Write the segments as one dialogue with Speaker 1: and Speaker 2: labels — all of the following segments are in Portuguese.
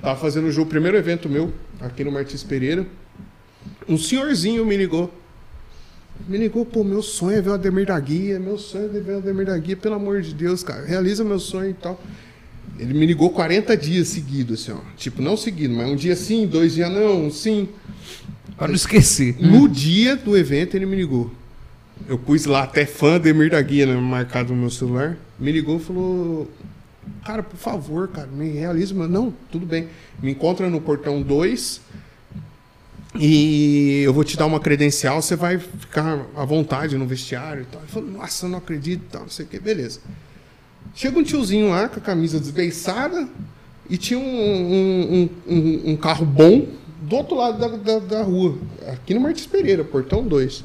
Speaker 1: Tava fazendo o jogo, o primeiro evento meu, aqui no Martins Pereira. Um senhorzinho me ligou. Me ligou, pô, meu sonho é ver o Ademir da Guia, meu sonho é ver o Ademir da Guia, pelo amor de Deus, cara, realiza meu sonho e tal. Ele me ligou 40 dias seguidos, assim, ó. Tipo, não seguido, mas um dia sim, dois dias não, um sim.
Speaker 2: Pra não esquecer.
Speaker 1: No dia do evento, ele me ligou. Eu pus lá até fã de Emir da Guia, né, marcado no meu celular. Me ligou e falou: Cara, por favor, cara, me realiza. Mas não, tudo bem. Me encontra no portão 2 e eu vou te dar uma credencial. Você vai ficar à vontade no vestiário e tal. Ele falou: Nossa, eu não acredito e tal, não sei o que. Beleza. Chega um tiozinho lá com a camisa desbeiçada e tinha um, um, um- um- um carro bom do outro lado da, da- da rua, aqui no Martins Pereira, portão 2.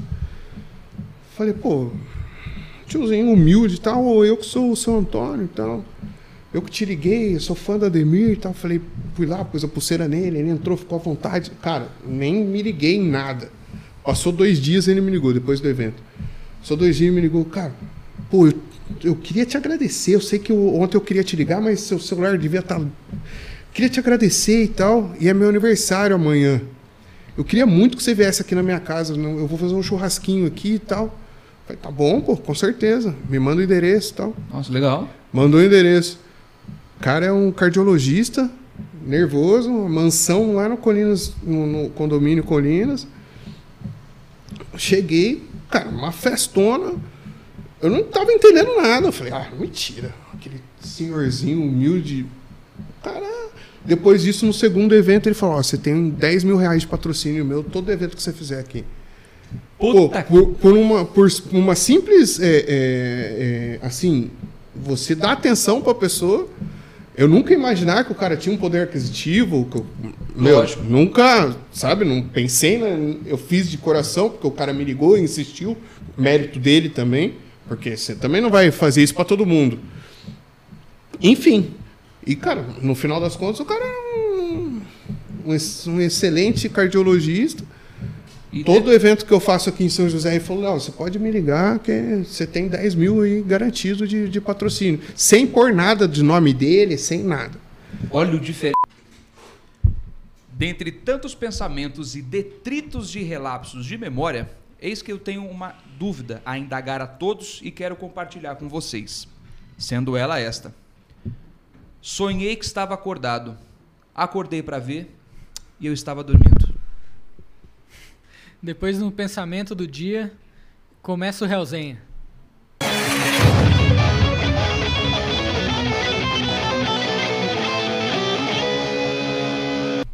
Speaker 1: Falei, pô, tiozinho humilde e tal, ô, eu que sou o seu Antônio e tal. Eu que te liguei, eu sou fã da Ademir e tal. Falei, fui lá, pus a pulseira nele, ele entrou, ficou à vontade. Cara, nem me liguei em nada. Passou dois dias ele me ligou, depois do evento. Só dois dias ele me ligou, cara, pô, eu, eu queria te agradecer. Eu sei que eu- ontem eu queria te ligar, mas seu celular devia estar. Queria te agradecer e tal, e é meu aniversário amanhã. Eu queria muito que você viesse aqui na minha casa. não- Eu vou fazer um churrasquinho aqui e tal. Falei, tá bom, pô, com certeza. Me manda o endereço e tal.
Speaker 2: Nossa, legal.
Speaker 1: Mandou o endereço. O cara é um cardiologista, nervoso, uma mansão lá no Colinas, no, no condomínio Colinas. Cheguei, cara, uma festona. Eu não tava entendendo nada. Eu falei, ah, mentira. Aquele senhorzinho humilde. Cara, depois disso, no segundo evento, ele falou: Ó, você tem 10 mil reais de patrocínio meu, todo evento que você fizer aqui. Pô,
Speaker 2: Puta
Speaker 1: por, por uma, por s- uma simples. é, é, é, assim, você dá atenção pra pessoa. Eu nunca ia imaginar que o cara tinha um poder aquisitivo. Que eu, meu,
Speaker 2: Lógico.
Speaker 1: nunca, sabe? Não pensei, né? Eu fiz de coração, porque o cara me ligou e insistiu. Mérito dele também. Porque você também não vai fazer isso pra todo mundo. Enfim. E, cara, no final das contas, o cara é um, um ex- um excelente cardiologista.
Speaker 2: E-
Speaker 1: Todo evento que eu faço aqui em São José, ele falou: não, você pode me ligar, que você tem 10 mil aí garantido de, de patrocínio. Sem pôr nada de nome dele, sem nada.
Speaker 2: Olha o diferente. Dentre tantos pensamentos e detritos de relapsos de memória, eis que eu tenho uma dúvida a indagar a todos e quero compartilhar com vocês, sendo ela esta. Sonhei que estava acordado, acordei para ver e eu estava dormindo.
Speaker 3: Depois no pensamento do dia, começa o Hellzenha.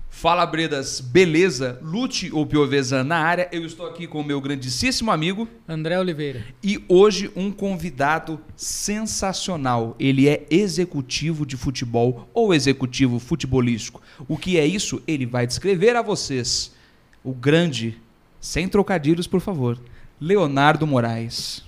Speaker 2: Fala Bredas, beleza? Lute ou Piovesan na área, eu estou aqui com o meu grandíssimo amigo
Speaker 3: André Oliveira.
Speaker 2: E hoje um convidado sensacional. Ele é executivo de futebol ou executivo futebolístico. O que é isso? Ele vai descrever a vocês. O grande, sem trocadilhos, por favor, Leonardo Moraes.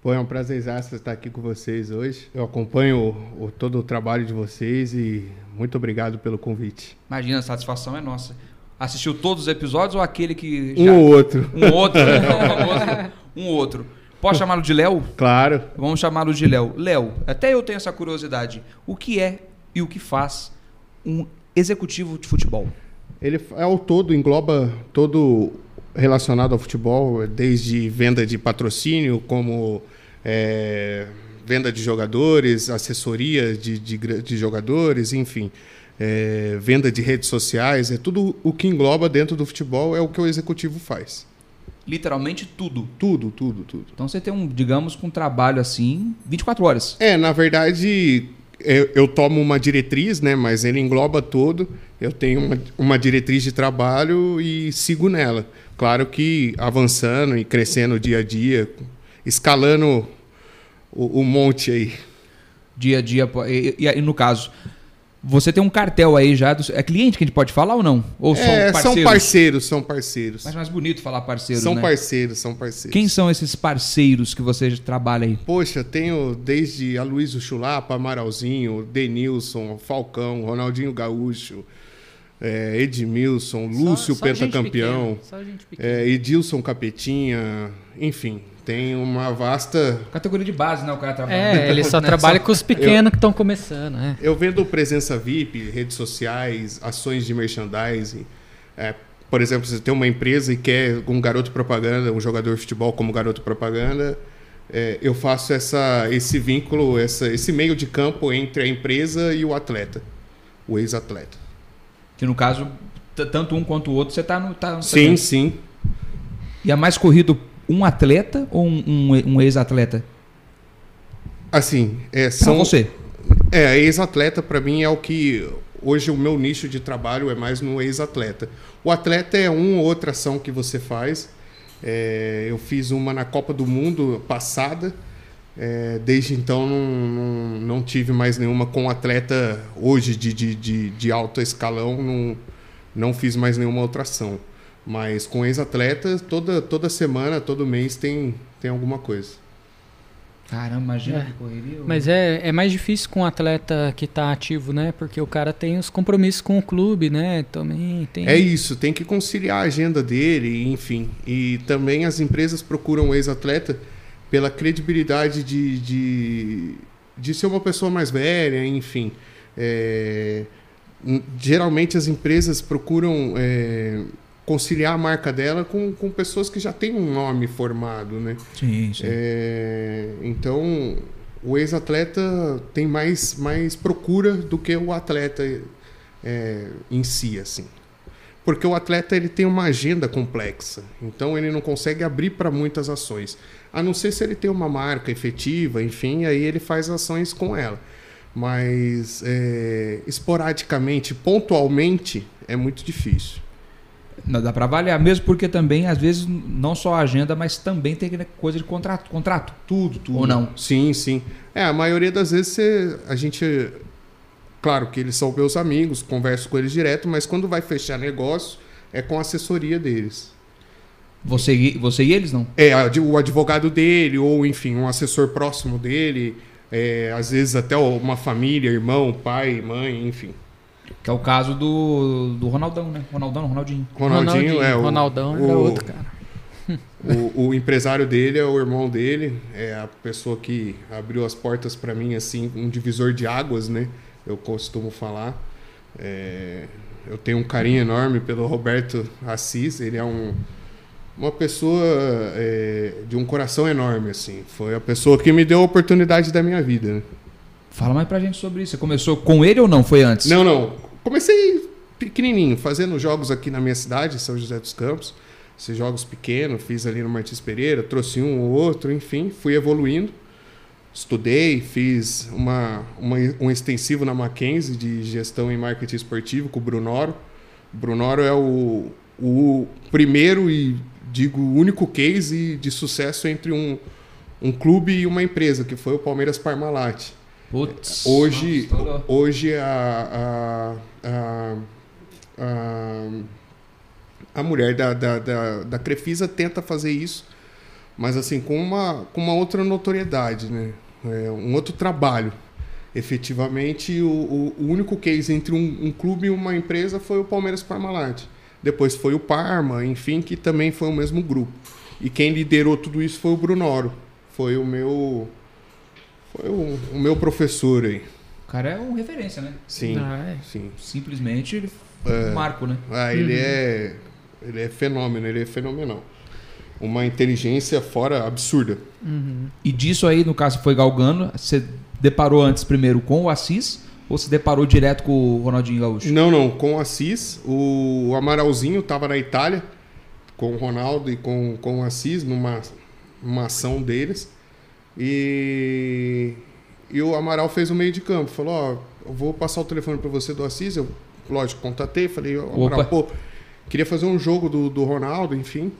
Speaker 1: Pô, é um prazer estar aqui com vocês hoje. Eu acompanho o- o- todo o trabalho de vocês e muito obrigado pelo convite.
Speaker 2: Imagina, a satisfação é nossa. Assistiu todos os episódios ou aquele que
Speaker 1: Um
Speaker 2: já...
Speaker 1: ou outro,
Speaker 2: Um outro, né? O famoso um outro. Posso chamá-lo de Léo?
Speaker 1: claro.
Speaker 2: Vamos chamá-lo de Léo. Léo, até eu tenho essa curiosidade. O que é e o que faz um executivo de futebol?
Speaker 1: Ele é ao todo, engloba todo relacionado ao futebol, desde venda de patrocínio, como é, venda de jogadores, assessoria de, de, gra- de jogadores, enfim, é, venda de redes sociais, é tudo o que engloba dentro do futebol, é o que o executivo faz.
Speaker 2: Literalmente tudo.
Speaker 1: Tudo, tudo, tudo.
Speaker 2: Então você tem um, digamos, com um trabalho assim, 24 horas.
Speaker 1: É, na verdade, eu, eu tomo uma diretriz, né? Mas ele engloba todo. Eu tenho uma, uma diretriz de trabalho e sigo nela. Claro que avançando e crescendo dia a dia, escalando o, o monte aí.
Speaker 2: Dia a dia. pô, E, e- e no caso, você tem um cartel aí já. dos- é cliente que a gente pode falar ou não? Ou são
Speaker 1: É,
Speaker 2: parceiros?
Speaker 1: são parceiros, são parceiros.
Speaker 2: Mas é mais bonito falar parceiros,
Speaker 1: São
Speaker 2: né?
Speaker 1: parceiros, são parceiros.
Speaker 2: Quem são esses parceiros que você trabalha aí?
Speaker 1: Poxa, tenho desde Aloysio Chulapa, Amaralzinho, Denilson, Falcão, Ronaldinho Gaúcho, eh, Edmilson, Lúcio É.
Speaker 3: Só- só gente
Speaker 1: Pentacampeão.
Speaker 3: pequena, só gente pequena.
Speaker 1: É, Edilson Capetinha, enfim, tem uma vasta.
Speaker 2: Categoria de base, né? O cara trabalha.
Speaker 3: É, ele só
Speaker 2: Né,
Speaker 3: trabalha com os pequenos que estão começando, né?
Speaker 1: Eu vendo presença VIP, redes sociais, ações de merchandising. é, por exemplo, você tem uma empresa e quer um garoto propaganda, um jogador de futebol como garoto propaganda, é, eu faço essa, esse vínculo, essa, esse meio de campo entre a empresa e o atleta, o ex-atleta.
Speaker 2: Que no caso, t- tanto um quanto o outro, você tá no. Tá no
Speaker 1: Sim, sim.
Speaker 2: E é mais corrido um atleta ou um, um- um ex-atleta?
Speaker 1: Assim, é,
Speaker 2: São
Speaker 1: são,
Speaker 2: você.
Speaker 1: É, ex-atleta para mim é o que hoje o meu nicho de trabalho é mais no ex-atleta. O atleta é uma ou outra ação que você faz. É, eu fiz uma na Copa do Mundo passada. É, desde então não, não, não tive mais nenhuma com atleta hoje de, de, de, de alto escalão. Não, não fiz mais nenhuma outra ação. Mas com ex-atleta, toda, toda semana, todo mês tem, tem alguma coisa.
Speaker 2: Caramba, imagina
Speaker 3: É.
Speaker 2: que correria.
Speaker 3: Mas é, é mais difícil com um atleta que tá ativo, né? Porque o cara tem os compromissos com o clube, né? Também tem.
Speaker 1: É isso, tem que conciliar a agenda dele, enfim. E também as empresas procuram o ex-atleta pela credibilidade de, de, de ser uma pessoa mais velha, enfim. É, n- geralmente as empresas procuram é, conciliar a marca dela com, com pessoas que já têm um nome formado, né?
Speaker 2: Sim, sim.
Speaker 1: É, então, o ex-atleta tem mais, mais procura do que o atleta é, em si, assim. Porque o atleta ele tem uma agenda complexa, então ele não consegue abrir para muitas ações. A não ser se ele tem uma marca efetiva, enfim, aí ele faz ações com ela. Mas é, esporadicamente, pontualmente, é muito difícil.
Speaker 2: Não dá pra avaliar, mesmo porque também, às vezes, não só a agenda, mas também tem aquela coisa de contrato. Contrato. Tudo, tudo. Ou não.
Speaker 1: Sim, sim. É, a maioria das vezes você- a gente. Claro que eles são meus amigos, converso com eles direto, mas quando vai fechar negócio, é com a assessoria deles.
Speaker 2: Você, e- você e eles não?
Speaker 1: É, ad- o advogado dele, ou enfim, um assessor próximo dele, é, às vezes até uma família, irmão, pai, mãe, enfim.
Speaker 2: Que é o caso do, do Ronaldão, né? Ronaldão, não, Ronaldinho.
Speaker 1: Ronaldinho, é o.
Speaker 3: Ronaldão era
Speaker 1: o-
Speaker 3: outro, cara.
Speaker 1: O, o empresário dele é o irmão dele, é a pessoa que abriu as portas para mim, assim, um divisor de águas, né? Eu costumo falar. É, eu tenho um carinho enorme pelo Roberto Assis, ele é um, uma pessoa é, de um coração enorme, assim. Foi a pessoa que me deu a oportunidade da minha vida. né?
Speaker 2: Fala mais pra gente sobre isso. Você começou com ele ou não? Foi antes?
Speaker 1: Não, não. Comecei pequenininho, fazendo jogos aqui na minha cidade, São José dos Campos. Esses jogos pequenos, fiz ali no Martins Pereira, trouxe um ou outro, enfim, fui evoluindo. Estudei, fiz uma, uma- um extensivo na Mackenzie de gestão em marketing esportivo com o Brunoro. O Brunoro é o, o primeiro e, digo, único case de sucesso entre um, um clube e uma empresa, que foi o Palmeiras Parmalat.
Speaker 2: Putz.
Speaker 1: Hoje,
Speaker 2: Nossa, então estourou.
Speaker 1: hoje a, a, a, a, a mulher da, da, da, da Crefisa tenta fazer isso, mas assim, com uma, com uma outra notoriedade, né? É, um outro trabalho. Efetivamente, o, o, o único case entre um, um clube e uma empresa foi o Palmeiras Parmalat. Depois foi o Parma, enfim, que também foi o mesmo grupo. E quem liderou tudo isso foi o Brunoro. Foi o meu foi o, o meu professor aí.
Speaker 2: O cara é um referência, né?
Speaker 1: Sim.
Speaker 3: Ah, é.
Speaker 1: Sim.
Speaker 2: Simplesmente ele
Speaker 1: É.
Speaker 2: um marco, né?
Speaker 1: Ah, ele é ele é fenômeno, ele é fenomenal. Uma inteligência fora absurda.
Speaker 3: Uhum.
Speaker 2: E disso aí, no caso, foi galgando. Você deparou antes primeiro com o Assis ou se deparou direto com o Ronaldinho Gaúcho?
Speaker 1: Não, não, com o Assis, o Amaralzinho estava na Itália com o Ronaldo e com, com o Assis numa uma ação deles. E, e o Amaral fez o meio de campo, falou: "Ó, eu vou passar o telefone para você do Assis". Eu, lógico, contatei, falei: "Ó, "Amaral,
Speaker 2: Opa.
Speaker 1: pô, queria fazer um jogo do, do Ronaldo, enfim,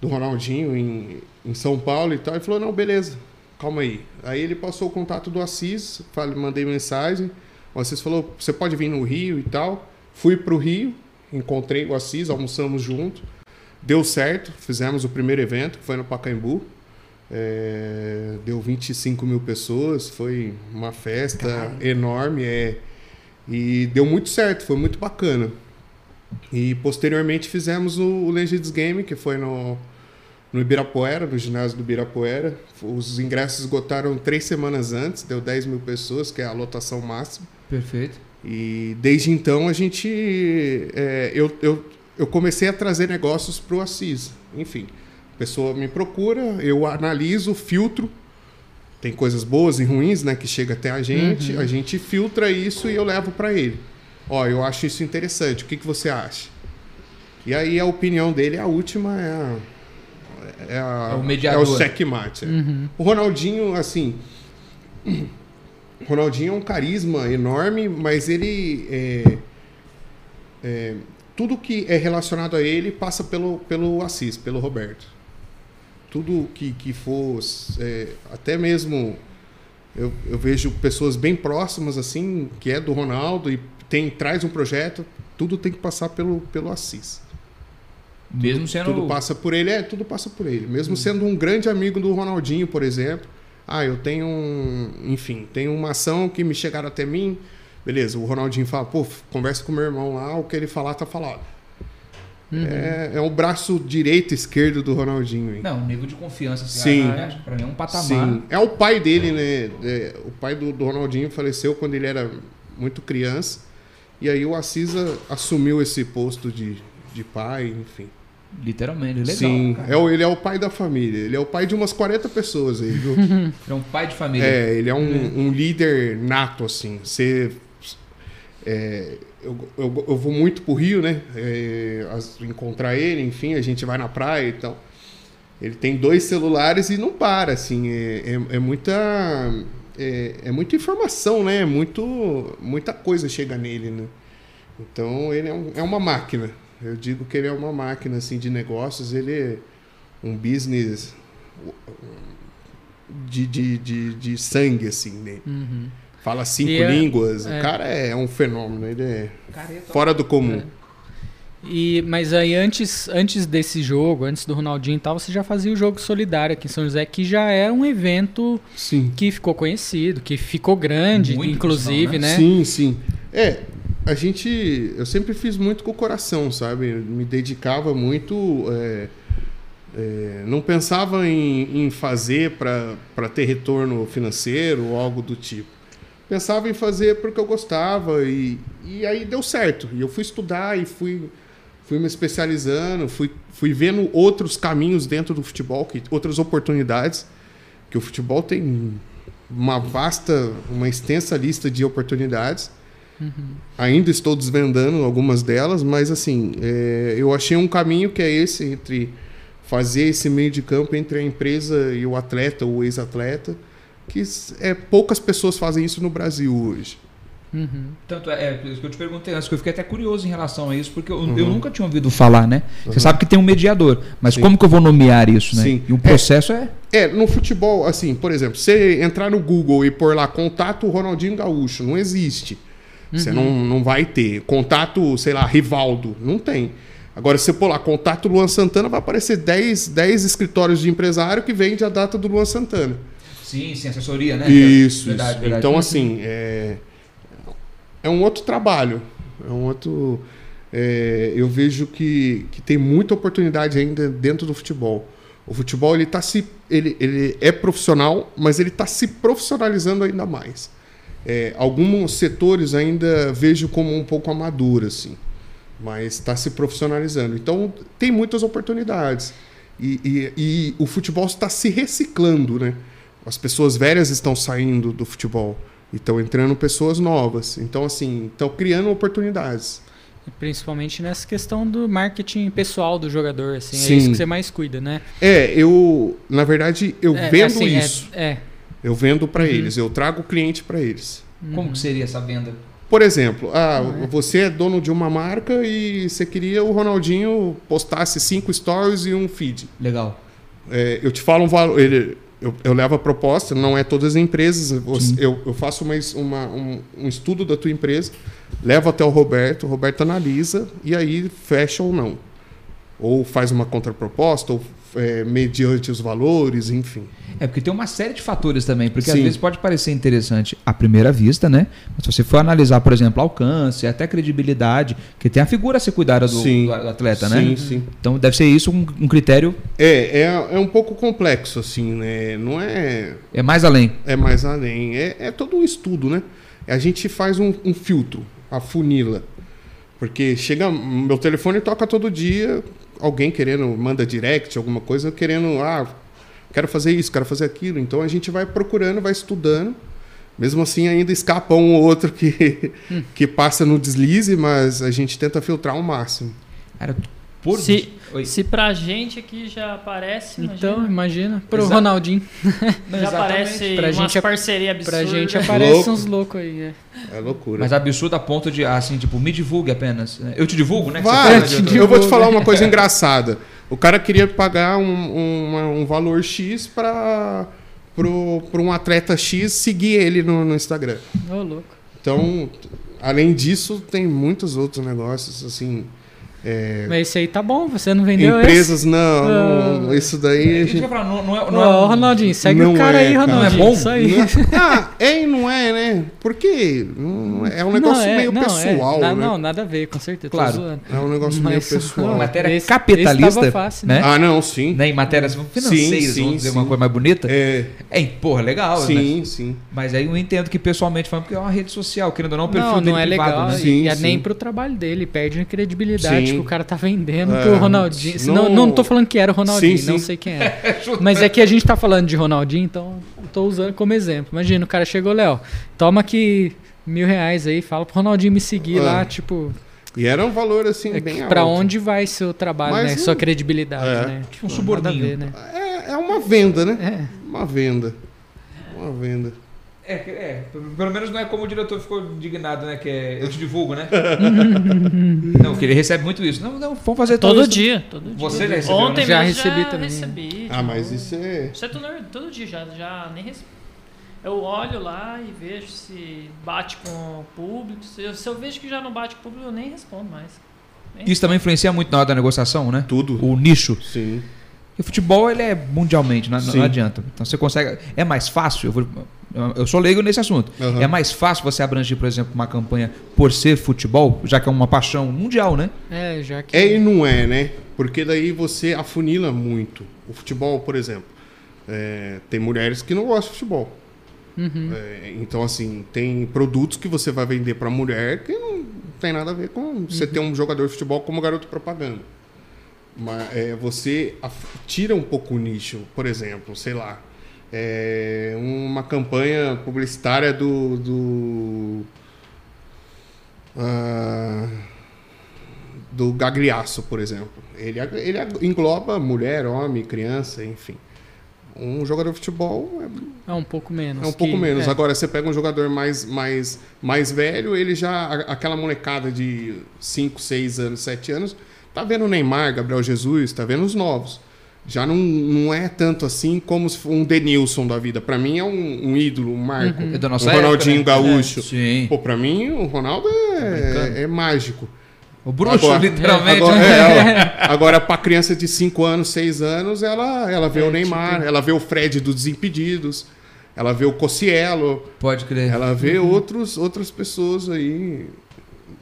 Speaker 1: do Ronaldinho em, em São Paulo e tal". Ele falou: "Não, beleza. Calma aí". Aí ele passou o contato do Assis, falei, mandei mensagem. O Assis falou: "Você pode vir no Rio e tal". Fui pro Rio, encontrei o Assis, almoçamos junto. Deu certo, fizemos o primeiro evento, que foi no Pacaembu. É, deu 25 mil pessoas, foi uma festa enorme. É, e deu muito certo, foi muito bacana. E posteriormente fizemos o, o Legends Game, que foi no, no Ibirapuera, no ginásio do Ibirapuera. Os ingressos esgotaram três semanas antes, deu 10 mil pessoas, que é a lotação máxima.
Speaker 2: Perfeito.
Speaker 1: E desde então a gente. é, eu, eu, eu comecei a trazer negócios para o Assis. Enfim, a pessoa me procura, eu analiso, filtro. Tem coisas boas e ruins né, que chega até a
Speaker 2: Uhum.
Speaker 1: gente, a gente filtra isso e eu levo para ele. Ó, eu acho isso interessante, o que, que você acha? E aí a opinião dele, a última é a. É, a-
Speaker 2: É o mediador. Uhum.
Speaker 1: É o checkmate. é. O Ronaldinho, assim, o Ronaldinho é um carisma enorme, mas ele. é, é, tudo que é relacionado a ele passa pelo, pelo Assis, pelo Roberto. Tudo que, que for. é, até mesmo. Eu, eu vejo pessoas bem próximas, assim, que é do Ronaldo e tem, traz um projeto, tudo tem que passar pelo, pelo Assis.
Speaker 2: Mesmo sendo.
Speaker 1: Tudo passa por ele, é, tudo passa por ele. Mesmo sendo um grande amigo do Ronaldinho, por exemplo. Ah, eu tenho um. Enfim, tenho uma ação que me chegaram até mim. Beleza, o Ronaldinho fala, pô, conversa com meu irmão lá, o que ele falar tá falado. É, é o braço direito e esquerdo do Ronaldinho. hein?
Speaker 2: Não, o nível de confiança. Assim,
Speaker 1: Sim.
Speaker 2: ah, né? Pra mim é um patamar.
Speaker 1: Sim. É o pai dele, né? É, o pai do, do Ronaldinho faleceu quando ele era muito criança. E aí o Assisa assumiu esse posto de, de pai, enfim.
Speaker 2: Literalmente. Legal.
Speaker 1: Sim,
Speaker 2: cara.
Speaker 1: é o, ele é o pai da família. Ele é o pai de umas 40 pessoas aí, viu?
Speaker 2: É um pai de família.
Speaker 1: é, ele é um, um líder nato, assim. Você. é, eu, eu, eu vou muito pro Rio, né? É, as- encontrar ele, enfim, a gente vai na praia e tal. Ele tem dois celulares e não para, assim. É, é- é muita. É, é muita informação, né? É muito, muita coisa chega nele, né? Então ele é, um- é uma máquina. Eu digo que ele é uma máquina assim de negócios. Ele é um business de, de, de, de sangue assim nele. Fala cinco
Speaker 3: E é-
Speaker 1: línguas.
Speaker 3: é.
Speaker 1: O cara é um fenômeno. Ele é
Speaker 2: Careta.
Speaker 1: fora do comum.
Speaker 3: E, mas aí antes, antes desse jogo, antes do Ronaldinho e tal, você já fazia o jogo solidário aqui em São José, que já é um evento
Speaker 1: Sim.
Speaker 3: que ficou conhecido, que ficou grande,
Speaker 2: Muito,
Speaker 3: inclusive, né?
Speaker 1: Sim, sim. É, a gente. Eu sempre fiz muito com o coração, sabe? Eu me dedicava muito. é, é, não pensava em, em fazer para ter retorno financeiro ou algo do tipo. Pensava em fazer porque eu gostava e, e aí deu certo. E eu fui estudar e fui, fui me especializando, fui, fui vendo outros caminhos dentro do futebol, que, outras oportunidades. Que o futebol tem uma vasta, uma extensa lista de oportunidades. Ainda estou desvendando algumas delas, mas assim, é, eu achei um caminho que é esse entre fazer esse meio de campo entre a empresa e o atleta, ou ex-atleta, que s- é, poucas pessoas fazem isso no Brasil hoje.
Speaker 3: Uhum.
Speaker 2: Tanto é, é, por isso que eu te perguntei antes, que eu fiquei até curioso em relação a isso, porque eu, eu nunca tinha ouvido falar, né? Você sabe que tem um mediador, mas
Speaker 1: Uhum. Sim.
Speaker 2: como que eu vou nomear isso, né?
Speaker 1: Sim.
Speaker 2: E o processo é.
Speaker 1: É, no futebol, assim, por exemplo, você entrar no Google e pôr lá contato Ronaldinho Gaúcho, não existe. Você não, não vai ter. Contato, sei lá, Rivaldo, não tem. Agora, se você pôr lá contato Luan Santana, vai aparecer 10, 10 escritórios de empresário que vende a data do Luan Santana.
Speaker 2: Sim, sim, assessoria, né?
Speaker 1: Isso,
Speaker 2: Verdade,
Speaker 1: isso.
Speaker 2: verdade. Uhum.
Speaker 1: Então, assim, é, é um outro trabalho. É um outro. é, eu vejo que, que tem muita oportunidade ainda dentro do futebol. O futebol ele tá se, ele, ele é profissional, mas ele está se profissionalizando ainda mais. É, alguns setores ainda vejo como um pouco amador, assim, mas está se profissionalizando. Então tem muitas oportunidades e, e- e o futebol está se reciclando, né? As pessoas velhas estão saindo do futebol e estão entrando pessoas novas. Então assim, estão criando oportunidades.
Speaker 3: E Principalmente nessa questão do marketing pessoal do jogador, assim,
Speaker 1: Sim.
Speaker 3: é isso que você mais cuida, né?
Speaker 1: É, eu na verdade eu
Speaker 3: É,
Speaker 1: vendo
Speaker 3: assim, é- Uhum.
Speaker 1: isso,
Speaker 3: É,
Speaker 1: eu vendo para eles, eu trago o cliente para eles.
Speaker 2: Como que seria essa venda?
Speaker 1: Por exemplo, ah, você é dono de uma marca e você queria o Ronaldinho postasse cinco stories e um feed.
Speaker 2: Legal.
Speaker 1: É, eu te falo um valor. ele- eu, eu levo a proposta, não é todas as empresas. você-
Speaker 2: Sim.
Speaker 1: Eu, eu faço uma, uma- um, um estudo da tua empresa, levo até o Roberto, o Roberto analisa e aí fecha ou não. Ou faz uma contraproposta, ou é, mediante os valores, enfim.
Speaker 2: É porque tem uma série de fatores também, porque às
Speaker 1: Sim.
Speaker 2: vezes pode parecer interessante à primeira vista, né? Mas se você for analisar, por exemplo, alcance, até credibilidade, que tem a figura a ser cuidada do,
Speaker 1: Sim.
Speaker 2: do atleta,
Speaker 1: sim,
Speaker 2: né?
Speaker 1: sim.
Speaker 2: Então deve ser isso um, um critério
Speaker 1: É, é, é um pouco complexo, assim, né? Não é,
Speaker 2: é mais além.
Speaker 1: é mais além. É, é todo um estudo, né? A gente faz um, um filtro, a funila. Porque chega. Meu telefone toca todo dia, alguém querendo, manda direct, alguma coisa, querendo, ah, quero fazer isso, quero fazer aquilo. Então a gente vai procurando, vai estudando. Mesmo assim, ainda escapa um ou outro que, que passa no deslize, mas a gente tenta filtrar ao máximo.
Speaker 2: Cara, por
Speaker 4: Se-
Speaker 2: Oi.
Speaker 4: Se pra gente aqui já aparece,
Speaker 3: Então,
Speaker 4: imagina,
Speaker 3: imagina. Pro
Speaker 2: Exato.
Speaker 3: Ronaldinho.
Speaker 2: Não, exatamente.
Speaker 4: já aparece
Speaker 3: Pra
Speaker 4: umas
Speaker 3: gente é-
Speaker 4: parceria absurda.
Speaker 3: Pra gente é aparecem
Speaker 1: Louco.
Speaker 3: uns loucos aí. É.
Speaker 1: É loucura.
Speaker 2: Mas absurdo a ponto de, assim, tipo, me divulgue apenas. né? Eu te divulgo, né? que você
Speaker 1: Vai,
Speaker 2: fala,
Speaker 3: Eu te
Speaker 2: Jonathan?
Speaker 3: divulgo.
Speaker 1: eu vou te falar uma coisa engraçada. O cara queria pagar um, um- uma- um valor X para um atleta X seguir ele no, no Instagram.
Speaker 3: Ô, louco.
Speaker 1: Então, t- além disso, tem muitos outros negócios, assim. é,
Speaker 3: Mas esse aí tá bom, você não vendeu esse?
Speaker 1: empresas, não, não,
Speaker 3: Ah.
Speaker 1: Isso daí.
Speaker 2: A
Speaker 1: a
Speaker 2: gente
Speaker 1: gente-
Speaker 2: vai falar, não, não é, não é
Speaker 3: Ô,
Speaker 2: um-
Speaker 3: Ronaldinho, segue
Speaker 1: Não
Speaker 3: o cara
Speaker 1: é,
Speaker 3: aí,
Speaker 1: cara.
Speaker 3: Ronaldinho.
Speaker 2: Não é bom?
Speaker 3: Isso aí.
Speaker 1: Ah, é e não é, né? Porque hum, é um negócio
Speaker 3: Não, é,
Speaker 1: meio
Speaker 3: não, é.
Speaker 1: pessoal,
Speaker 3: Na-
Speaker 1: né?
Speaker 3: Não, nada a ver, com certeza. tô
Speaker 2: Claro.
Speaker 3: zoando.
Speaker 1: É um negócio meio
Speaker 3: Mas- é?
Speaker 1: pessoal.
Speaker 2: uma matéria
Speaker 3: Esse- esse
Speaker 2: capitalista,
Speaker 3: tava fácil,
Speaker 2: né?
Speaker 1: Ah, não, sim.
Speaker 2: né, em matérias financeiras,
Speaker 1: Sim, sim,
Speaker 2: vamos dizer
Speaker 1: sim.
Speaker 2: uma coisa mais bonita. É,
Speaker 1: É,
Speaker 2: porra, legal,
Speaker 3: é.
Speaker 2: né?
Speaker 1: sim, sim.
Speaker 2: Mas aí eu entendo que pessoalmente falando porque é uma rede social, querendo ou não, o perfil
Speaker 3: Não,
Speaker 2: dele
Speaker 3: não é
Speaker 2: privado,
Speaker 3: legal.
Speaker 2: né?
Speaker 1: Sim,
Speaker 3: e é
Speaker 1: sim.
Speaker 3: nem pro trabalho dele. Perde a credibilidade
Speaker 1: Sim.
Speaker 3: que o cara tá vendendo
Speaker 1: É,
Speaker 3: pro Ronaldinho.
Speaker 1: não-
Speaker 3: Não, não tô falando que era o Ronaldinho,
Speaker 1: Sim,
Speaker 3: não
Speaker 1: sim.
Speaker 3: sei quem era. Mas é que a gente tá falando de Ronaldinho, então eu tô usando como exemplo. Imagina, o cara chegou, Léo, toma aqui mil reais aí, fala pro Ronaldinho me seguir
Speaker 1: Ah,
Speaker 3: lá, tipo,
Speaker 1: E era um valor, assim,
Speaker 3: é,
Speaker 1: bem
Speaker 3: pra
Speaker 1: alto.
Speaker 3: onde vai seu trabalho,
Speaker 1: Mas
Speaker 3: né?
Speaker 1: não-
Speaker 3: Sua credibilidade,
Speaker 1: É.
Speaker 3: né? Tipo,
Speaker 2: Um
Speaker 3: nada a
Speaker 2: suborninho.
Speaker 3: ver, né?
Speaker 1: É, é uma venda, né?
Speaker 3: É.
Speaker 1: Uma venda. Uma venda.
Speaker 2: É, é, pelo menos não é como o diretor ficou indignado, né? Que é, eu te divulgo, né? não, que ele recebe muito isso. Não, não, vamos fazer
Speaker 4: Todo
Speaker 2: tudo isso.
Speaker 4: dia, todo dia.
Speaker 2: Você já recebeu,
Speaker 4: Ontem
Speaker 2: né?
Speaker 4: mesmo
Speaker 3: Já
Speaker 4: já
Speaker 3: recebi também.
Speaker 4: recebi,
Speaker 1: Ah,
Speaker 4: tipo,
Speaker 1: mas isso é.
Speaker 4: Isso é todo, todo dia, já, já nem respondo. Eu olho lá e vejo se bate com o público. Se eu, se eu vejo que já não bate com o público, eu nem respondo mais. Nem
Speaker 2: Isso também influencia muito na hora da negociação, né?
Speaker 1: Tudo.
Speaker 2: O nicho.
Speaker 1: Sim.
Speaker 2: E o futebol, ele é mundialmente, não, não
Speaker 1: Sim.
Speaker 2: adianta. Então você consegue. É mais fácil, eu, vou- eu sou leigo nesse assunto.
Speaker 1: Aham.
Speaker 2: É mais fácil você abranger, por exemplo, uma campanha por ser futebol, já que é uma paixão mundial, né?
Speaker 3: É, já que.
Speaker 1: É e não é, né? Porque daí você afunila muito. O futebol, por exemplo. é, tem mulheres que não gostam de futebol. É, então, assim, tem produtos que você vai vender pra mulher que não tem nada a ver com você ter um jogador de futebol como garoto propaganda. Mas é, você af- tira um pouco o nicho, por exemplo, sei lá, é, uma campanha publicitária do. do ah, do Gagliasso, por exemplo. Ele, ag- ele ag- engloba mulher, homem, criança, enfim. Um jogador de futebol é
Speaker 3: É um pouco menos.
Speaker 1: é um pouco
Speaker 3: que-
Speaker 1: menos.
Speaker 3: é.
Speaker 1: Agora, você pega um jogador mais, mais, mais velho, ele já. a- Aquela molecada de 5, 6 anos, 7 anos, tá vendo o Neymar, Gabriel Jesus, tá vendo os novos. Já não, não é tanto assim como se for um Denilson da vida. Pra mim é um, um ídolo, um marco.
Speaker 3: Uhum. Hum.
Speaker 2: É da nossa
Speaker 1: um
Speaker 2: época,
Speaker 1: Ronaldinho
Speaker 2: né?
Speaker 1: Gaúcho.
Speaker 2: Sim.
Speaker 1: Pô, pra mim o Ronaldo
Speaker 2: brincando.
Speaker 1: é, é mágico.
Speaker 2: O bruxo,
Speaker 1: Agora-
Speaker 2: literalmente. né?
Speaker 1: Agora, é, ó, agora pra criança de 5 anos, 6 anos, ela, ela vê o
Speaker 2: É,
Speaker 1: Neymar,
Speaker 2: tipo-
Speaker 1: ela vê o Fred do Desimpedidos, ela vê o Cossielo,
Speaker 2: Pode crer.
Speaker 1: ela vê outros, outras pessoas aí.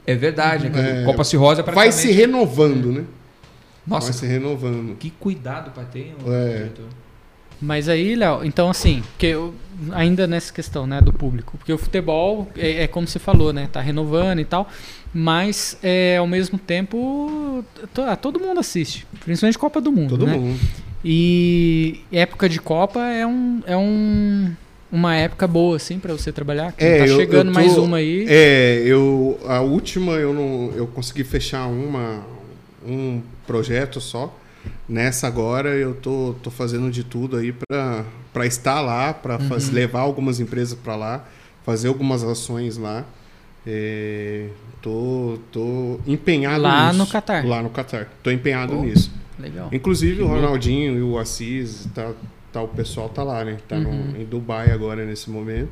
Speaker 2: É verdade. né, cara?
Speaker 1: É.
Speaker 2: Copa Cirrosa
Speaker 1: Vai se
Speaker 2: praticamente-
Speaker 1: renovando, né? Vai
Speaker 2: Nossa,
Speaker 1: se renovando.
Speaker 2: que cuidado pra ter. ô,
Speaker 1: É.
Speaker 2: diretor.
Speaker 3: Mas aí, Léo, então assim, porque eu, ainda nessa questão, né, do público, porque o futebol é, é como você falou, né, tá renovando e tal, mas é, ao mesmo tempo to- ah, todo mundo assiste, principalmente Copa do
Speaker 2: Uhum,
Speaker 3: Mundo,
Speaker 1: Todo
Speaker 3: né?
Speaker 1: mundo.
Speaker 3: E época de Copa é um é um uma época boa assim pra você trabalhar, que
Speaker 1: É,
Speaker 3: tá
Speaker 1: eu- eu
Speaker 3: chegando
Speaker 1: tô-
Speaker 3: mais uma aí.
Speaker 1: É, eu. A última eu não. Eu consegui fechar uma, um projeto só. Nessa agora eu tô, tô fazendo de tudo aí pra pra estar lá, pra faz-
Speaker 3: Uhum.
Speaker 1: levar algumas empresas pra lá, fazer algumas ações lá. É, tô, tô empenhado
Speaker 3: Lá
Speaker 1: nisso.
Speaker 3: no Catar.
Speaker 1: Lá no Catar. Tô empenhado
Speaker 2: Pô.
Speaker 1: nisso.
Speaker 3: Legal.
Speaker 1: Inclusive o Ronaldinho e o Assis, tá, tá, o pessoal tá lá, né? Tá no- em Dubai agora nesse momento.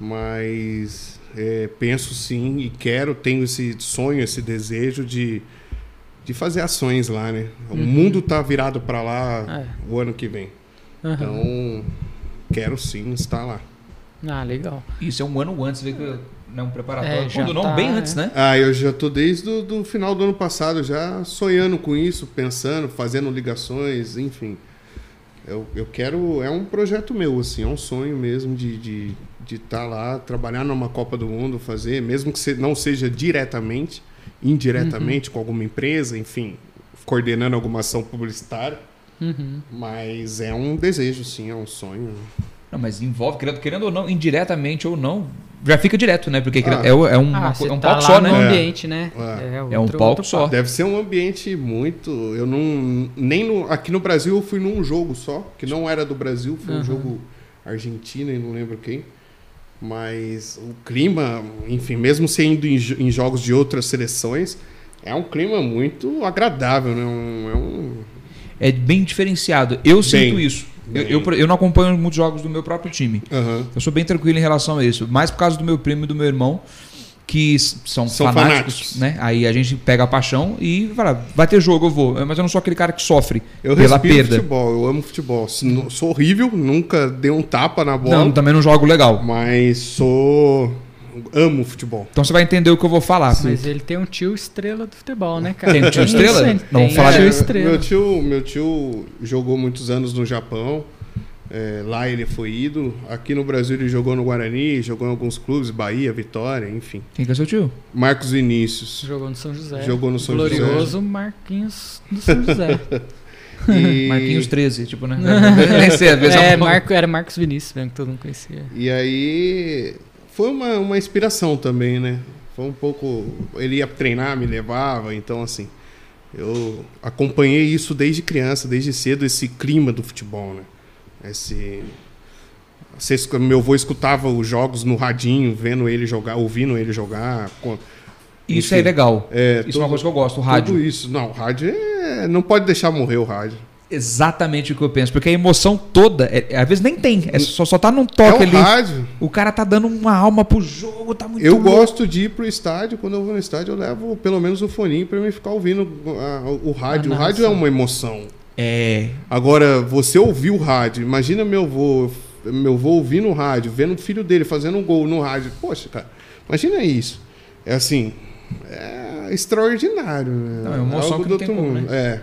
Speaker 1: Mas é, penso sim e quero, tenho esse sonho, esse desejo de, de fazer ações lá, né? O mundo tá virado para lá
Speaker 3: É.
Speaker 1: o ano que vem.
Speaker 3: Aham.
Speaker 1: Então, quero sim estar lá.
Speaker 3: Ah, legal.
Speaker 2: Isso é um ano antes, vê que não preparatório.
Speaker 3: É, já
Speaker 2: Quando não,
Speaker 3: tá,
Speaker 2: bem
Speaker 3: é.
Speaker 2: antes, né?
Speaker 1: Ah, eu já tô desde o do final do ano passado já sonhando com isso, pensando, fazendo ligações, enfim. Eu, eu quero. É um projeto meu, assim, é um sonho mesmo de estar de, de tá lá, trabalhar numa Copa do Mundo, fazer, mesmo que se- não seja diretamente, indiretamente com alguma empresa, enfim, coordenando alguma ação publicitária.
Speaker 3: Uhum.
Speaker 1: Mas é um desejo, sim, é um sonho.
Speaker 2: Não, mas envolve, querendo, querendo ou não, indiretamente ou não, já fica direto, né? Porque
Speaker 1: Ah.
Speaker 2: é, o- é um,
Speaker 3: Ah,
Speaker 2: uma co-
Speaker 3: você
Speaker 2: é um
Speaker 3: tá
Speaker 2: palco
Speaker 3: lá
Speaker 2: só, né?
Speaker 3: no
Speaker 1: É.
Speaker 3: ambiente, né?
Speaker 1: É.
Speaker 2: É um palco só.
Speaker 1: Deve ser um ambiente muito. Eu não. Nem no- aqui no Brasil eu fui num jogo só, que não era do Brasil, foi
Speaker 3: Uhum.
Speaker 1: um jogo argentino e não lembro quem. Mas o clima, enfim, mesmo sendo em, jo- em jogos de outras seleções, é um clima muito agradável, né? Um- é um.
Speaker 2: É bem diferenciado. Eu sinto isso. Eu,
Speaker 1: bem.
Speaker 2: eu, por- eu não acompanho muitos jogos do meu próprio time.
Speaker 1: Aham.
Speaker 2: Eu sou bem tranquilo em relação a isso. Mais por causa do meu primo e do meu irmão, que s- são,
Speaker 1: São
Speaker 2: fanáticos,
Speaker 1: fanáticos.
Speaker 2: né? Aí a gente pega a paixão e fala, vai ter jogo, eu vou. Mas eu não sou aquele cara que sofre
Speaker 1: Eu
Speaker 2: pela
Speaker 1: respiro
Speaker 2: perda.
Speaker 1: futebol, eu amo futebol. Se não- Sou horrível, nunca dei um tapa na bola,
Speaker 2: Não, também não jogo legal.
Speaker 1: mas sou. Amo futebol.
Speaker 2: Então você vai entender o que eu vou falar.
Speaker 3: Mas ele tem um tio estrela do futebol, né, cara?
Speaker 2: Tem um tio
Speaker 3: Isso,
Speaker 2: estrela?
Speaker 3: ele
Speaker 2: Não,
Speaker 3: tem
Speaker 2: fala
Speaker 3: um
Speaker 2: de-
Speaker 3: tio
Speaker 1: É,
Speaker 3: estrela.
Speaker 1: Meu tio, meu tio jogou muitos anos no Japão. É, lá ele foi ídolo. Aqui no Brasil ele jogou no Guarani, jogou em alguns clubes, Bahia, Vitória, enfim.
Speaker 2: Quem que é seu tio?
Speaker 1: Marcos Vinícius.
Speaker 3: Jogou no São José.
Speaker 1: Jogou no São
Speaker 3: Glorioso
Speaker 1: José.
Speaker 3: Marquinhos do São José.
Speaker 1: E,
Speaker 2: Marquinhos 13, tipo, né? Nem sei, às vezes
Speaker 3: é,
Speaker 2: um-
Speaker 3: Marco, era Marcos Vinícius mesmo, que todo mundo conhecia.
Speaker 1: e aí foi uma, uma inspiração também, né? Foi um pouco. Ele ia treinar, me levava, então assim. Eu acompanhei isso desde criança, desde cedo, esse clima do futebol, né? Esse. Você escu- Meu avô escutava os jogos no radinho, vendo ele jogar, ouvindo ele jogar. co-
Speaker 2: Isso
Speaker 1: Enfim.
Speaker 2: é legal.
Speaker 1: É,
Speaker 2: Isso é
Speaker 1: tudo-
Speaker 2: uma coisa que eu gosto, o rádio.
Speaker 1: Tudo isso. Não, o rádio é... não pode deixar morrer o rádio.
Speaker 2: Exatamente o que eu penso, porque a emoção toda, é- às vezes nem tem, é só, só tá num toque
Speaker 1: é o
Speaker 2: ali.
Speaker 1: rádio.
Speaker 2: O cara tá dando uma alma pro jogo, tá muito
Speaker 1: Eu
Speaker 2: louco.
Speaker 1: gosto de ir pro estádio, quando eu vou no estádio eu levo pelo menos o foninho pra mim ficar ouvindo ah, o rádio.
Speaker 3: A
Speaker 1: o rádio é
Speaker 3: narração.
Speaker 1: uma emoção.
Speaker 2: É.
Speaker 1: Agora, você ouvir o rádio, imagina meu avô, meu avô ouvindo o rádio, vendo o filho dele fazendo um gol no rádio. Poxa, cara, imagina isso. É assim, é extraordinário. Né?
Speaker 2: Não, é uma emoção
Speaker 1: Algo
Speaker 2: que
Speaker 1: do
Speaker 2: não tem
Speaker 1: outro
Speaker 2: como, né?
Speaker 1: mundo. É.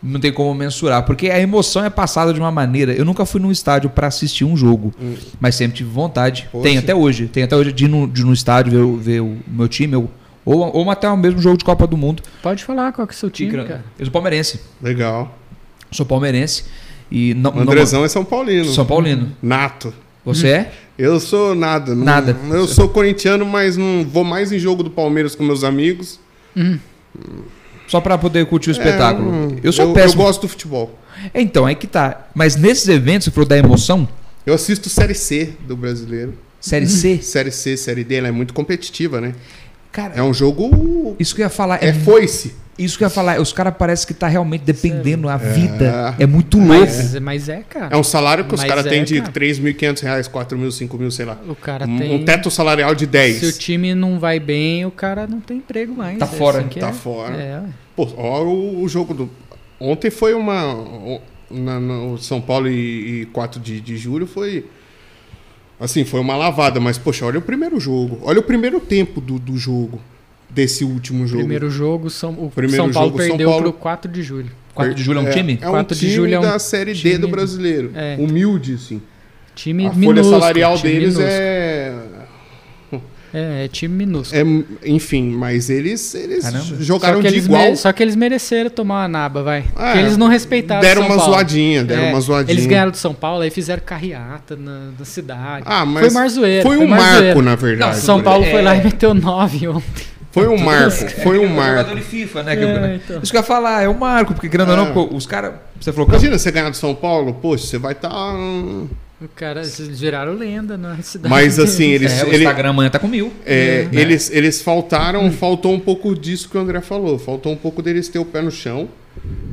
Speaker 2: Não tem como mensurar, porque a emoção é passada de uma maneira. Eu nunca fui num estádio pra assistir um jogo,
Speaker 1: Hum.
Speaker 2: mas sempre tive vontade.
Speaker 1: Poxa.
Speaker 2: Tem até hoje, tem até hoje de ir num, de ir num estádio ver, o- ver o meu time, ou, ou, ou até o mesmo jogo de Copa do Mundo.
Speaker 3: Pode falar qual que é o seu time,
Speaker 2: Eu
Speaker 3: cara.
Speaker 2: sou palmeirense,
Speaker 1: Legal.
Speaker 2: sou palmeirense e não,
Speaker 1: O Andrezão é São Paulino.
Speaker 2: não São Paulino.
Speaker 1: Nato.
Speaker 2: Você é?
Speaker 1: Eu sou nada. não-
Speaker 2: Nada.
Speaker 1: Eu sou corintiano, mas não vou mais em jogo do Palmeiras com meus amigos.
Speaker 2: Só pra poder curtir o espetáculo.
Speaker 1: É,
Speaker 2: eu sou
Speaker 1: Eu
Speaker 2: péssimo.
Speaker 1: gosto do futebol.
Speaker 2: É, Então, aí que tá. Mas nesses eventos, se for da emoção,
Speaker 1: Eu assisto Série C do brasileiro.
Speaker 2: Série C,
Speaker 1: Série C, Série D, ela é muito competitiva, né?
Speaker 2: cara,
Speaker 1: É um jogo.
Speaker 2: isso que eu ia falar. É,
Speaker 1: É foice.
Speaker 2: isso que eu ia falar. Os caras parecem que tá realmente dependendo a vida.
Speaker 1: É.
Speaker 2: É muito louco.
Speaker 3: Mas é, mas é cara.
Speaker 1: É um salário que os
Speaker 3: Mas
Speaker 1: caras
Speaker 3: é,
Speaker 1: têm de
Speaker 3: cara.
Speaker 1: 3.500 reais, 4.000, 5.000, sei lá.
Speaker 3: O cara
Speaker 1: Um-
Speaker 3: tem.
Speaker 1: Um teto salarial de
Speaker 3: Se o
Speaker 1: 10.
Speaker 3: time não vai bem, o cara não tem emprego mais.
Speaker 2: Tá
Speaker 3: é
Speaker 2: fora.
Speaker 3: assim que
Speaker 1: Tá
Speaker 3: é.
Speaker 1: fora.
Speaker 3: É, ué.
Speaker 1: Pô, ó, o, o jogo do. Ontem foi uma. o- Na, no São Paulo e, e 4 de, de julho foi. Assim, foi uma lavada, mas, poxa, olha o primeiro jogo. Olha o primeiro tempo do, do jogo. Desse último jogo.
Speaker 3: Primeiro jogo, São, o
Speaker 1: Primeiro
Speaker 3: São Paulo
Speaker 1: jogo, São
Speaker 3: perdeu
Speaker 1: Paulo-
Speaker 3: pro 4 de julho.
Speaker 2: 4 de julho é um time?
Speaker 1: É um
Speaker 3: 4 de
Speaker 1: time
Speaker 3: julho é um
Speaker 1: da Série D
Speaker 3: time-
Speaker 1: do brasileiro.
Speaker 3: é.
Speaker 1: Humilde, assim.
Speaker 3: Time
Speaker 1: a folha
Speaker 3: minúsculo,
Speaker 1: salarial
Speaker 3: time
Speaker 1: deles
Speaker 3: minúsculo.
Speaker 1: é,
Speaker 3: É, é time minúsculo.
Speaker 1: é. Enfim, mas eles, eles
Speaker 2: Caramba.
Speaker 1: jogaram
Speaker 3: só, que
Speaker 1: de
Speaker 3: eles
Speaker 1: igual.
Speaker 3: mere- só que eles mereceram tomar uma naba, vai.
Speaker 1: Ah,
Speaker 3: Porque eles não respeitaram
Speaker 1: Deram
Speaker 3: São
Speaker 1: uma
Speaker 3: Paulo.
Speaker 1: zoadinha, deram
Speaker 3: É,
Speaker 1: uma zoadinha.
Speaker 3: Eles ganharam do São Paulo, aí fizeram carreata na, na cidade.
Speaker 1: Ah, mas
Speaker 3: foi marzoeira.
Speaker 1: Foi um
Speaker 3: mar
Speaker 1: marco,
Speaker 3: zoeira.
Speaker 1: na verdade.
Speaker 2: Não,
Speaker 3: São
Speaker 1: né?
Speaker 3: Paulo
Speaker 2: É.
Speaker 3: foi lá e meteu 9 ontem.
Speaker 1: Foi um marco, foi um marco.
Speaker 2: de FIFA, né?
Speaker 3: É, então.
Speaker 2: Isso que eu ia falar, é o marco, porque querendo ou
Speaker 1: É.
Speaker 2: não, pô, os caras. Você falou que.
Speaker 1: Imagina você ganhar do São Paulo, poxa, você vai tá, estar.
Speaker 3: O cara, eles geraram lenda na cidade.
Speaker 1: Mas assim, eles,
Speaker 2: É, o
Speaker 1: ele-
Speaker 2: Instagram amanhã tá com mil.
Speaker 1: é,
Speaker 2: né?
Speaker 1: eles, eles faltaram,
Speaker 3: Hum.
Speaker 1: faltou um pouco disso que o André falou, faltou um pouco deles ter o pé no chão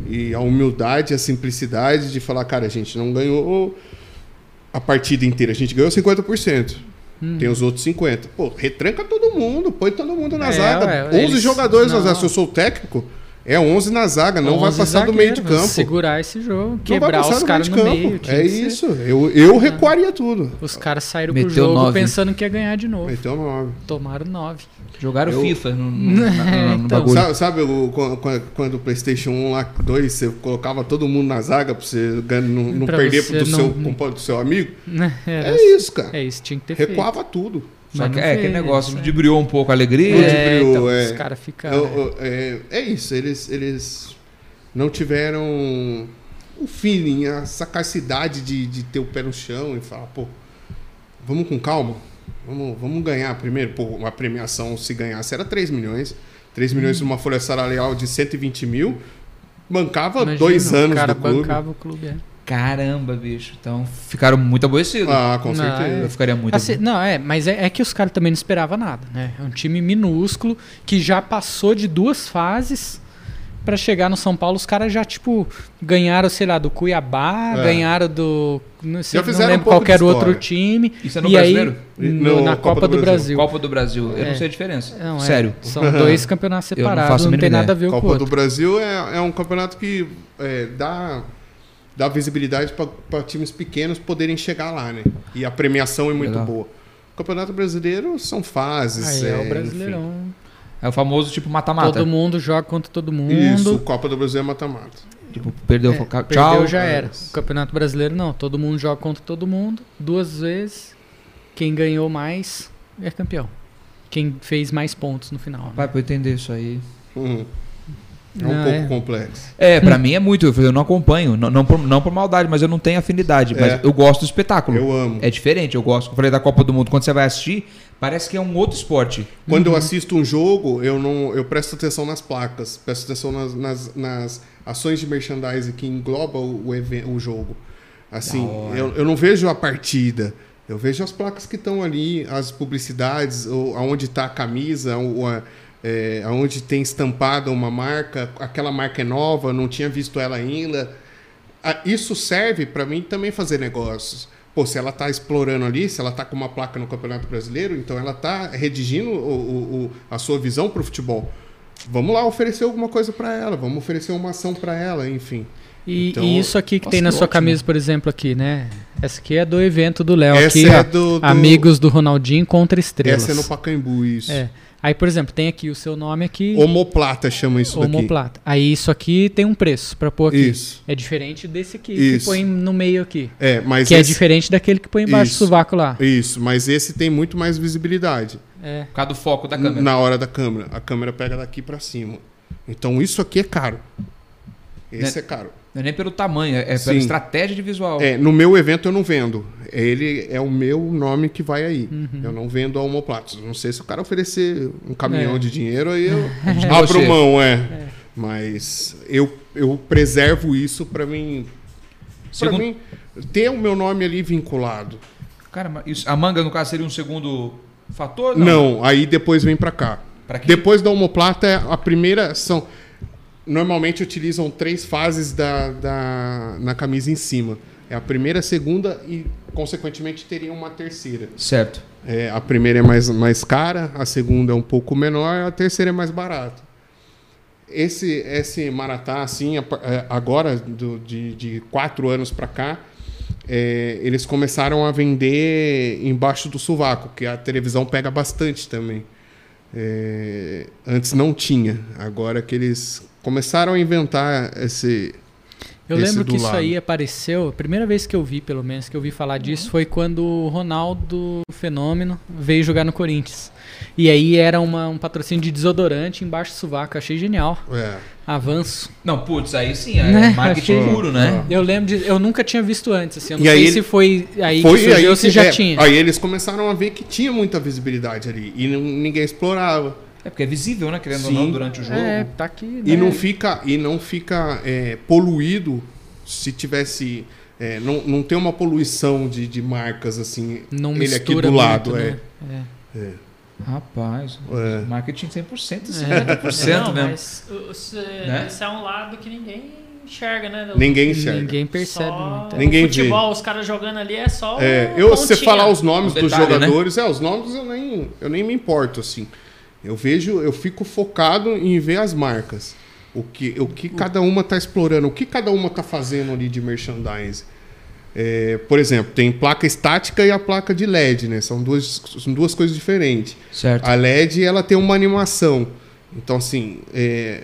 Speaker 1: e a humildade, a simplicidade de falar, cara, a gente não ganhou a partida inteira, a gente ganhou 50%.
Speaker 3: Hum.
Speaker 1: Tem os outros 50. Pô, retranca todo mundo, põe todo mundo na
Speaker 3: É,
Speaker 1: zaga.
Speaker 3: ué,
Speaker 1: 11
Speaker 3: eles-
Speaker 1: jogadores na
Speaker 3: não.
Speaker 1: zaga. Se eu sou o técnico, É 11 na zaga, não vai
Speaker 3: 11
Speaker 1: passar do meio de
Speaker 3: zagueiros,
Speaker 1: campo.
Speaker 3: Segurar esse jogo,
Speaker 1: Não vai
Speaker 3: quebrar
Speaker 1: passar
Speaker 3: os
Speaker 1: do
Speaker 3: caras no
Speaker 1: meio de
Speaker 3: meio.
Speaker 1: campo.
Speaker 3: tinha
Speaker 1: É
Speaker 3: que ser-
Speaker 1: isso. Eu, eu recuaria tudo.
Speaker 3: Os caras saíram
Speaker 2: Meteu
Speaker 3: pro jogo
Speaker 2: nove.
Speaker 3: pensando que ia ganhar de novo.
Speaker 1: Meteu 9.
Speaker 3: Tomaram nove.
Speaker 2: Jogaram
Speaker 1: Eu-
Speaker 2: FIFA no, no- na- na- no
Speaker 3: Então.
Speaker 2: bagulho.
Speaker 1: Sabe, sabe o- quan- quan- quando o PlayStation 1 lá, 2, você colocava todo mundo na zaga pra você gan- não, não
Speaker 3: Pra
Speaker 1: perder
Speaker 3: você
Speaker 1: pro
Speaker 3: não-
Speaker 1: seu, compa- do seu amigo?
Speaker 3: Era-
Speaker 1: É isso, cara.
Speaker 3: é isso, tinha que ter feito.
Speaker 1: Recuava tudo.
Speaker 2: Só
Speaker 3: Mas
Speaker 2: que
Speaker 3: não
Speaker 2: é aquele
Speaker 3: fez,
Speaker 2: negócio,
Speaker 3: é.
Speaker 2: debriou um pouco a alegria.
Speaker 3: É,
Speaker 1: Ludibriou,
Speaker 3: então,
Speaker 1: é.
Speaker 3: os caras ficaram.
Speaker 1: Eu- eu- é, é isso, eles, eles não tiveram o feeling, a sacacidade de, de ter o pé no chão e falar, pô, vamos com calma, vamos, vamos ganhar primeiro. Pô, uma premiação, se ganhasse, era 3 milhões. 3
Speaker 3: Hum.
Speaker 1: milhões numa folha salarial de 120 mil, bancava
Speaker 3: Imagina,
Speaker 1: dois anos
Speaker 3: O cara
Speaker 1: do clube.
Speaker 3: bancava o clube. é.
Speaker 2: Caramba, bicho. Então ficaram muito aborrecidos.
Speaker 1: Ah, com
Speaker 3: Não,
Speaker 1: certeza.
Speaker 2: Eu ficaria muito.
Speaker 3: Assim, não, é, mas é, é que os caras também não esperavam nada, né? É um time minúsculo que já passou de duas fases pra chegar no São Paulo. Os caras já, tipo, ganharam, sei lá, do Cuiabá,
Speaker 1: É.
Speaker 3: ganharam do. Não, sei,
Speaker 1: Já
Speaker 3: não
Speaker 1: fizeram um
Speaker 3: lembro
Speaker 1: pouco
Speaker 3: qualquer
Speaker 1: de
Speaker 3: outro
Speaker 1: história.
Speaker 3: time.
Speaker 2: Isso é no
Speaker 3: e
Speaker 2: brasileiro?
Speaker 3: Aí,
Speaker 1: E
Speaker 3: no-
Speaker 1: no
Speaker 3: na Copa, do Brasil.
Speaker 2: Copa do Brasil. Eu
Speaker 3: É.
Speaker 2: não sei a diferença.
Speaker 3: Não, é,
Speaker 2: Sério.
Speaker 3: São dois campeonatos
Speaker 2: Eu não faço a
Speaker 3: separados, não, tem
Speaker 2: mínima
Speaker 3: nada a ver com o
Speaker 1: Copa do
Speaker 3: outro.
Speaker 1: Brasil é, é um campeonato que é, dá, dá visibilidade para times pequenos poderem chegar lá, né? E a premiação é muito
Speaker 2: Legal.
Speaker 1: boa. O Campeonato Brasileiro são fases.
Speaker 3: Aí é,
Speaker 1: enfim.
Speaker 3: o Brasileirão.
Speaker 2: É o famoso tipo mata-mata.
Speaker 3: Todo mundo joga contra todo mundo.
Speaker 1: Isso, Copa do Brasil é mata-mata.
Speaker 2: Tipo, perdeu,
Speaker 3: É,
Speaker 2: foca-
Speaker 3: perdeu,
Speaker 2: tchau.
Speaker 3: já
Speaker 1: é.
Speaker 3: era. O Campeonato Brasileiro não. Todo mundo joga contra todo mundo. Duas vezes. Quem ganhou mais é campeão. Quem fez mais pontos no final. né?
Speaker 2: Vai pra eu entender isso aí.
Speaker 1: Hum. É um
Speaker 3: Não,
Speaker 1: pouco
Speaker 3: é.
Speaker 1: complexo.
Speaker 2: É, pra mim é muito. Eu não acompanho. Não, não por, não por maldade, mas eu não tenho afinidade. Mas
Speaker 1: É.
Speaker 2: eu gosto do espetáculo.
Speaker 1: Eu amo.
Speaker 2: É diferente, eu gosto. Eu falei da Copa do Mundo. Quando você vai assistir, parece que é um outro esporte.
Speaker 1: Quando eu assisto um jogo, eu não eu presto atenção nas placas, presto atenção nas, nas, nas ações de merchandising que engloba o, o, even- o jogo. Assim,
Speaker 2: Da hora.
Speaker 1: eu, eu não vejo a partida, eu vejo as placas que estão ali, as publicidades, ou aonde está a camisa, ou a- é, aonde tem estampada uma marca, aquela marca é nova, não tinha visto ela ainda. Ah, Isso serve para mim também fazer negócios. Pô, se ela tá explorando ali, se ela tá com uma placa no Campeonato Brasileiro, então ela tá redigindo o- o- o- a sua visão pro futebol. Vamos lá oferecer alguma coisa para ela, vamos oferecer uma ação para ela, enfim.
Speaker 3: E,
Speaker 1: Então,
Speaker 3: e isso aqui que
Speaker 2: nossa,
Speaker 3: tem na
Speaker 2: que
Speaker 3: sua
Speaker 2: ótimo.
Speaker 3: camisa, por exemplo, aqui, né? Essa aqui é do evento do Léo.
Speaker 1: Essa
Speaker 3: Aqui,
Speaker 1: é
Speaker 3: ó,
Speaker 1: do- do-
Speaker 3: Amigos do Ronaldinho contra estrelas.
Speaker 1: Essa é no Pacaembu, isso.
Speaker 3: É. Aí, por exemplo, tem aqui o seu nome aqui.
Speaker 1: Homoplata chama isso daqui.
Speaker 3: Homoplata. Aí isso aqui tem um preço pra pôr aqui.
Speaker 1: Isso.
Speaker 3: É diferente desse aqui que
Speaker 1: Isso.
Speaker 3: põe no meio aqui.
Speaker 1: É, mas
Speaker 3: Que é
Speaker 1: esse,
Speaker 3: diferente daquele que põe embaixo
Speaker 1: Isso.
Speaker 3: do sovaco lá.
Speaker 1: Isso, mas esse tem muito mais visibilidade
Speaker 3: É.
Speaker 2: Por causa do foco da câmera.
Speaker 1: na hora da câmera. A câmera pega daqui para cima. Então isso aqui é caro. Esse é caro.
Speaker 2: Não é nem pelo tamanho, é
Speaker 1: Sim.
Speaker 2: pela estratégia de visual.
Speaker 1: É, no meu evento eu não vendo. Ele é o meu nome que vai aí. Eu não vendo a homoplatos. Não sei se o cara oferecer um caminhão
Speaker 3: É.
Speaker 1: de dinheiro, aí eu
Speaker 2: gente
Speaker 1: abro
Speaker 2: negocia.
Speaker 1: mão, é. Mas eu, eu preservo isso pra mim. pra
Speaker 2: Segundo-
Speaker 1: mim ter o meu nome ali vinculado.
Speaker 2: Cara, mas isso- a manga, no caso, seria um segundo fator?
Speaker 1: Não, aí depois vem pra cá.
Speaker 2: Pra quê?
Speaker 1: Depois da homoplata, a primeira são. Normalmente utilizam três fases da, da- na camisa em cima. É a primeira, a segunda e, consequentemente, teria uma terceira.
Speaker 2: Certo.
Speaker 1: É, a primeira é mais, mais cara, a segunda é um pouco menor, a terceira é mais barata. Esse, esse Maratá, assim, a par- é, agora, do- de, de quatro anos para cá, é, eles começaram a vender embaixo do sovaco, que a televisão pega bastante também. É, antes não tinha, agora que eles começaram a inventar esse.
Speaker 3: Eu
Speaker 1: Esse
Speaker 3: lembro
Speaker 1: do
Speaker 3: que isso
Speaker 1: lado.
Speaker 3: aí apareceu, a primeira vez que eu vi, pelo menos, que eu vi falar disso, foi quando o Ronaldo Fenômeno veio jogar no Corinthians. E aí era uma- um patrocínio de desodorante embaixo do sovaco. Achei genial.
Speaker 1: É,
Speaker 3: Avanço.
Speaker 2: Não, putz, aí sim, é
Speaker 3: Né?
Speaker 2: marketing
Speaker 3: Achei-
Speaker 2: puro, né?
Speaker 3: Eu lembro de. Eu nunca tinha visto antes, assim. Eu não
Speaker 1: E
Speaker 3: sei
Speaker 1: aí
Speaker 3: se
Speaker 1: ele-
Speaker 3: foi aí
Speaker 1: Foi
Speaker 3: que surgiu ou
Speaker 1: aí
Speaker 3: se
Speaker 1: que-
Speaker 3: já
Speaker 1: é,
Speaker 3: tinha.
Speaker 1: Aí eles começaram a ver que tinha muita visibilidade ali e não- ninguém explorava.
Speaker 2: É porque é visível, né? Querendo ou
Speaker 1: Sim.
Speaker 2: não, durante o jogo.
Speaker 3: É, tá aqui. Né?
Speaker 1: E não fica, e não fica é, poluído se tivesse. é, não, não tem uma poluição de, de marcas assim.
Speaker 3: Não
Speaker 1: ele aqui
Speaker 3: mistura
Speaker 1: do lado,
Speaker 3: muito,
Speaker 1: é.
Speaker 3: né?
Speaker 2: Rapaz,
Speaker 1: É.
Speaker 2: marketing 100%,
Speaker 4: É,
Speaker 2: 50%
Speaker 4: não,
Speaker 2: mesmo.
Speaker 4: mas o- se-
Speaker 2: Né?
Speaker 4: esse é um lado que ninguém enxerga, né? do-
Speaker 1: É. Ninguém enxerga.
Speaker 3: Ninguém percebe muito.
Speaker 4: Só
Speaker 3: é.
Speaker 1: Ninguém
Speaker 4: o futebol, os caras jogando ali é só.
Speaker 1: É,
Speaker 4: uma
Speaker 1: eu, você
Speaker 4: pontinha.
Speaker 1: falar os nomes
Speaker 2: Um
Speaker 1: dos
Speaker 2: detalhe, né?
Speaker 1: jogadores, é, os nomes eu nem, eu nem me importo, assim. Eu vejo, eu fico focado em ver as marcas. O que, o que cada uma está explorando, o que cada uma está fazendo ali de merchandising. É, por exemplo, tem placa estática e a placa de LED, né? São duas, são duas coisas diferentes.
Speaker 2: Certo.
Speaker 1: A LED ela tem uma animação. Então, assim, é,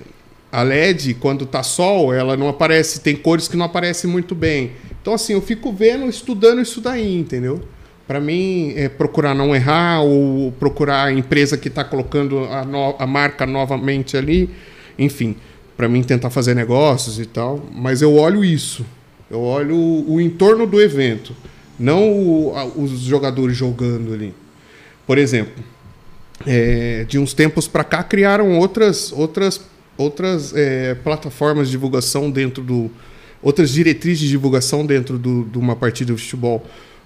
Speaker 1: a LED, quando tá sol, ela não aparece, tem cores que não aparecem muito bem. Então, assim, eu fico vendo, estudando isso daí, entendeu? Para mim, é procurar não errar ou procurar a empresa que está colocando a, no- a marca novamente ali. Enfim, para mim tentar fazer negócios e tal. Mas eu olho isso. Eu olho o, o entorno do evento, não o- a- os jogadores jogando ali. Por exemplo, é, de uns tempos para cá criaram outras outras outras é, plataformas de divulgação dentro do outras diretrizes de divulgação dentro do- de uma partida de futebol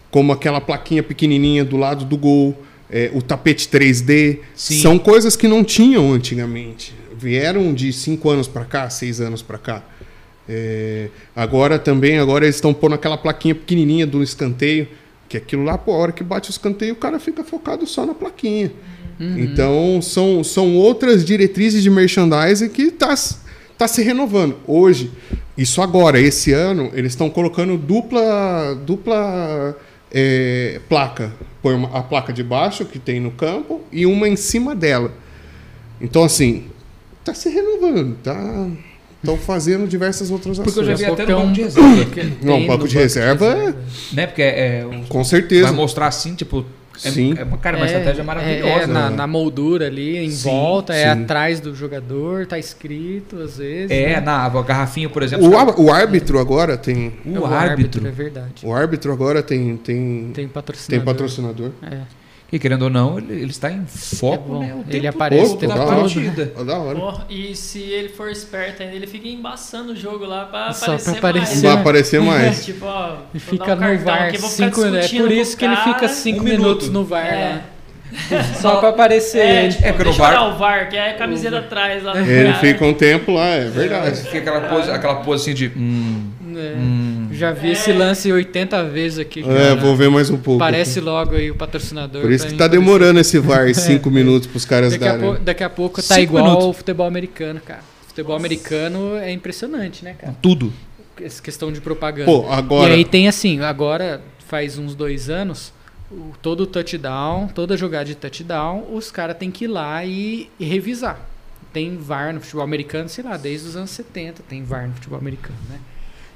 Speaker 1: como aquela plaquinha pequenininha do lado do gol é, o tapete 3D
Speaker 2: Sim.
Speaker 1: são coisas que não tinham antigamente vieram de cinco anos para cá seis anos para cá É, agora também agora eles estão pondo aquela plaquinha pequenininha do escanteio que aquilo lá pô, a hora que bate o escanteio o cara fica focado só na plaquinha então, são, são outras diretrizes de merchandising que está tá se renovando. Hoje, isso agora, esse ano, eles estão colocando dupla, dupla eh, placa. Põe uma- a placa de baixo que tem no campo e uma em cima dela. Então, assim, está se renovando, tá? Estão fazendo diversas outras ações.
Speaker 2: Porque eu já vi
Speaker 3: Só
Speaker 2: até
Speaker 3: que é
Speaker 2: no banco
Speaker 3: um-
Speaker 2: de reserva.
Speaker 1: Não,
Speaker 3: Tem
Speaker 1: banco
Speaker 3: no
Speaker 1: de reserva é-
Speaker 2: né? Porque é, é,
Speaker 1: Com
Speaker 2: vai
Speaker 1: certeza.
Speaker 2: mostrar assim, tipo. É,
Speaker 1: Sim.
Speaker 2: é uma, cara, uma estratégia maravilhosa.
Speaker 3: É, na,
Speaker 1: né?
Speaker 3: na moldura ali, em
Speaker 2: Sim,
Speaker 3: volta, é
Speaker 1: sim.
Speaker 3: atrás do jogador, tá escrito às vezes.
Speaker 2: É,
Speaker 3: né?
Speaker 2: na a garrafinha, por exemplo.
Speaker 1: O,
Speaker 2: os caras-
Speaker 1: ar- o árbitro agora tem.
Speaker 3: É
Speaker 2: o árbitro.
Speaker 3: É verdade.
Speaker 1: O árbitro agora tem. Tem,
Speaker 3: Tem patrocinador.
Speaker 1: tem patrocinador.
Speaker 3: É.
Speaker 2: Que querendo ou não, ele, ele está em
Speaker 3: É
Speaker 2: foco,
Speaker 3: bom.
Speaker 2: né? O
Speaker 3: Ele
Speaker 2: tempo
Speaker 3: aparece
Speaker 2: todo
Speaker 1: o tempo
Speaker 2: da
Speaker 1: todo,
Speaker 2: partida.
Speaker 1: Ó, da hora.
Speaker 4: Porra, e se ele for esperto ainda, ele fica embaçando o jogo lá pra
Speaker 3: Só pra
Speaker 4: aparecer
Speaker 1: Não
Speaker 3: aparecer.
Speaker 4: mais.
Speaker 1: vai aparecer mais.
Speaker 4: Tipo, ó, vou
Speaker 3: E
Speaker 4: dar
Speaker 3: fica
Speaker 4: um
Speaker 3: no
Speaker 4: cartão
Speaker 3: VAR.
Speaker 4: aqui, vou ficar
Speaker 3: Cinco, é
Speaker 4: discutindo
Speaker 3: por
Speaker 4: com
Speaker 3: isso
Speaker 4: o
Speaker 3: que ele
Speaker 4: cara.
Speaker 3: fica cinco
Speaker 2: um
Speaker 3: minutos
Speaker 2: minuto.
Speaker 3: no VAR né?
Speaker 4: É.
Speaker 3: lá. Só pra aparecer.
Speaker 4: É,
Speaker 3: né?
Speaker 4: tipo,
Speaker 2: É, porque no
Speaker 4: deixa eu
Speaker 2: VAR-
Speaker 4: olhar o VAR, que é a camiseta atrás lá do
Speaker 1: Ele
Speaker 4: cara.
Speaker 1: fica um tempo lá, é
Speaker 2: Mas
Speaker 1: verdade.
Speaker 2: Fica aquela pose, aquela pose assim de. Hum,
Speaker 3: É.
Speaker 2: hum.
Speaker 3: Já vi
Speaker 4: É.
Speaker 3: esse lance 80 vezes aqui.
Speaker 1: É,
Speaker 3: cara.
Speaker 1: vou ver mais um pouco.
Speaker 3: Aparece logo aí o patrocinador.
Speaker 1: Por isso
Speaker 3: um pra
Speaker 1: que
Speaker 3: mim
Speaker 1: tá
Speaker 3: aparecer.
Speaker 1: demorando esse VAR, cinco minutos pros caras
Speaker 3: Daqui a, pou-
Speaker 1: darem.
Speaker 3: daqui a pouco tá
Speaker 2: né, Cinco
Speaker 3: igual
Speaker 2: minutos.
Speaker 3: o futebol americano, cara. Futebol americano é impressionante, né, cara?
Speaker 2: Tudo.
Speaker 3: Essa questão de propaganda.
Speaker 1: Pô, agora.
Speaker 3: E aí tem assim, agora faz uns dois anos, o- todo touchdown, toda jogada de touchdown, os caras têm que ir lá e, e revisar. Tem VAR no futebol americano, sei lá, desde os anos 70 tem VAR no futebol americano, né?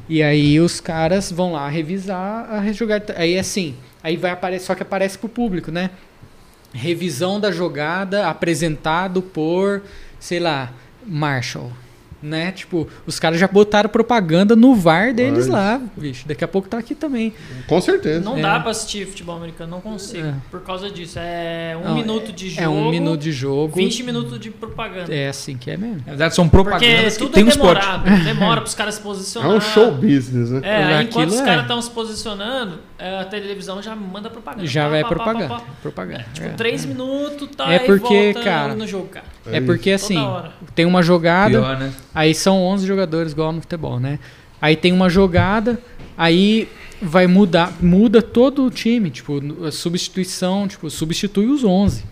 Speaker 3: E aí os caras vão lá revisar a jogada. Aí assim, aí vai aparecer, só que aparece pro público, né? Revisão da jogada apresentado por, sei lá, Marshall. Né? Tipo, os caras já botaram propaganda no VAR deles
Speaker 1: Olha.
Speaker 3: lá, bicho. Daqui a pouco tá aqui também.
Speaker 1: Com certeza.
Speaker 4: Não
Speaker 3: É.
Speaker 4: dá pra assistir futebol americano, não consigo.
Speaker 3: É.
Speaker 4: Por causa disso. É um
Speaker 3: Não,
Speaker 4: minuto de jogo.
Speaker 3: é um minuto de jogo.
Speaker 4: 20 minutos de propaganda.
Speaker 3: É assim que é mesmo.
Speaker 2: Na verdade, são
Speaker 4: Porque
Speaker 2: propagandas que
Speaker 4: tudo
Speaker 2: tem
Speaker 4: é
Speaker 2: um esporte.
Speaker 4: demorado. Demora pros caras se
Speaker 1: É
Speaker 4: posicionar.
Speaker 1: um show business, né?
Speaker 4: É, aí
Speaker 3: Aquilo
Speaker 4: enquanto os
Speaker 3: é.
Speaker 4: caras estão se posicionando, é, a televisão já manda propaganda.
Speaker 3: Já
Speaker 4: Pá,
Speaker 3: vai
Speaker 4: pá, pá,
Speaker 3: propaganda.
Speaker 4: pá, pá.
Speaker 3: propaganda.
Speaker 4: Tipo,
Speaker 3: é.
Speaker 4: 3 minutos, tá?
Speaker 3: É
Speaker 4: aí
Speaker 3: porque,
Speaker 4: volta
Speaker 3: cara,
Speaker 4: No jogo, cara.
Speaker 3: É porque assim,
Speaker 4: Toda hora.
Speaker 3: tem uma jogada,
Speaker 2: Pior, né?
Speaker 3: Aí são 11 jogadores, igual no futebol, né? Aí tem uma jogada, aí vai mudar, muda todo o time, tipo, nu- a substituição, tipo, substitui os 11.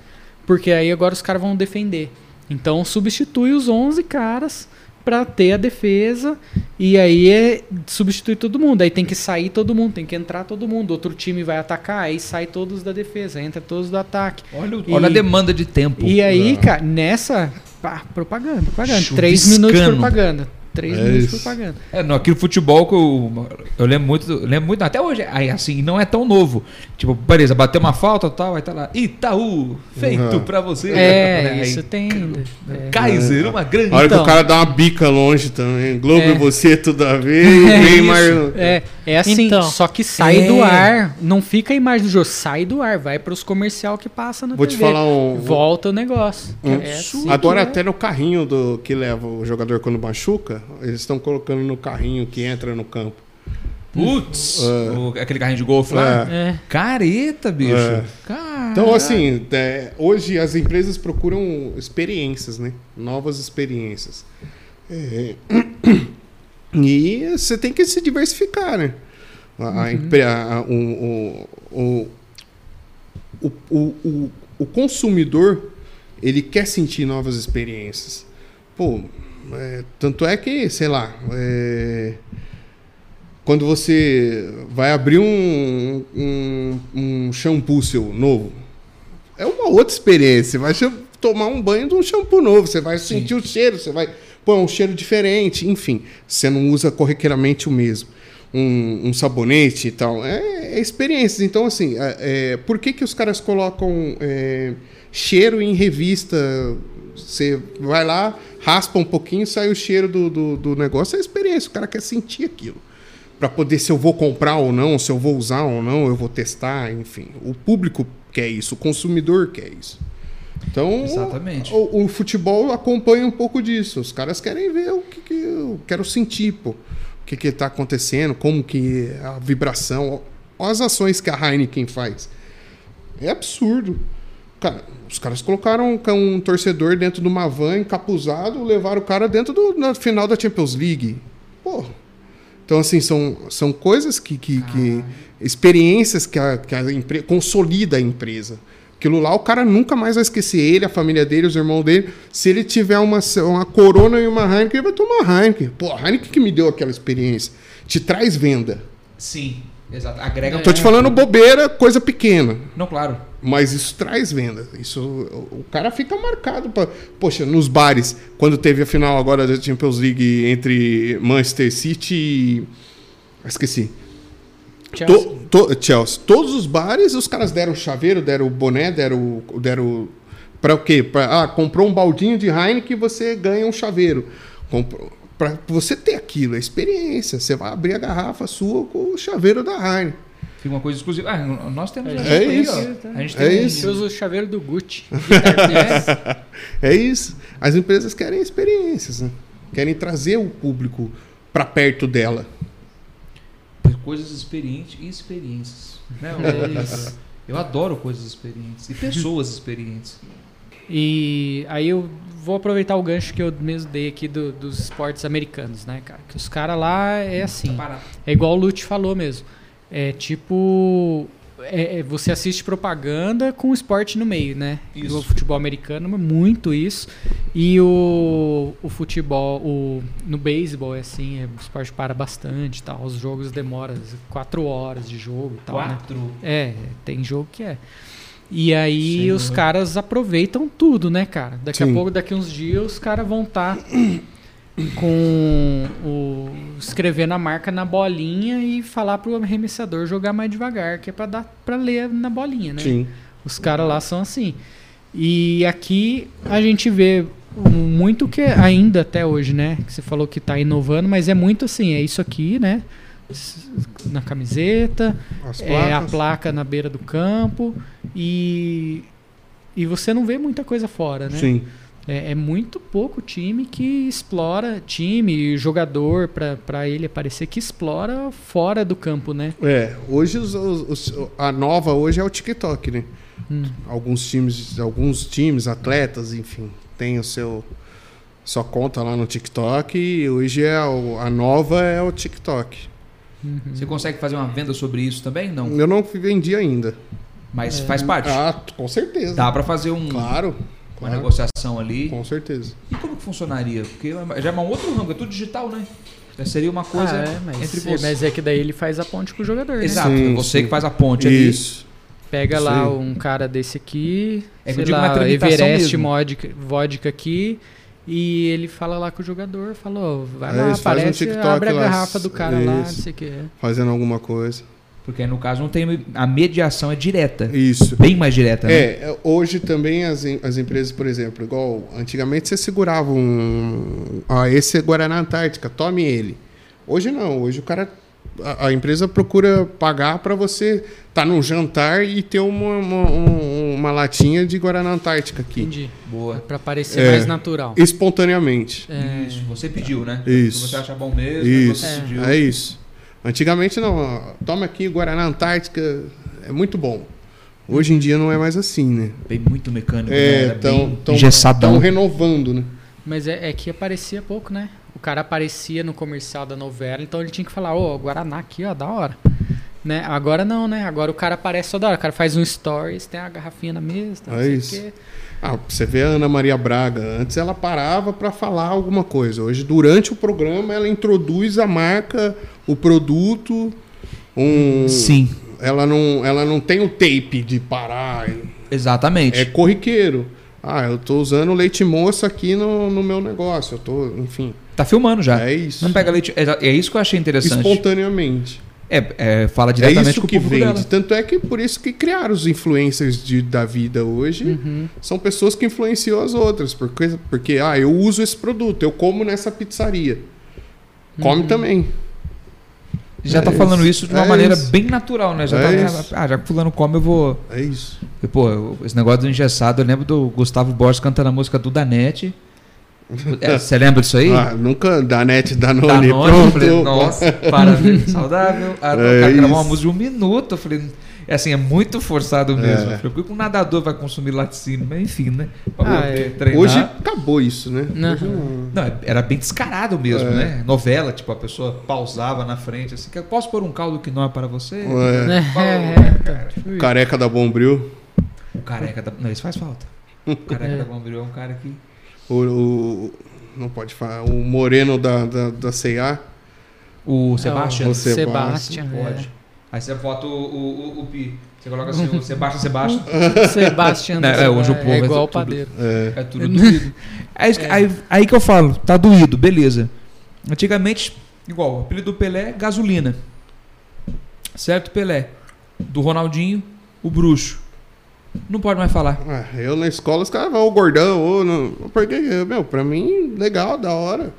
Speaker 3: Porque aí agora os caras vão defender. Então substitui os 11 caras pra ter a defesa e aí é substitui todo mundo. Aí tem que sair todo mundo, tem que entrar todo mundo. Outro time vai atacar, aí sai todos da defesa, entra todos do ataque.
Speaker 2: Olha, o-
Speaker 3: E-
Speaker 2: olha a demanda de tempo.
Speaker 3: E aí,
Speaker 1: Ah.
Speaker 3: cara, nessa. Pá, propaganda, propaganda.
Speaker 2: Chuviscando.
Speaker 3: Três minutos de propaganda. Três
Speaker 1: É
Speaker 3: minutos de
Speaker 1: isso.
Speaker 3: propaganda.
Speaker 2: É, no, aqui no futebol que eu, eu lembro muito, eu lembro muito, até hoje, aí assim, não é tão novo. Tipo, beleza, bateu uma falta tal, aí tá lá, Itaú, feito
Speaker 1: Uhum.
Speaker 2: pra você.
Speaker 3: É,
Speaker 2: Aí,
Speaker 3: isso tem ainda. É.
Speaker 2: Kaiser, uma grande.
Speaker 1: A hora que
Speaker 3: Então.
Speaker 1: o cara dá uma bica longe também. Globo
Speaker 3: É.
Speaker 1: e você, tudo a ver.
Speaker 3: É
Speaker 1: Neymar.
Speaker 3: É, é assim,
Speaker 4: Então.
Speaker 3: só que sai
Speaker 2: É.
Speaker 3: do ar, não fica a imagem do jogo, sai do ar, vai pros comercial que passa na
Speaker 1: Vou te
Speaker 3: TV.
Speaker 1: falar um.
Speaker 3: Volta o negócio.
Speaker 1: um-
Speaker 3: É assim
Speaker 1: Agora,
Speaker 3: que é.
Speaker 1: até no carrinho do que leva o jogador quando machuca, eles estão colocando no carrinho que entra no campo.
Speaker 2: Putz,
Speaker 1: É.
Speaker 2: o- aquele carrinho de golfe
Speaker 1: Ah,
Speaker 2: lá.
Speaker 3: É.
Speaker 2: Careta, bicho.
Speaker 1: É.
Speaker 2: Cara.
Speaker 1: Então, assim, é, hoje as empresas procuram experiências, né? Novas experiências. É, e você tem que se diversificar, né? A- a empre- a- a- o, o, o, o, o, o consumidor, ele quer sentir novas experiências. Pô, É, tanto é que, sei lá, é, quando você vai abrir um, um, um shampoo seu novo, é uma outra experiência. Você Vai cham- tomar um banho de um shampoo novo, você vai sentir o cheiro, você vai. Pô, é um cheiro diferente, enfim. Você não usa corriqueiramente o mesmo. Um, um sabonete e tal. É, é experiências. Então, assim, a- é, por que, que os caras colocam é, cheiro em revista? Você vai lá, raspa um pouquinho, sai o cheiro do, do, do negócio. É experiência, o cara quer sentir aquilo para poder se eu vou comprar ou não, se eu vou usar ou não, eu vou testar, enfim. O público quer isso, o consumidor quer isso. Então,
Speaker 2: Exatamente.
Speaker 1: O, o futebol acompanha um pouco disso. Os caras querem ver o que, que eu quero sentir, pô. O que que tá acontecendo, como que a vibração, ó, as ações que a Heineken faz. É absurdo. Cara, os caras colocaram um ca- um torcedor dentro de uma van encapuzado, levaram o cara dentro do na final da Champions League. Porra. Então, assim, são, são coisas que. que, que experiências que a, que a empre- consolida a empresa. Aquilo lá, o cara nunca mais vai esquecer ele, a família dele, os irmãos dele. Se ele tiver uma, uma corona e uma Heineken, ele vai tomar Heineken. Pô, a Heineken que me deu aquela experiência. Te traz venda.
Speaker 2: Sim, exato.
Speaker 3: É.
Speaker 2: Agrega.
Speaker 1: Tô te falando bobeira, coisa pequena.
Speaker 2: Não, claro.
Speaker 1: Mas isso traz venda. Isso, o o cara fica marcado. Pra, poxa, nos bares, quando teve a final agora da Champions League entre Manchester City e. ah, Esqueci.
Speaker 3: Chelsea.
Speaker 1: To- to- Chelsea. Todos os bares, os caras deram chaveiro, deram boné, deram. deram pra o quê? Pra, ah, comprou um baldinho de Heineken e você ganha um chaveiro. Comprou. Pra você ter aquilo, é experiência. Você vai abrir a garrafa sua com o chaveiro da Heineken.
Speaker 2: Fica uma coisa exclusiva. Ah, nós temos.
Speaker 3: É
Speaker 2: a
Speaker 1: É
Speaker 2: gente aí,
Speaker 1: isso.
Speaker 2: ó. A gente
Speaker 1: É
Speaker 2: tem um-
Speaker 1: isso.
Speaker 3: Eu uso o chaveiro do Gucci.
Speaker 1: É isso. As empresas querem experiências, né? Querem trazer o público para perto dela.
Speaker 2: Coisas experientes e experiências. Né?
Speaker 3: É
Speaker 2: Eu, eu adoro coisas experientes. E pessoas experientes.
Speaker 3: E aí eu vou aproveitar o gancho que eu mesmo dei aqui do- dos esportes americanos, né, cara? Que os caras lá é assim.
Speaker 2: Para-
Speaker 3: É igual o Lute falou mesmo. É tipo. é- é, você assiste propaganda com esporte no meio, né?
Speaker 2: Isso.
Speaker 3: O futebol americano, é muito isso. E o, o futebol, o, no beisebol é assim, é, o esporte para bastante, e tal. Os jogos demoram quatro horas de jogo, e tal. né?
Speaker 2: Quatro.
Speaker 3: É, tem jogo que é. E aí
Speaker 2: Senhor.
Speaker 3: os caras aproveitam tudo, né, cara? Daqui
Speaker 1: Sim.
Speaker 3: a pouco, daqui uns dias, os caras vão estar com o escrevendo a marca na bolinha e falar pro arremessador jogar mais devagar, que é pra dar para ler na bolinha, né? Os caras lá são assim. E aqui a gente vê muito que ainda até hoje, né? Que você falou que tá inovando, mas é muito assim, é isso aqui, né? S- Na camiseta,
Speaker 1: As
Speaker 3: é a
Speaker 1: placas.
Speaker 3: placa na beira do campo e e você não vê muita coisa fora, né?
Speaker 1: Sim.
Speaker 3: É, é muito pouco time que explora time e jogador pra pra ele aparecer que explora fora do campo, né?
Speaker 1: É, hoje os- os- os- a nova hoje é o TikTok, né?
Speaker 3: Hum.
Speaker 1: Alguns times, alguns times, atletas, enfim, tem o seu sua conta lá no TikTok e hoje é o- a nova é o TikTok.
Speaker 3: uhum.
Speaker 2: Você consegue fazer uma venda sobre isso também? Não.
Speaker 1: Eu não vendi ainda.
Speaker 3: É.
Speaker 2: Mas faz parte.
Speaker 1: Ah, com certeza.
Speaker 2: Dá pra fazer um,
Speaker 1: Claro.
Speaker 2: uma
Speaker 1: claro,
Speaker 2: negociação ali.
Speaker 1: Com certeza.
Speaker 2: E como que funcionaria? Porque já é um outro ramo, é tudo digital, né? Já seria uma coisa
Speaker 3: Ah, é, mas,
Speaker 2: entre você.
Speaker 3: mas é que daí ele faz a ponte com o jogador,
Speaker 2: Exato,
Speaker 1: Sim,
Speaker 2: é você
Speaker 1: sim.
Speaker 2: que faz a ponte
Speaker 1: Isso.
Speaker 3: né? Pega lá
Speaker 1: Sim.
Speaker 3: um cara desse aqui,
Speaker 2: É que eu
Speaker 3: sei
Speaker 2: digo uma
Speaker 3: lá,
Speaker 2: tramitação
Speaker 3: Everest
Speaker 2: mesmo.
Speaker 3: vodka, vodka aqui, e ele fala lá com o jogador, falou, vai
Speaker 1: É,
Speaker 3: lá,
Speaker 1: isso, faz um
Speaker 3: aparece,
Speaker 1: TikTok
Speaker 3: abre a
Speaker 1: lá,
Speaker 3: garrafa do cara lá, não
Speaker 1: isso.
Speaker 3: sei o que.
Speaker 1: Fazendo alguma coisa.
Speaker 2: ali. Porque aí, no caso não tem. A mediação é direta.
Speaker 1: Isso.
Speaker 2: Bem mais direta, né?
Speaker 1: É, é, hoje também as, em- as empresas, por exemplo, igual antigamente você segurava um. Ah, esse é Guaraná Antártica, tome ele. Hoje não, hoje o cara. A, a empresa procura pagar para você estar num jantar e ter uma, uma, um- uma latinha de Guaraná Antártica aqui.
Speaker 3: Entendi.
Speaker 2: Boa.
Speaker 3: Pra parecer
Speaker 1: É.
Speaker 3: mais natural.
Speaker 1: Espontaneamente.
Speaker 3: É.
Speaker 2: Isso, você pediu, né?
Speaker 1: Isso.
Speaker 2: Se você achar bom mesmo, né?
Speaker 1: Isso.
Speaker 2: você pediu.
Speaker 1: É isso. Antigamente não, ó, toma aqui Guaraná Antártica, é muito bom. Hoje em dia não é mais assim, né?
Speaker 2: Bem muito mecânico, né?
Speaker 1: É,
Speaker 2: Era
Speaker 1: estão
Speaker 2: bem engessadão.
Speaker 1: renovando, né?
Speaker 3: Mas é, é que aparecia pouco, né? O cara aparecia no comercial da novela, então ele tinha que falar, ô, Guaraná aqui, ó, da hora. Né? Agora não, né? Agora o cara aparece toda hora. O cara faz um stories, tem a garrafinha na mesa, tem não
Speaker 1: É
Speaker 3: sei o
Speaker 1: isso.
Speaker 3: quê.
Speaker 1: Ah, você vê a Ana Maria Braga, antes ela parava para falar alguma coisa. Hoje, durante o programa, ela introduz a marca, o produto. Um...
Speaker 2: Sim,
Speaker 1: Ela não, ela não tem o tape de parar.
Speaker 2: exatamente.
Speaker 1: É corriqueiro. Ah, eu tô usando leite moça aqui no, no meu negócio. Eu tô, enfim.
Speaker 2: Tá filmando já.
Speaker 1: É isso.
Speaker 2: Não pega leite. É, é isso que eu achei interessante.
Speaker 1: Espontaneamente.
Speaker 2: É, é, fala
Speaker 1: É
Speaker 2: diretamente
Speaker 1: isso
Speaker 2: com o
Speaker 1: que
Speaker 2: público
Speaker 1: vende.
Speaker 2: dela.
Speaker 1: Tanto é que por isso que criaram os influencers de- da vida hoje.
Speaker 3: Uhum.
Speaker 1: São pessoas que influenciam as outras. Porque, porque, ah, eu uso esse produto, eu como nessa pizzaria. Come
Speaker 2: Uhum.
Speaker 1: também.
Speaker 2: Já
Speaker 1: É
Speaker 2: tá falando
Speaker 1: isso.
Speaker 2: isso de uma
Speaker 1: É
Speaker 2: maneira
Speaker 1: isso.
Speaker 2: bem natural, né? Já
Speaker 1: É
Speaker 2: tá,
Speaker 1: isso.
Speaker 2: ah, já que fulano come, eu vou.
Speaker 1: É isso.
Speaker 2: E, Pô, eu- esse negócio do engessado, eu lembro do Gustavo Borges cantando a música do Danete. É, Você lembra disso aí?
Speaker 1: Ah, nunca da net da None.
Speaker 2: Danone, Tá eu
Speaker 1: Pronto.
Speaker 2: falei,
Speaker 1: eu-
Speaker 2: nossa, parabéns, saudável. Ah, não,
Speaker 1: É
Speaker 2: o cara gravou uma
Speaker 1: isso.
Speaker 2: música de um minuto. Eu falei, é assim, é muito forçado mesmo.
Speaker 1: É.
Speaker 2: Eu falei, por que um nadador vai consumir laticínio? Mas enfim, né?
Speaker 3: Ah,
Speaker 2: poder
Speaker 3: é.
Speaker 2: treinar.
Speaker 1: Hoje acabou isso, né?
Speaker 3: Não.
Speaker 1: Hoje não-
Speaker 2: Não, é- era bem descarado mesmo,
Speaker 1: É.
Speaker 2: né? Novela, tipo, a pessoa pausava na frente, assim, "Quer- posso pôr um caldo que não é para você?
Speaker 1: É.
Speaker 3: Né?
Speaker 2: Falou,
Speaker 3: É,
Speaker 2: né,
Speaker 3: é,
Speaker 2: cara?
Speaker 3: então,
Speaker 1: Careca da Bombril.
Speaker 2: O careca da... Não, isso faz falta. O careca da Bombril é um cara que...
Speaker 1: O, o- não pode falar. O Moreno da, da, da C&A.
Speaker 2: O Sebastian? assim,
Speaker 3: É, o
Speaker 1: Você
Speaker 3: Sebastian. é.
Speaker 2: Pode. Aí você bota o, o, o, o Pi. Você coloca assim, o Sebastian, Sebastian.
Speaker 3: é. Sebastian
Speaker 2: Não,
Speaker 3: da
Speaker 2: é,
Speaker 3: Silva,
Speaker 2: hoje o povo
Speaker 3: é
Speaker 2: é
Speaker 3: igual o
Speaker 2: tudo-
Speaker 3: padeiro.
Speaker 1: É.
Speaker 2: É tudo doído. Aí, É isso que- aí, aí que eu falo, tá doído, beleza. Antigamente, igual, o apelido do Pelé, gasolina. Certo, Pelé? Do Ronaldinho, o bruxo. Não pode mais falar.
Speaker 1: Ah, eu na escola, os caras vão, o gordão, ou não. Porque, meu, pra mim, legal, da hora.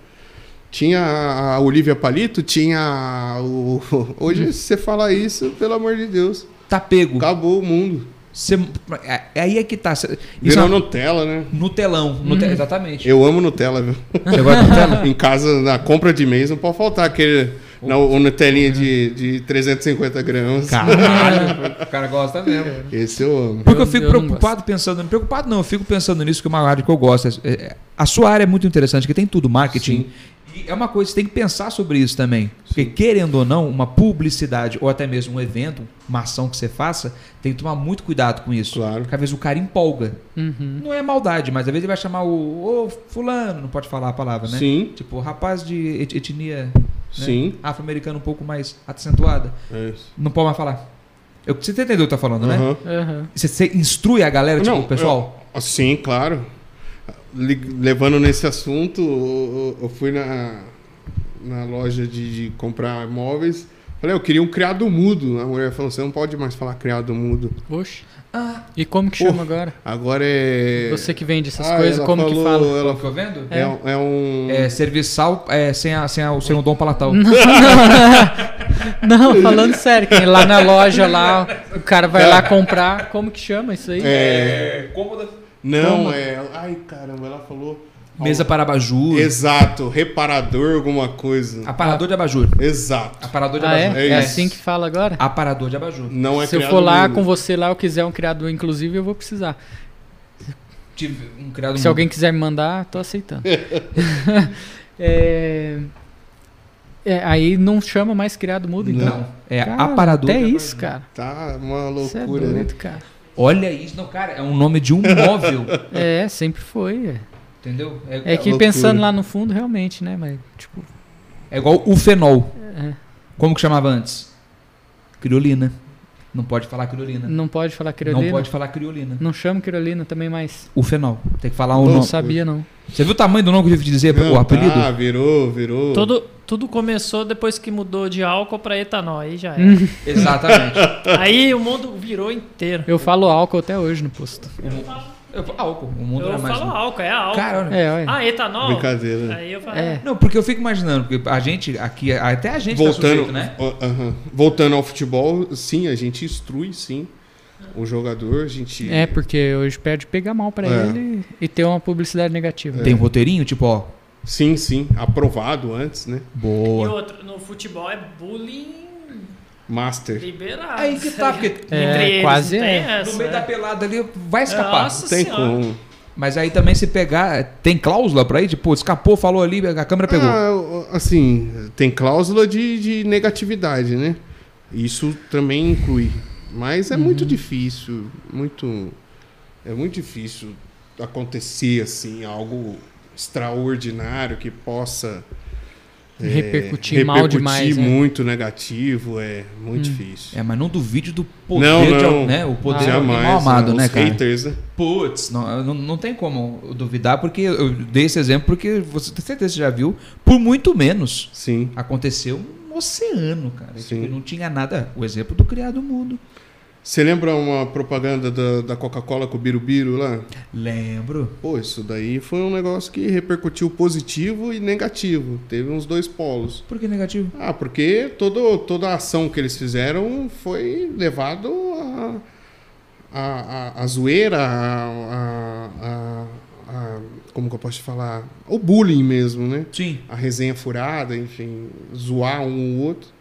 Speaker 1: Tinha a Olivia Palito, tinha o.
Speaker 2: Hum.
Speaker 1: Hoje, se você falar isso, pelo amor de Deus,
Speaker 2: Tá pego.
Speaker 1: acabou o mundo.
Speaker 2: Cê- é- aí é que tá. cê- Isso
Speaker 1: Virou
Speaker 2: é
Speaker 1: Nutella, né?
Speaker 2: no telão. no te- Exatamente.
Speaker 1: Eu amo Nutella, viu?
Speaker 2: Você gosta de Nutella?
Speaker 1: em casa, na compra de mês, não pode faltar aquele. Na, o Nutelinha de, de 350 gramas.
Speaker 2: Caralho, É. o cara gosta mesmo.
Speaker 1: Esse eu amo.
Speaker 2: Porque eu,
Speaker 3: Eu-
Speaker 2: fico
Speaker 3: eu não
Speaker 2: preocupado pensando, preocupado não, eu fico pensando nisso que é uma área que eu gosto. É- é- A sua área é muito interessante, que tem tudo, marketing. E é uma coisa, você tem que pensar sobre isso também. Porque querendo ou não, uma publicidade ou até mesmo um evento, uma ação que você faça, tem que tomar muito cuidado com isso.
Speaker 1: Claro.
Speaker 2: Porque às vezes o cara empolga.
Speaker 3: Uhum.
Speaker 2: Não é maldade, mas às vezes ele vai chamar o ô fulano, não pode falar a palavra, né?
Speaker 1: Sim,
Speaker 2: Tipo, rapaz de et- etnia
Speaker 1: sim.
Speaker 2: afro-americana um pouco mais acentuada,
Speaker 1: É isso.
Speaker 2: não pode mais falar. Eu, você entendeu o que eu tô falando, né?
Speaker 1: Aham.
Speaker 3: Aham.
Speaker 2: Você, você instrui a galera, tipo,
Speaker 1: Não,
Speaker 2: pessoal,
Speaker 1: Ah, Sim, claro. Li- Levando nesse assunto, eu- eu eu fui na, na loja de, de comprar móveis. Falei, eu queria um criado mudo. A mulher falou, você não pode mais falar criado mudo.
Speaker 3: Oxe.
Speaker 2: ah,
Speaker 3: E como que chama agora?
Speaker 1: Agora é.
Speaker 3: Você que vende essas
Speaker 1: Ah,
Speaker 3: coisas,
Speaker 1: ela
Speaker 3: como que
Speaker 1: falou-
Speaker 3: fala?
Speaker 2: qual
Speaker 1: Ela...
Speaker 2: que eu vendo?
Speaker 1: É. um- é um.
Speaker 2: É, serviçal é, sem, a, sem, a, sem o dom palatal.
Speaker 3: Não, falando sério, que lá na loja, lá, o cara vai lá comprar, como que chama isso aí?
Speaker 1: É,
Speaker 2: cômoda.
Speaker 1: Não,
Speaker 3: Como?
Speaker 1: é. Ai, caramba, ela falou.
Speaker 2: Mesa para abajur.
Speaker 1: Exato, reparador, alguma coisa.
Speaker 2: Aparador de abajur.
Speaker 1: Exato.
Speaker 2: Aparador de
Speaker 3: Ah,
Speaker 2: abajur.
Speaker 1: É
Speaker 3: é? É
Speaker 1: isso.
Speaker 3: assim que fala agora?
Speaker 2: Aparador de abajur.
Speaker 1: Não é
Speaker 3: Se eu
Speaker 1: criado
Speaker 3: for lá
Speaker 1: mudo.
Speaker 3: com você lá, eu quiser um criador, inclusive, eu vou precisar.
Speaker 2: Tive um criado
Speaker 3: Se
Speaker 1: Uhum.
Speaker 2: mudo.
Speaker 3: alguém quiser me mandar, tô aceitando. É, é, aí não chama mais criado mudo, então.
Speaker 2: Não, é
Speaker 3: Cara,
Speaker 2: aparador.
Speaker 3: Até
Speaker 2: de
Speaker 3: isso,
Speaker 2: abajur.
Speaker 3: cara.
Speaker 1: Tá uma
Speaker 3: Isso é
Speaker 1: loucura, né?
Speaker 3: doido, cara.
Speaker 2: Olha isso, não, cara, é um nome de um móvel.
Speaker 3: É, sempre foi. é.
Speaker 2: entendeu?
Speaker 3: É, que
Speaker 1: loucura.
Speaker 3: pensando lá no fundo, realmente, né? Mas, tipo,
Speaker 2: é igual o fenol.
Speaker 3: é,
Speaker 2: Como que chamava antes? Criolina. Não pode falar criolina.
Speaker 3: não pode falar criolina.
Speaker 2: Não pode falar criolina.
Speaker 3: Não chama criolina também mais.
Speaker 2: O fenol. Tem que falar um
Speaker 1: Não
Speaker 3: Não
Speaker 2: nome.
Speaker 3: sabia, não.
Speaker 2: Você viu o tamanho do nome que eu tive que dizer?
Speaker 1: Não,
Speaker 2: o apelido?
Speaker 1: Tá, virou, virou.
Speaker 4: Tudo, tudo começou depois que mudou de álcool pra etanol, aí já era.
Speaker 2: Hum. Exatamente.
Speaker 4: aí o mundo virou inteiro.
Speaker 3: Eu falo álcool até hoje no posto.
Speaker 2: Eu falo álcool. O mundo não é
Speaker 4: Eu
Speaker 2: mais.
Speaker 4: falo
Speaker 2: um.
Speaker 4: álcool, é álcool.
Speaker 2: Cara, olha.
Speaker 3: É, olha.
Speaker 4: ah, etanol?
Speaker 1: Brincadeira.
Speaker 4: Aí eu falo,
Speaker 3: É.
Speaker 2: Não, porque eu fico imaginando, porque a gente aqui, até a gente tá
Speaker 1: voltando,
Speaker 2: sujeito, né?
Speaker 1: ó, aham. voltando ao futebol, sim, a gente instrui, sim, o jogador, a gente...
Speaker 3: É, porque hoje perde pegar mal pra
Speaker 1: É.
Speaker 3: ele e ter uma publicidade negativa.
Speaker 2: Tem um roteirinho, tipo, ó.
Speaker 1: Sim, sim, aprovado antes, né?
Speaker 4: E
Speaker 2: Boa.
Speaker 4: outro, no futebol é bullying
Speaker 1: Master.
Speaker 4: liberado.
Speaker 2: Aí que tá, porque
Speaker 3: É,
Speaker 4: Entre eles
Speaker 3: quase
Speaker 4: não tem
Speaker 3: é.
Speaker 4: essa,
Speaker 2: no meio da
Speaker 4: né?
Speaker 2: pelada ali vai escapar.
Speaker 4: Nossa
Speaker 1: Tem
Speaker 4: senhora.
Speaker 1: como.
Speaker 2: Mas aí também se pegar, tem cláusula pra ir, tipo, escapou, falou ali, a câmera pegou.
Speaker 1: Ah, assim, tem cláusula de, de negatividade, né? Isso também inclui. Mas é muito
Speaker 2: Uhum.
Speaker 1: difícil, muito é muito difícil acontecer assim algo extraordinário que possa é,
Speaker 3: Repercutir mal demais, né?
Speaker 1: muito negativo, é muito difícil.
Speaker 2: É, mas não duvide do poder
Speaker 1: Não,
Speaker 2: de al-
Speaker 1: não.
Speaker 2: né? O poder de alguém
Speaker 1: Jamais,
Speaker 2: mal amado,
Speaker 1: não,
Speaker 2: né,
Speaker 1: os
Speaker 2: cara?
Speaker 1: haters, né?
Speaker 2: Putz, não, não, não tem como eu duvidar, porque eu dei esse exemplo porque você tem certeza que você já viu, por muito menos
Speaker 1: Sim.
Speaker 2: aconteceu um oceano, cara.
Speaker 1: Sim.
Speaker 2: Tipo, não tinha nada. O exemplo do criado mundo.
Speaker 1: Você lembra uma propaganda da, da Coca-Cola com o Birubiru lá?
Speaker 2: Lembro.
Speaker 1: Pô, isso daí foi um negócio que repercutiu positivo e negativo. Teve uns dois polos.
Speaker 2: Por que negativo?
Speaker 1: Ah, porque todo, toda a ação que eles fizeram foi levado a, a, a, a zoeira, a, a- a- a- Como que eu posso te falar? O bullying mesmo, né?
Speaker 2: Sim.
Speaker 1: A resenha furada, enfim, zoar um ou outro.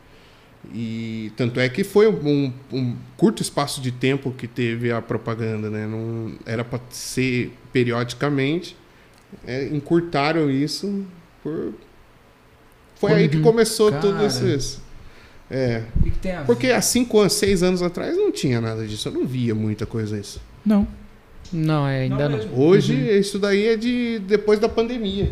Speaker 1: E tanto é que foi um, um curto espaço de tempo que teve a propaganda, né? Não era para ser periodicamente. É, encurtaram isso por. Foi aí que
Speaker 3: Uhum.
Speaker 1: começou
Speaker 2: Cara.
Speaker 1: tudo isso. É,
Speaker 2: O que, que tem a ver?
Speaker 1: porque há cinco anos, seis anos atrás não tinha nada disso, eu não via muita coisa isso.
Speaker 2: Não.
Speaker 3: Não, é, ainda não.
Speaker 2: mesmo.
Speaker 1: Hoje isso daí é de depois da pandemia.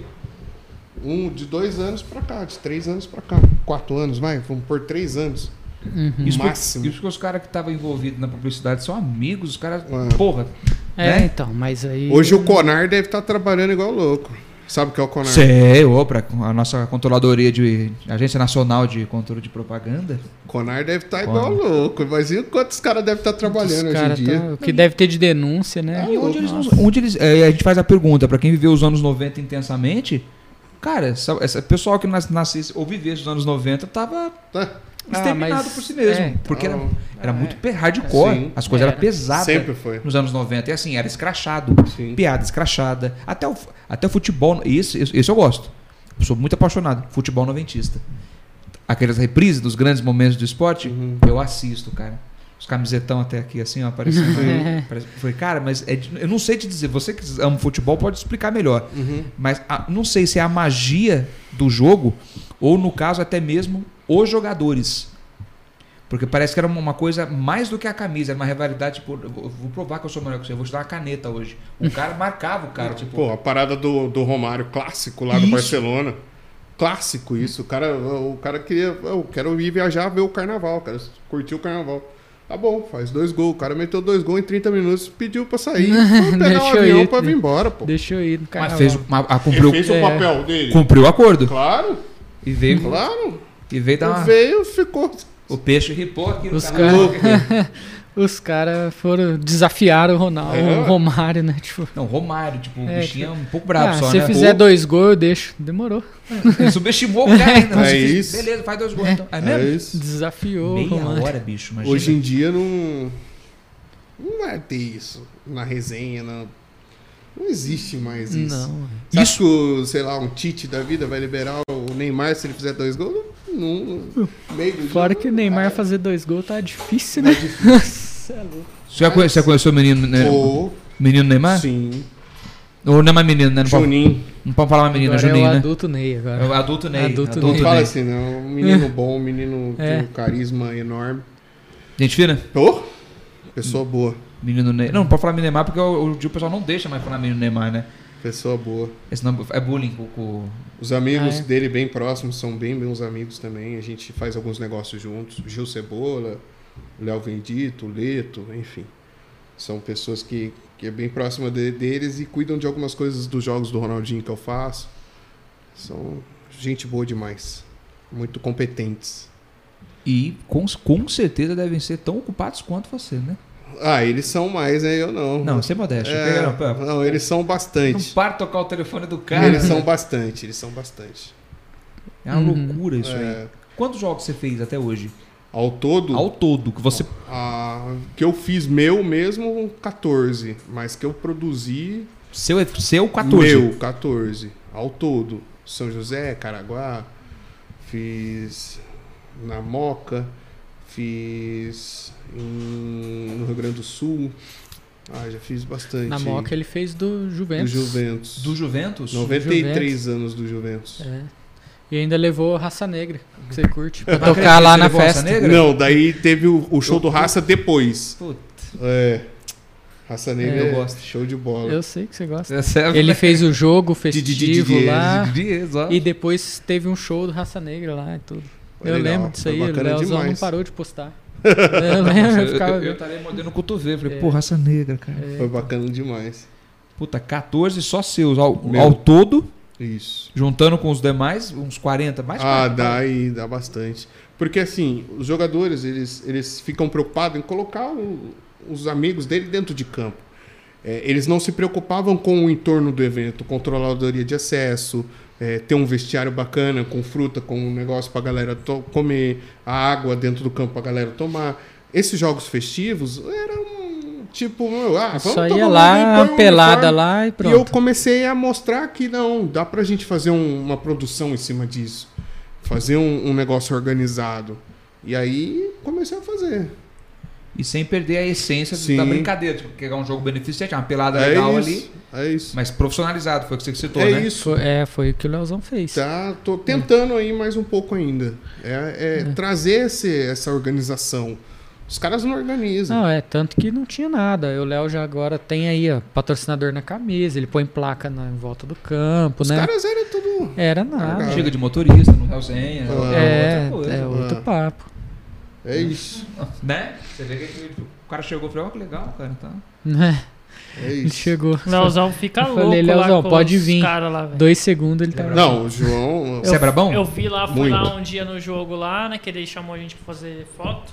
Speaker 1: Um de dois anos para cá, de três anos para cá, quatro anos, vai, vamos por três anos.
Speaker 3: Uhum.
Speaker 2: Isso, por-
Speaker 1: máximo.
Speaker 2: isso porque os caras que estavam envolvidos na publicidade são amigos, os caras.
Speaker 1: Ah.
Speaker 2: Porra.
Speaker 3: É,
Speaker 2: Né?
Speaker 3: então, mas aí.
Speaker 1: Hoje o Conar deve estar trabalhando igual louco. Sabe o que é o Conar?
Speaker 2: Sei, ô, pra a nossa controladoria de. Agência Nacional de Controle de Propaganda.
Speaker 1: Conar deve estar
Speaker 2: Conar.
Speaker 1: igual louco. Imagina quantos caras devem estar trabalhando hoje
Speaker 3: Os
Speaker 1: em
Speaker 3: cara
Speaker 1: dia.
Speaker 3: tá- o que deve ter de denúncia, né?
Speaker 1: É,
Speaker 2: E onde eles, não-
Speaker 3: Nossa.
Speaker 2: onde eles- é, a gente faz a pergunta pra quem viveu os anos 90 intensamente. Cara, essa, essa pessoal que nas- nascesse ou vivesse os anos 90 tava
Speaker 1: Tá.
Speaker 2: exterminado
Speaker 3: Ah, mas-
Speaker 2: por si mesmo.
Speaker 3: é, então.
Speaker 2: porque era, era
Speaker 3: Ah,
Speaker 2: muito
Speaker 3: é.
Speaker 2: pe- hardcore.
Speaker 1: Sim.
Speaker 2: As coisas eram
Speaker 3: Era.
Speaker 2: pesadas
Speaker 1: Sempre foi.
Speaker 2: nos anos 90. E assim, era escrachado.
Speaker 1: Sim.
Speaker 2: Piada escrachada. Até o, fu- até o futebol. Esse, esse eu gosto. Sou muito apaixonado. Futebol noventista. Aquelas reprises dos grandes momentos do esporte,
Speaker 1: Uhum.
Speaker 2: eu assisto, cara. Os camisetão até aqui, assim, ó, aparecendo.
Speaker 3: É.
Speaker 2: Parece- Foi, cara, mas é de- eu não sei te dizer. Você que ama futebol pode explicar melhor.
Speaker 1: Uhum.
Speaker 2: Mas a- não sei se é a magia do jogo ou, no caso, até mesmo os jogadores. Porque parece que era uma- uma coisa mais do que a camisa, era uma rivalidade. Tipo, eu vou eu vou provar que eu sou melhor que você, eu vou te dar uma caneta hoje. O cara marcava o cara, tipo.
Speaker 1: Pô, a parada do, do Romário clássico lá do
Speaker 2: Isso.
Speaker 1: Barcelona. Clássico isso. O cara, o cara queria. Eu quero ir viajar ver o carnaval, cara. Curtir o carnaval. Tá bom, faz dois gols. O cara meteu dois gols em 30 minutos, pediu pra sair. Foi pegar um
Speaker 3: Deixa eu
Speaker 1: avião
Speaker 3: ir.
Speaker 1: pra vir embora, pô.
Speaker 3: Deixa eu ir no carnaval.
Speaker 2: mas fez, uma- a-
Speaker 1: Ele
Speaker 2: cumpriu,
Speaker 1: fez o
Speaker 3: É.
Speaker 1: papel dele.
Speaker 2: cumpriu o acordo.
Speaker 1: Claro,
Speaker 2: E veio,
Speaker 1: claro.
Speaker 2: e veio dar uma-
Speaker 1: Veio, ficou.
Speaker 2: O peixe ripou aqui no
Speaker 3: Os
Speaker 2: canal.
Speaker 1: Louco.
Speaker 3: Os caras foram desafiar o Ronaldo,
Speaker 1: É.
Speaker 3: o Romário, né? Tipo,
Speaker 2: Não, Romário, tipo, o
Speaker 3: É,
Speaker 2: bichinho é um pouco
Speaker 3: ah,
Speaker 2: brabo só,
Speaker 3: se
Speaker 2: né?
Speaker 3: fizer dois gols, eu deixo. Demorou.
Speaker 2: Ele subestimou o cara ainda.
Speaker 1: É
Speaker 2: Se fiz-
Speaker 1: isso.
Speaker 2: Beleza, faz dois gols então. É
Speaker 1: É
Speaker 2: mesmo?
Speaker 1: isso.
Speaker 3: Desafiou o
Speaker 2: Meia
Speaker 3: Romário.
Speaker 2: hora, bicho, imagina.
Speaker 1: Hoje em dia não. Não vai ter isso na resenha, não. Não existe mais isso.
Speaker 3: Não.
Speaker 1: Isso, sei lá, um Tite da vida vai liberar o Neymar se ele fizer dois gols? Não. não- Meio do
Speaker 3: Hum. Fora
Speaker 1: jogo,
Speaker 3: que o Neymar
Speaker 1: cara.
Speaker 3: fazer dois gols tá difícil, né? Cê é louco.
Speaker 2: Você já conhece, você conheceu o menino,
Speaker 3: é
Speaker 2: né?
Speaker 1: Ou,
Speaker 2: menino Neymar?
Speaker 1: sim,
Speaker 2: Ou não é mais menino, né? Não pode,
Speaker 1: Juninho.
Speaker 2: não pode falar mais menino, é
Speaker 3: Agora é o
Speaker 2: Juninho, né?
Speaker 3: adulto Ney agora.
Speaker 2: É o adulto Ney.
Speaker 3: Adulto
Speaker 2: adulto
Speaker 1: Não
Speaker 3: Ney.
Speaker 1: fala
Speaker 2: Ney.
Speaker 1: assim, não. Um menino bom, um menino
Speaker 3: É.
Speaker 1: tem um carisma enorme.
Speaker 2: Gente fina?
Speaker 1: Ô, Pessoa boa.
Speaker 2: Menino Ney. Não, não pode falar menino Neymar porque o, o, o pessoal não deixa mais falar menino Neymar, né?
Speaker 1: Pessoa boa.
Speaker 2: Esse nome é bullying com- com.
Speaker 1: Os amigos
Speaker 3: Ah, é?
Speaker 1: dele bem próximos são bem bons amigos também. A gente faz alguns negócios juntos. Gil Cebola, Léo Vendito, Leto, enfim. São pessoas que, que é bem próxima de- deles e cuidam de algumas coisas dos jogos do Ronaldinho que eu faço. São gente boa demais. Muito competentes.
Speaker 2: E com, com certeza devem ser tão ocupados quanto você, né?
Speaker 1: Ah, eles são mais, né? Eu não.
Speaker 2: Não, sem modéstia.
Speaker 1: É,
Speaker 2: Pega- pega-
Speaker 1: não, eles são
Speaker 2: Não
Speaker 1: bastante.
Speaker 2: para de tocar o telefone do cara.
Speaker 1: Eles são bastante, eles são bastante.
Speaker 2: É uma
Speaker 3: Uhum.
Speaker 2: loucura isso aí.
Speaker 1: É,
Speaker 2: Quantos jogos você fez até hoje?
Speaker 1: ao todo,
Speaker 2: Ao todo, que você.
Speaker 1: Ah, que eu fiz meu mesmo, 14. Mas que eu produzi,
Speaker 2: Seu, é- seu 14.
Speaker 1: meu, 14. Ao todo. São José, Caraguá, fiz na Moca, fiz em- no Rio Grande do Sul. Ah, já fiz bastante.
Speaker 3: Na moca ele fez do
Speaker 1: do
Speaker 3: Juventus.
Speaker 1: Juventus.
Speaker 2: Do Juventus?
Speaker 1: 93
Speaker 3: Juventus.
Speaker 1: anos do Juventus.
Speaker 3: É. E ainda levou Raça Negra, que você curte, pra tocar lá na festa.
Speaker 2: Negra?
Speaker 1: Não, daí teve o, o show do Raça depois. É. Raça Negra
Speaker 2: Eu
Speaker 1: é
Speaker 2: gosto.
Speaker 1: show de bola.
Speaker 3: Eu sei que você gosta.
Speaker 2: Ele Ah.
Speaker 3: Ele fez o jogo festivo
Speaker 1: Didi-
Speaker 3: lá. E
Speaker 2: E
Speaker 3: depois teve um show do Raça Negra lá e tudo.
Speaker 1: Foi
Speaker 3: Eu
Speaker 1: legal,
Speaker 3: lembro disso
Speaker 1: foi
Speaker 3: aí, o
Speaker 1: bacana
Speaker 3: Leozão não
Speaker 1: demais.
Speaker 3: parou de postar. Eu lembro, eu ficava.
Speaker 2: eu, eu tava mordendo o cotovelo. Falei,
Speaker 3: É.
Speaker 2: pô, raça negra, cara.
Speaker 3: É.
Speaker 1: Foi bacana demais.
Speaker 2: Puta, 14 só seus. Ao,
Speaker 1: Meu.
Speaker 2: ao todo,
Speaker 1: Isso.
Speaker 2: juntando com os demais, uns 40, mais
Speaker 1: ah,
Speaker 2: 40.
Speaker 1: dá e dá bastante. Porque assim, os jogadores, eles, eles ficam preocupados em colocar o- os amigos dele dentro de campo. É, eles não se preocupavam com o entorno do evento, controladoria de acesso, é, ter um vestiário bacana com fruta, com um negócio pra galera to- comer, a água dentro do campo pra galera tomar. Esses jogos festivos eram tipo, meu, ah, vamos
Speaker 3: Só
Speaker 1: tomar
Speaker 3: ia
Speaker 1: um vinho,
Speaker 3: lá,
Speaker 1: põe um
Speaker 3: pelada
Speaker 1: uniforme.
Speaker 3: lá e
Speaker 1: E eu
Speaker 3: pronto.
Speaker 1: comecei a mostrar que não, dá pra gente fazer um- uma produção em cima disso. Fazer um, um negócio organizado. E aí comecei a fazer.
Speaker 2: E sem perder a essência
Speaker 1: Sim.
Speaker 2: da brincadeira. Tipo, pegar um jogo beneficente, uma pelada
Speaker 1: é
Speaker 2: Tá legal
Speaker 1: isso,
Speaker 2: ali,
Speaker 1: É isso.
Speaker 2: mas profissionalizado, foi o que você citou,
Speaker 1: é
Speaker 2: né?
Speaker 1: isso.
Speaker 3: Foi- é, foi o que o Leozão fez.
Speaker 1: Tá, tô tentando aí mais um pouco ainda. É, é trazer esse- essa organização. Os caras não organizam.
Speaker 3: Não, é, tanto que não tinha nada. E O Léo já agora tem aí, ó, patrocinador na camisa, ele põe placa na, em volta do campo,
Speaker 1: Os
Speaker 3: né?
Speaker 1: caras eram tudo.
Speaker 3: Era nada.
Speaker 1: Cara,
Speaker 2: Chega de motorista, não é o Zenha, é
Speaker 1: Ah.
Speaker 3: é,
Speaker 2: outra coisa.
Speaker 3: é outro
Speaker 1: Ah.
Speaker 3: papo.
Speaker 1: É isso.
Speaker 2: Né? Você vê que o cara chegou e falou, ó, que legal, cara. Tá.
Speaker 3: Né?
Speaker 1: É
Speaker 3: Ele
Speaker 1: isso.
Speaker 3: chegou.
Speaker 4: Leozão fica
Speaker 3: Eu
Speaker 4: louco
Speaker 3: falei, Leozão,
Speaker 4: lá com
Speaker 3: pode
Speaker 4: os
Speaker 3: vir.
Speaker 4: cara lá, velho.
Speaker 3: Dois segundos ele tava.
Speaker 1: Não, o João.
Speaker 2: Você é brabão?
Speaker 4: Eu vi lá, fui lá
Speaker 1: Hum, Muito.
Speaker 4: um dia no jogo lá, né? Que ele chamou a gente pra fazer foto.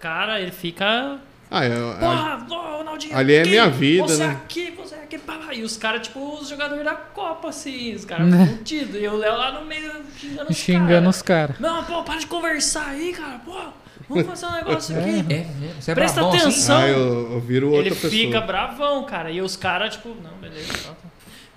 Speaker 4: Cara, ele fica.
Speaker 1: Ah, é, é,
Speaker 4: Porra, ô, Ronaldinho.
Speaker 1: ali é
Speaker 4: aqui,
Speaker 1: minha vida,
Speaker 4: você
Speaker 1: né?
Speaker 4: aqui, você é aqui, pá, pá. E os caras, tipo, os jogadores da Copa, assim, os caras fudidos. E o Léo lá no meio xingando os
Speaker 3: Xingando
Speaker 4: caras.
Speaker 3: os caras.
Speaker 4: Não, pô, para de conversar aí, cara. Pô, vamos fazer um negócio aqui.
Speaker 2: É, mesmo. Você é
Speaker 4: Presta
Speaker 2: brabão, assim?
Speaker 4: atenção.
Speaker 1: ah, eu, eu viro outra
Speaker 4: Ele
Speaker 1: pessoa.
Speaker 4: fica bravão, cara. E os caras, tipo, não, beleza. tá, tá.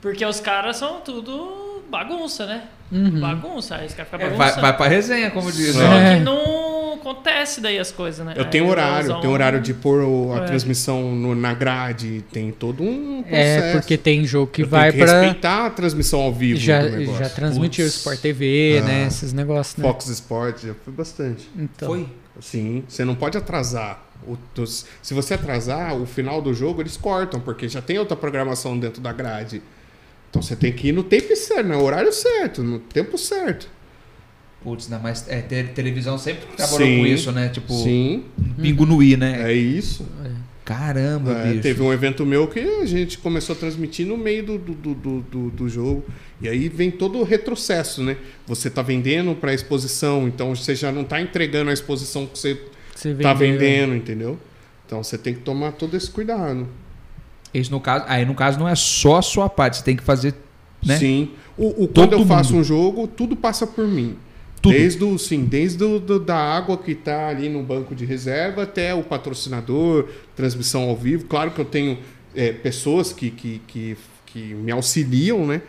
Speaker 4: Porque os caras são tudo bagunça, né? Bagunça. Aí os caras ficam
Speaker 2: É, vai,
Speaker 4: bagunça.
Speaker 2: vai pra resenha, como diz.
Speaker 1: Só
Speaker 2: né?
Speaker 3: É.
Speaker 4: E não acontece daí as coisas, né?
Speaker 1: Eu
Speaker 4: Aí
Speaker 3: então
Speaker 1: tenho
Speaker 4: o
Speaker 1: horário,
Speaker 4: Leozão-
Speaker 1: tem horário de pôr o- a
Speaker 4: É.
Speaker 1: transmissão no- na grade, tem todo um processo.
Speaker 3: É, porque tem jogo que
Speaker 1: Eu
Speaker 3: vai
Speaker 1: tenho que
Speaker 3: pra.
Speaker 1: respeitar a transmissão ao vivo
Speaker 3: Já,
Speaker 1: do negócio.
Speaker 3: já transmitiu
Speaker 2: Putz.
Speaker 3: Sport TV, né?
Speaker 1: Ah.
Speaker 3: Esses negócios, né?
Speaker 1: Fox Sports, já foi bastante.
Speaker 3: Então,
Speaker 2: Foi.
Speaker 1: Sim, você não pode atrasar. O- os- se você atrasar, o final do jogo eles cortam, porque já tem outra programação dentro da grade. Então você tem que ir no tempo certo, no horário certo, no tempo certo.
Speaker 2: Putz, ainda mais. É, te- televisão sempre trabalhou
Speaker 1: Sim.
Speaker 2: com isso, né? Tipo,
Speaker 1: Sim,
Speaker 2: um pingo no i, né?
Speaker 1: é isso.
Speaker 2: Caramba,
Speaker 1: É,
Speaker 2: bicho.
Speaker 1: teve um evento meu que a gente começou a transmitir no meio do, do, do- do, do- do jogo. E aí vem todo o retrocesso, né? Você tá vendendo para exposição, então você já não tá entregando a exposição que você
Speaker 3: você né?
Speaker 1: tá
Speaker 2: é.
Speaker 3: vendeu-
Speaker 1: vendendo, entendeu? Então você tem que tomar todo esse cuidado. um-
Speaker 2: Esse no caso, aí no caso não é só a sua parte, você tem que fazer né?
Speaker 1: Sim. O, o-
Speaker 2: Todo
Speaker 1: quando eu faço
Speaker 2: mundo.
Speaker 1: um jogo, tudo passa por mim.
Speaker 2: Tudo.
Speaker 1: Desde o, sim, desde o, do- da água que tá ali no banco de reserva até o patrocinador, transmissão ao vivo. Claro que eu tenho é, pessoas que, que, que, que me auxiliam, né?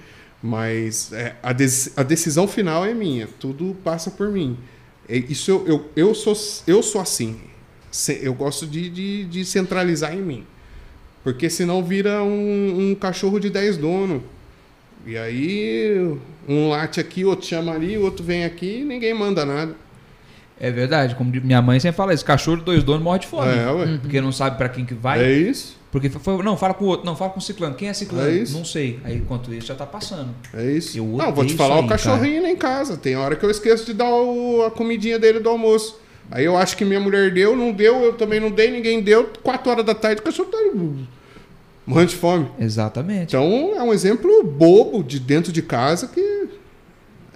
Speaker 1: Mas é, a, des- a decisão final é minha. Tudo passa por mim. É, isso eu, eu, eu, sou, eu sou assim. Se- Eu gosto de, de, de centralizar em mim. Porque senão vira um, um cachorro de 10 donos. E aí, um late aqui, outro chama ali, outro vem aqui e ninguém manda nada.
Speaker 2: É verdade, como di- minha mãe sempre fala isso, cachorro de dois donos morre de fome. Uhum.
Speaker 1: É, ué.
Speaker 2: Porque não sabe pra quem que hum, vai.
Speaker 1: É isso,
Speaker 2: Porque foi, não, fala com o outro, não, fala com o ciclano. Quem é ciclano?
Speaker 1: É isso.
Speaker 2: não sei. Aí enquanto isso já tá passando.
Speaker 1: é isso.
Speaker 2: Eu
Speaker 1: Não, vou te
Speaker 2: odeio
Speaker 1: falar
Speaker 2: isso aí,
Speaker 1: o cachorrinho lá em casa. Tem hora que eu esqueço de dar o- a comidinha dele do almoço. Aí eu acho que minha mulher deu, não deu, eu também não dei, ninguém deu. Quatro horas da tarde o cachorro tá ali, morrendo de fome.
Speaker 2: Exatamente.
Speaker 1: Então é um exemplo bobo de dentro de casa que.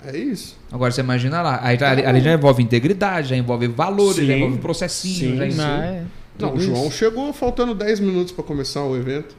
Speaker 1: É isso.
Speaker 2: Agora você imagina lá, aí tá- ali, ali já envolve integridade, já envolve valores,
Speaker 1: Sim.
Speaker 2: já envolve processinho,
Speaker 1: Sim.
Speaker 2: já envolve...
Speaker 3: Ah, é.
Speaker 1: Não, o
Speaker 3: Tudo
Speaker 1: João
Speaker 3: isso.
Speaker 1: chegou faltando 10 minutos pra começar o evento.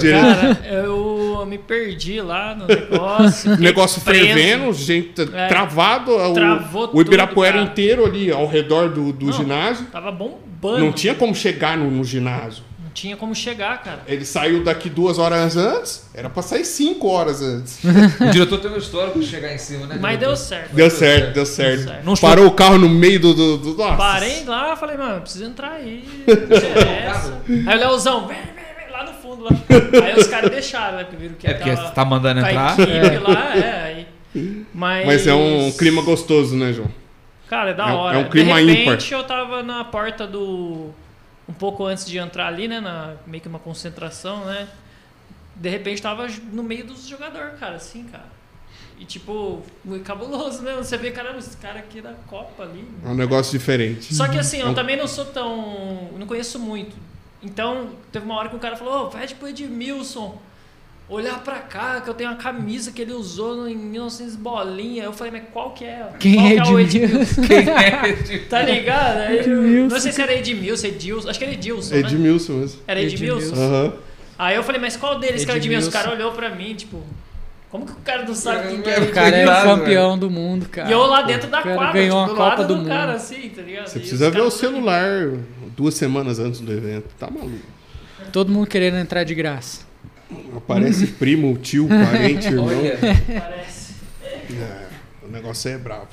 Speaker 4: Cara, eu me perdi lá no negócio.
Speaker 1: O negócio
Speaker 4: fiquei preso.
Speaker 1: fervendo, gente
Speaker 4: É.
Speaker 1: travado, o-
Speaker 4: Travou
Speaker 1: o Ibirapuera
Speaker 4: tudo, cara.
Speaker 1: inteiro ali ao redor do, do
Speaker 4: Não.
Speaker 1: ginásio.
Speaker 4: Tava bombando.
Speaker 1: Não tinha como chegar no, no ginásio.
Speaker 4: Não tinha como chegar, cara.
Speaker 1: Ele saiu daqui duas horas antes, era pra sair cinco horas antes.
Speaker 2: O diretor tem uma história pra chegar em
Speaker 1: É,
Speaker 2: cima, né?
Speaker 4: Mas
Speaker 2: diretor?
Speaker 4: deu certo.
Speaker 1: Deu certo, deu certo.
Speaker 4: certo.
Speaker 2: Não
Speaker 1: Parou o carro no meio do. do, do nossa.
Speaker 4: Parei lá, falei, mano, preciso entrar aí. não interessa. aí o Leozão, vem, vem, vem, lá no fundo lá. Aí os caras deixaram, né? Porque viram que
Speaker 2: É porque
Speaker 4: tava
Speaker 2: você tá mandando
Speaker 4: com a
Speaker 2: entrar.
Speaker 4: equipe
Speaker 3: É.
Speaker 4: lá, é. Aí. Mas,
Speaker 1: Mas é um clima gostoso, né, João?
Speaker 4: Cara, é da
Speaker 1: é um-
Speaker 4: hora.
Speaker 1: é um clima
Speaker 4: de repente
Speaker 1: ímpar.
Speaker 4: eu tava na porta do. Um pouco antes de entrar ali, né? Na, meio que uma concentração, né? De repente tava no meio dos jogadores, cara, assim, cara. E tipo, muito cabuloso né. mesmo. Você vê, caramba, esse cara aqui da Copa ali. né.
Speaker 1: É um negócio diferente.
Speaker 4: Só
Speaker 3: Uhum.
Speaker 4: que assim,
Speaker 1: É
Speaker 4: eu
Speaker 1: um-
Speaker 4: também não sou tão. não conheço muito. Então, teve uma hora que um cara falou: Ô, pede pro Edmilson olhar pra cá, que eu tenho uma camisa que ele usou em 1900 bolinha. Eu falei: Mas qual que é?
Speaker 3: Quem
Speaker 4: qual
Speaker 3: é
Speaker 4: que o
Speaker 3: Edmilson?
Speaker 2: Quem é esse?
Speaker 4: Tá ligado? Aí eu-
Speaker 3: Edmilson.
Speaker 4: Não sei se era Edmilson, Edilson. Acho que era Edilson. né?
Speaker 1: Edmilson mesmo.
Speaker 4: Era Edmilson.
Speaker 3: Edmilson.
Speaker 1: Aham.
Speaker 4: Aí eu falei: Mas qual deles que era Edmilson? O
Speaker 3: Edmilson.
Speaker 4: cara olhou pra mim, tipo: Como que o cara não sabe quem que é
Speaker 2: É,
Speaker 3: O cara é
Speaker 2: Coitado,
Speaker 3: campeão do mundo, cara.
Speaker 4: E eu lá dentro da
Speaker 3: O cara
Speaker 4: quadra,
Speaker 3: ganhou
Speaker 4: tipo,
Speaker 3: a
Speaker 4: do
Speaker 3: Copa
Speaker 4: lado
Speaker 3: do
Speaker 4: do,
Speaker 3: mundo.
Speaker 4: cara, assim, tá ligado?
Speaker 1: Você
Speaker 4: E os
Speaker 1: precisa ver o
Speaker 4: caras-
Speaker 1: celular duas semanas antes do evento. Tá maluco.
Speaker 3: Todo mundo querendo entrar de graça.
Speaker 1: Aparece primo, tio, parente, irmão.
Speaker 2: Olha,
Speaker 4: Parece.
Speaker 1: É, o negócio é bravo.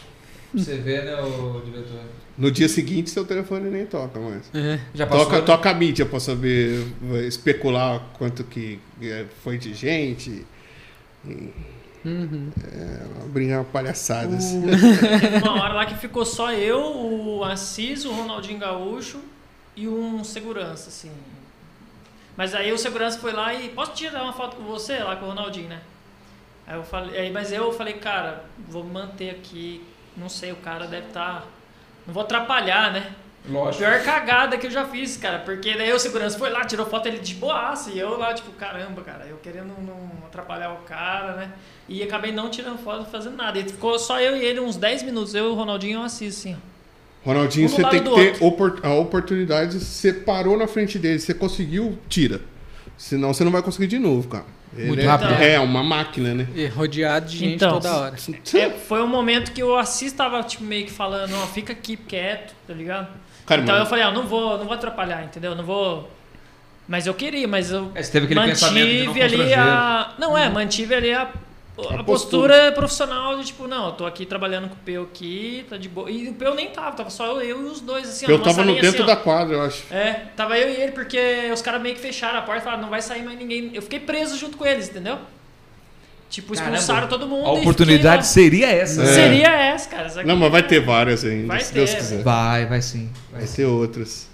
Speaker 2: você vê, né, o diretor?
Speaker 1: No dia seguinte, seu telefone nem toca mais.
Speaker 3: É,
Speaker 2: Já passou.
Speaker 1: Toca,
Speaker 2: né?
Speaker 1: toca a mídia pra saber eh, especular quanto que eh, foi de gente.
Speaker 3: Uhum.
Speaker 1: É, brincar uma palhaçada. assim.
Speaker 4: Teve uma hora lá que ficou só eu, o Assis, o Ronaldinho Gaúcho e um segurança, assim. Mas aí o segurança foi lá e posso tirar uma foto com você lá com o Ronaldinho, né? Aí eu falei, aí, mas eu falei, cara, vou me manter aqui, não sei, o cara deve estar. Não vou atrapalhar, né? A
Speaker 2: Lógico.
Speaker 4: pior cagada que eu já fiz, cara, porque daí o segurança foi lá, tirou foto ele de boaça e eu lá, tipo, caramba, cara, eu querendo não atrapalhar o cara, né? E acabei não tirando foto, não fazendo nada. E ficou só eu e ele uns 10 minutos, eu, o Ronaldinho e o Assis, assim, ó.
Speaker 1: Ronaldinho,
Speaker 4: Um do
Speaker 1: você
Speaker 4: lado
Speaker 1: tem que
Speaker 4: do
Speaker 1: ter opor- a oportunidade. Você parou na frente dele, você conseguiu, tira. Senão você não vai conseguir de novo, cara. Ele
Speaker 3: Muito
Speaker 1: é,
Speaker 3: rápido.
Speaker 1: É, uma máquina, né?
Speaker 3: E rodeado de gente
Speaker 4: Então,
Speaker 3: toda hora.
Speaker 4: É, foi um momento que o Assis tava, tipo, meio que falando, ó, fica aqui quieto, tá ligado?
Speaker 1: Cara,
Speaker 4: então
Speaker 1: mano,
Speaker 4: eu falei, ó, não vou, não vou atrapalhar, entendeu? Não vou... Mas eu queria, mas eu
Speaker 2: É, você teve aquele pensamento de não
Speaker 4: mantive ali
Speaker 2: constranger.
Speaker 4: a. Não é, mantive ali a, a,
Speaker 1: A
Speaker 4: postura profissional de tipo, não, eu tô aqui trabalhando com o Peu aqui, tá de boa. E o Peu nem tava, tava só eu, eu e os dois, assim, ó,
Speaker 1: eu
Speaker 4: numa
Speaker 1: tava no
Speaker 4: salinha,
Speaker 1: dentro
Speaker 4: assim,
Speaker 1: da
Speaker 4: ó.
Speaker 1: quadra, eu acho.
Speaker 4: É, tava eu e ele, porque os caras meio que fecharam a porta e falaram, não vai sair mais ninguém. Eu fiquei preso junto com eles, entendeu? Tipo,
Speaker 2: Caramba.
Speaker 4: expulsaram todo mundo.
Speaker 2: A
Speaker 4: e
Speaker 2: oportunidade
Speaker 4: fiquei
Speaker 2: seria essa. né?
Speaker 4: lá.
Speaker 1: É.
Speaker 4: seria essa, cara. só que-
Speaker 1: Não, mas vai ter várias ainda,
Speaker 4: Vai
Speaker 1: se Deus
Speaker 4: ter.
Speaker 1: quiser.
Speaker 2: Vai, vai sim. Vai
Speaker 1: Vai
Speaker 2: sim.
Speaker 1: ter outras.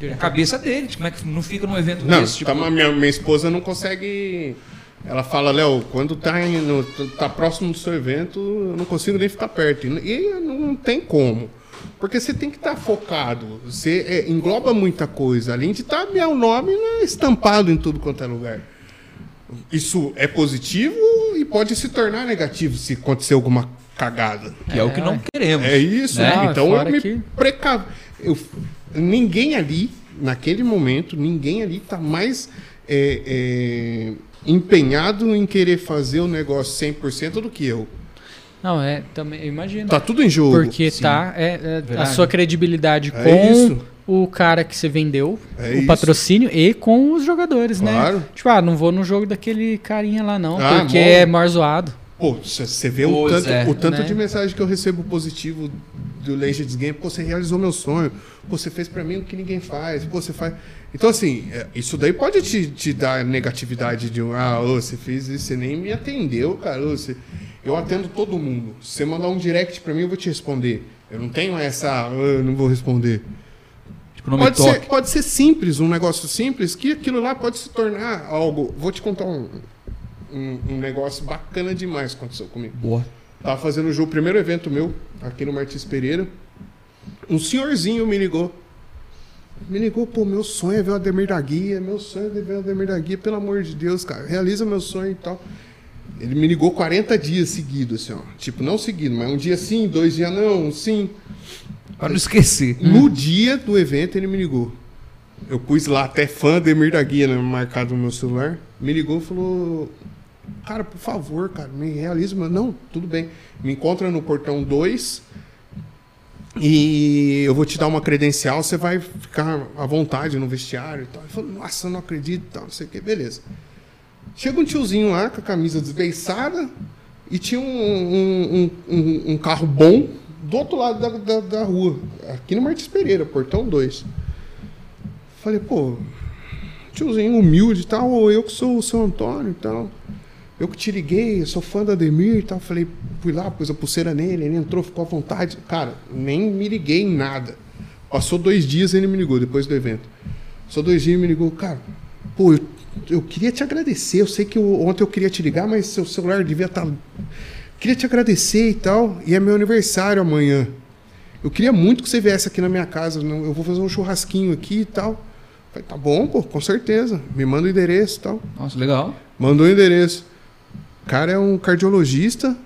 Speaker 2: É A cabeça dele, como é que não fica num evento
Speaker 1: Não,
Speaker 2: desse? tipo,
Speaker 1: tá uma- minha, minha esposa não consegue. Ela fala, Léo, quando tá, em- no- tá próximo do seu evento, eu não consigo nem ficar perto. E e não tem como. Porque você tem que estar focado. Você é, engloba muita coisa. Além de estar meu nome né, estampado em tudo quanto é lugar. Isso é positivo e pode se tornar negativo se acontecer alguma cagada.
Speaker 2: Que é o que não queremos.
Speaker 1: É isso,
Speaker 2: né?
Speaker 1: né?
Speaker 3: Ah,
Speaker 1: Então eu
Speaker 3: fora
Speaker 1: me
Speaker 3: que-
Speaker 1: precavo. Eu- Ninguém ali, naquele momento, ninguém ali tá mais é, é, empenhado em querer fazer o negócio 100% do que eu.
Speaker 3: Não, é, também, eu imagino.
Speaker 1: Tá tudo em jogo.
Speaker 3: Porque
Speaker 2: Sim.
Speaker 3: tá, é, é, a
Speaker 2: Verdade.
Speaker 3: sua credibilidade
Speaker 1: É
Speaker 3: com
Speaker 1: isso.
Speaker 3: o cara que você vendeu,
Speaker 1: É
Speaker 3: o
Speaker 1: isso.
Speaker 3: patrocínio e com os jogadores,
Speaker 1: Claro.
Speaker 3: né? Tipo, ah, não vou no jogo daquele carinha lá não,
Speaker 1: Ah,
Speaker 3: porque
Speaker 1: bom.
Speaker 3: é maior zoado.
Speaker 1: Pô, você vê o
Speaker 2: Pois
Speaker 1: tanto,
Speaker 2: é,
Speaker 1: o tanto
Speaker 3: né?
Speaker 1: de mensagem que eu recebo positivo do Legends Game. Pô, você realizou meu sonho. Pô, você fez pra mim o que ninguém faz. Pô, você faz. Então, assim, é, isso daí pode te, te dar negatividade de um. Ah, ô, você fez isso, você nem me atendeu, cara. Ô, você... Eu atendo todo mundo. Se você mandar um direct pra mim, eu vou te responder. Eu não tenho essa. "Ah, eu não vou responder.
Speaker 2: Tipo, não me
Speaker 1: Pode
Speaker 2: toque.
Speaker 1: ser, pode ser simples, um negócio simples, que aquilo lá pode se tornar algo. Vou te contar um, um, um negócio bacana demais que aconteceu comigo.
Speaker 2: Boa.
Speaker 1: Tava Tá fazendo o jogo, o primeiro evento meu, aqui no Martins Pereira. Um senhorzinho me ligou. Me ligou, pô, meu sonho é ver o Ademir da Guia, meu sonho é ver o Ademir da Guia, pelo amor de Deus, cara, realiza meu sonho e tal. Ele me ligou 40 dias seguidos, assim, ó. Tipo, não seguido, mas um dia sim, dois dias não, um sim.
Speaker 2: Pra não esquecer.
Speaker 1: No dia do evento, ele me ligou. Eu pus lá até fã de Emir da Guia, né, marcado no meu celular. Me ligou e falou: Cara, por favor, cara, me realiza. Mas não, tudo bem. Me encontra no portão 2 e eu vou te dar uma credencial. Você vai ficar à vontade no vestiário e tal. Ele falou: Nossa, eu não acredito, e tal, não sei o que, beleza. Chega um tiozinho lá com a camisa desbeiçada e tinha um, um- um- um- um carro bom do outro lado da, da- da rua, aqui no Martins Pereira, portão 2. Falei, pô, tiozinho humilde e tal, ou eu que sou o seu Antônio e tal. Eu que te liguei, eu sou fã da Ademir e tal. Falei, fui lá, pus a pulseira nele, ele entrou, ficou à vontade. Cara, nem me liguei em nada. Passou dois dias ele me ligou, depois do evento. Só dois dias ele me ligou, cara, pô, eu, eu queria te agradecer. Eu sei que eu- ontem eu queria te ligar, mas seu celular devia estar. Queria te agradecer e tal. E é meu aniversário amanhã. Eu queria muito que você viesse aqui na minha casa. não- Eu vou fazer um churrasquinho aqui e tal. Falei, tá bom, pô, com certeza. Me manda o endereço e tal.
Speaker 2: Nossa, legal.
Speaker 1: Mandou o endereço. O cara é um cardiologista,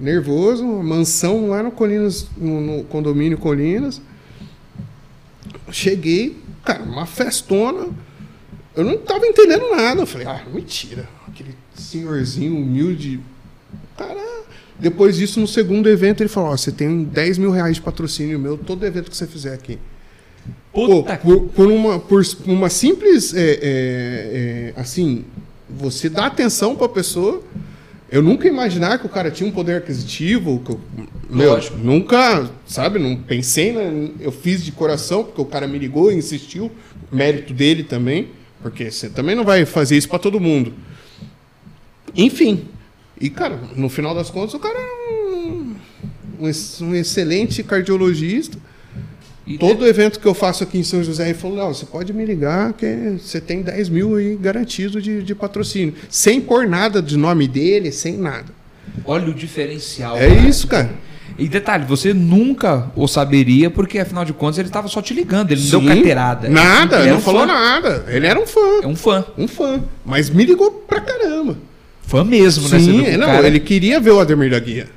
Speaker 1: nervoso, uma mansão lá no Colinas, no, no condomínio Colinas. Cheguei, cara, uma festona. Eu não tava entendendo nada. Eu falei, ah, mentira. Aquele senhorzinho humilde. Cara, depois disso, no segundo evento, ele falou: Ó, você tem 10 mil reais de patrocínio meu, todo evento que você fizer aqui. Pô,
Speaker 2: Puta
Speaker 1: por, por uma, por s- por uma simples. é, é, é, assim, você dá atenção pra pessoa. Eu nunca ia imaginar que o cara tinha um poder aquisitivo. Que eu, meu,
Speaker 2: Lógico.
Speaker 1: nunca, sabe? Não pensei, né? Eu fiz de coração, porque o cara me ligou e insistiu. Mérito dele também. Porque você também não vai fazer isso pra todo mundo. Enfim. E, cara, no final das contas, o cara é um, um ex- um excelente cardiologista.
Speaker 2: e
Speaker 1: Todo evento que eu faço aqui em São José, ele falou, Léo, você pode me ligar que você tem 10 mil aí garantido de, de patrocínio. Sem pôr nada de nome dele, sem nada.
Speaker 2: Olha o diferencial.
Speaker 1: É isso, cara.
Speaker 2: E detalhe, você nunca o saberia, porque afinal de contas ele estava só te ligando, ele não
Speaker 1: Sim.
Speaker 2: deu carteirada.
Speaker 1: Nada,
Speaker 2: Ele é
Speaker 1: não
Speaker 2: um
Speaker 1: falou
Speaker 2: fã.
Speaker 1: nada. Ele era um fã.
Speaker 2: É um fã.
Speaker 1: Um fã. Mas me ligou pra caramba.
Speaker 2: Fã mesmo, né? Você
Speaker 1: Sim, é,
Speaker 2: viu que o
Speaker 1: não,
Speaker 2: cara-
Speaker 1: ele queria ver o Ademir da Guia.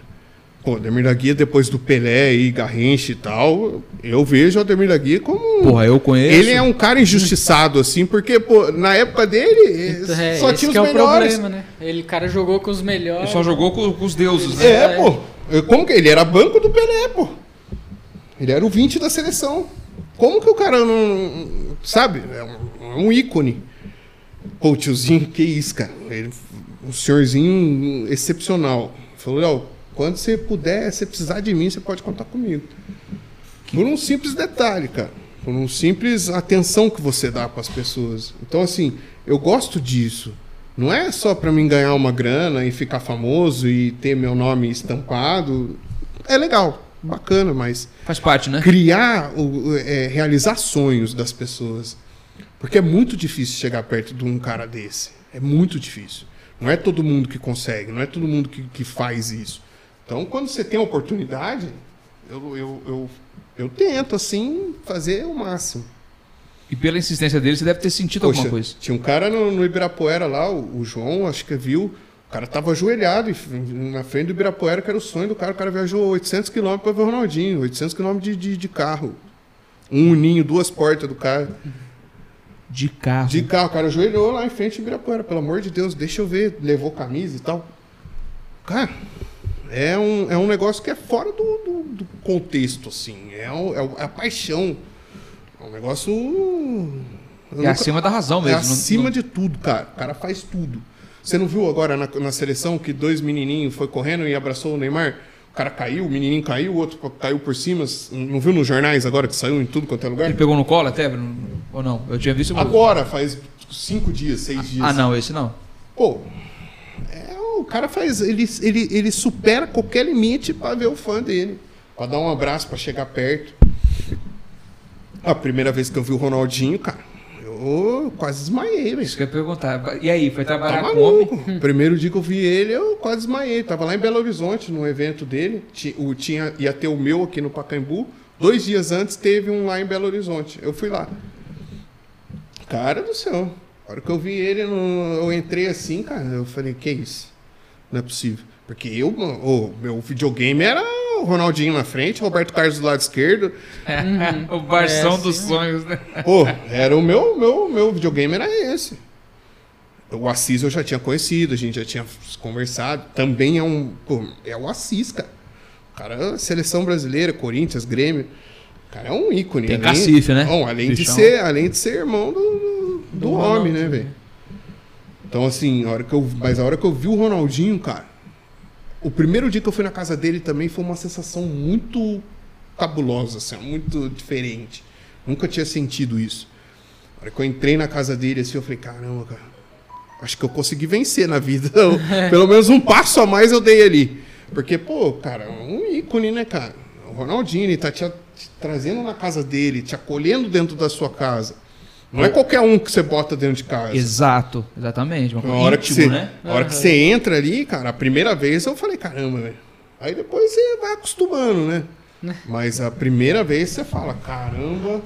Speaker 1: Pô, Ademir da Guia, depois do Pelé e Garrincha e tal, eu vejo o Ademir da Guia como um
Speaker 2: Porra, eu conheço.
Speaker 1: Ele é um cara injustiçado, assim, porque, pô, na época dele, eh,
Speaker 3: Então, é,
Speaker 1: só
Speaker 3: esse
Speaker 1: tinha os
Speaker 3: que é o
Speaker 1: melhores.
Speaker 3: problema, né? Ele, cara, jogou com os melhores.
Speaker 2: Ele só jogou com, com os deuses, né?
Speaker 1: É, pô. Eu- Como que ele era banco do Pelé, pô? Ele era o 20 da seleção. Como que o cara não. Sabe? É um, é um ícone. Pô, o tiozinho, que isso, cara. Ele, um senhorzinho excepcional. Falou, Léo, quando você puder, se precisar de mim, você pode contar comigo. Por um simples detalhe, cara. Por um simples atenção que você dá para as pessoas. Então, assim, eu gosto disso. Não é só para mim ganhar uma grana e ficar famoso e ter meu nome estampado. É legal, bacana, mas
Speaker 2: Faz parte, né?
Speaker 1: criar, o- o- é, realizar sonhos das pessoas. Porque é muito difícil chegar perto de um cara desse. É muito difícil. Não é todo mundo que consegue, não é todo mundo que, que faz isso. Então, quando você tem a oportunidade, eu, eu, eu, eu tento, assim, fazer o máximo.
Speaker 2: E pela insistência dele, você deve ter sentido alguma coisa.
Speaker 1: Tinha um cara no, no Ibirapuera lá, o, o João, acho que viu. O cara tava ajoelhado e f- na frente do Ibirapuera, que era o sonho do cara. O cara viajou 800 quilômetros para ver o Ronaldinho, 800 quilômetros de, de, de carro. Um uninho, duas portas do cara.
Speaker 2: De carro.
Speaker 1: De carro, o cara ajoelhou lá em frente do Ibirapuera. Pelo amor de Deus, deixa eu ver. Levou camisa e tal. Cara, é um, é um negócio que é fora do, do, do contexto, assim. É, o- é, o- é a paixão. É um negócio... eu
Speaker 2: É
Speaker 1: nunca-
Speaker 2: acima da razão
Speaker 1: é
Speaker 2: mesmo. não-
Speaker 1: acima
Speaker 2: não-
Speaker 1: de tudo, cara. O cara faz tudo. Você não viu agora na, na seleção que dois menininhos foi correndo e abraçou o Neymar? O cara caiu, o menininho caiu, o outro caiu por cima. Não viu nos jornais agora que saiu em tudo quanto é lugar?
Speaker 2: Ele pegou no colo até? não- Ou não? Eu tinha visto.
Speaker 1: Agora, faz cinco dias, seis dias.
Speaker 2: Ah, não, esse não.
Speaker 1: Pô, é, o cara faz. Ele, ele, ele supera qualquer limite pra ver o fã dele. Pra dar um abraço, pra chegar perto. A primeira vez que eu vi o Ronaldinho, cara, eu quase esmaiei, velho.
Speaker 2: Isso que eu ia perguntar. E aí, foi trabalhar
Speaker 1: Tá
Speaker 2: com homem?
Speaker 1: maluco. Primeiro dia que eu vi ele, eu quase desmaiei. Tava lá em Belo Horizonte, num evento dele. Ti- o- Tinha, ia ter o meu aqui no Pacaembu. Dois dias antes teve um lá em Belo Horizonte. Eu fui lá. Cara do céu. A hora que eu vi ele, no- eu entrei assim, cara. Eu falei, que isso? Não é possível. Porque eu, mano, o meu videogame era o Ronaldinho na frente, Roberto Carlos do lado esquerdo.
Speaker 2: o Barção
Speaker 3: É, assim,
Speaker 2: dos
Speaker 3: né?
Speaker 2: sonhos, né?
Speaker 1: Pô, era o meu, meu, meu videogame era esse. O Assis eu já tinha conhecido, a gente já tinha conversado. Também é um. pô, é o Assis, cara. O cara é seleção brasileira, Corinthians, Grêmio. O cara é um ícone.
Speaker 2: Tem cacife, né?
Speaker 1: Bom, além de,
Speaker 2: Bichão.
Speaker 1: ser, além de ser irmão do, do, do
Speaker 3: Do
Speaker 1: homem,
Speaker 3: Ronaldo,
Speaker 1: né, velho? Então, assim, a hora que eu, mas a hora que eu vi o Ronaldinho, cara, o primeiro dia que eu fui na casa dele também foi uma sensação muito cabulosa, assim, ó, muito diferente. Nunca tinha sentido isso. Na hora que eu entrei na casa dele assim, eu falei, caramba, cara, acho que eu consegui vencer na vida. Eu- Pelo menos um passo a mais eu dei ali. Porque, pô, cara, é um ícone, né, cara? O Ronaldinho, ele tá te, a- te trazendo na casa dele, te acolhendo dentro da sua casa. Não é qualquer um que você bota dentro de casa.
Speaker 2: Exato, exatamente. Uma
Speaker 1: Na
Speaker 2: coisa
Speaker 1: hora,
Speaker 2: íntimo,
Speaker 1: que você,
Speaker 2: né?
Speaker 1: na hora que você entra ali, cara, a primeira vez eu falei, caramba, velho. Aí depois você vai acostumando, né? Mas a primeira vez você fala, caramba,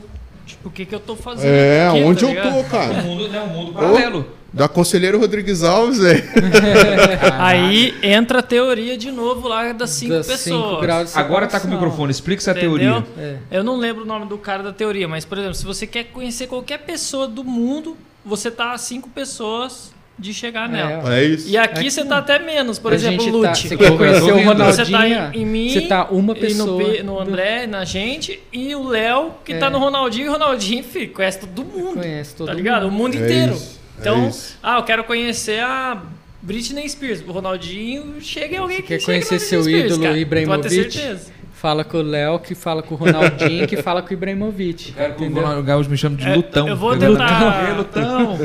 Speaker 4: Tipo, o que, que eu tô fazendo?
Speaker 1: é,
Speaker 4: aqui, tá
Speaker 1: onde eu
Speaker 4: ligado?
Speaker 1: tô, cara?
Speaker 2: mundo, né, um mundo paralelo.
Speaker 1: Da Conselheiro Rodrigues Alves, é. velho.
Speaker 4: Aí entra a teoria de novo lá das cinco
Speaker 3: Das
Speaker 4: pessoas.
Speaker 3: cinco graus é. de
Speaker 2: Agora tá com o
Speaker 3: separação.
Speaker 2: microfone, explica essa
Speaker 4: Entendeu?
Speaker 2: teoria.
Speaker 4: Eu não lembro o nome do cara da teoria, mas, por exemplo, se você quer conhecer qualquer pessoa do mundo, você tá a cinco pessoas de chegar nela.
Speaker 1: É isso.
Speaker 4: E aqui você tá até menos, por
Speaker 3: A
Speaker 4: exemplo,
Speaker 3: gente
Speaker 4: o
Speaker 3: tá-
Speaker 4: Lute.
Speaker 3: Você quer conhecer o
Speaker 2: Você tá
Speaker 3: Ronaldinho?
Speaker 4: Você tá em, em mim,
Speaker 3: Você tá uma
Speaker 4: e no,
Speaker 3: pessoa. É.
Speaker 4: Pe- no André, na gente, e o Léo, que tá no Ronaldinho, e o Ronaldinho, filho, conhece todo mundo.
Speaker 3: Conhece todo
Speaker 4: tá ligado? O mundo
Speaker 1: É
Speaker 4: inteiro.
Speaker 1: isso, é
Speaker 4: então,
Speaker 1: isso.
Speaker 4: ah, eu quero conhecer a Britney Spears. O Ronaldinho chega em alguém que
Speaker 3: quer
Speaker 4: chega
Speaker 3: conhecer
Speaker 4: na Britney
Speaker 3: seu
Speaker 4: Spears,
Speaker 3: ídolo,
Speaker 4: cara.
Speaker 3: Ibrahimovic?
Speaker 4: Pode ter certeza.
Speaker 3: Fala com o Léo, que fala com o Ronaldinho, que fala com o Ibrahimovic.
Speaker 2: Quero que o
Speaker 3: entendeu?
Speaker 2: Ronaldo Gaúcho me chama de
Speaker 4: É,
Speaker 2: Lutão.
Speaker 4: Eu vou
Speaker 2: entendeu?
Speaker 4: tentar.
Speaker 2: Lutão.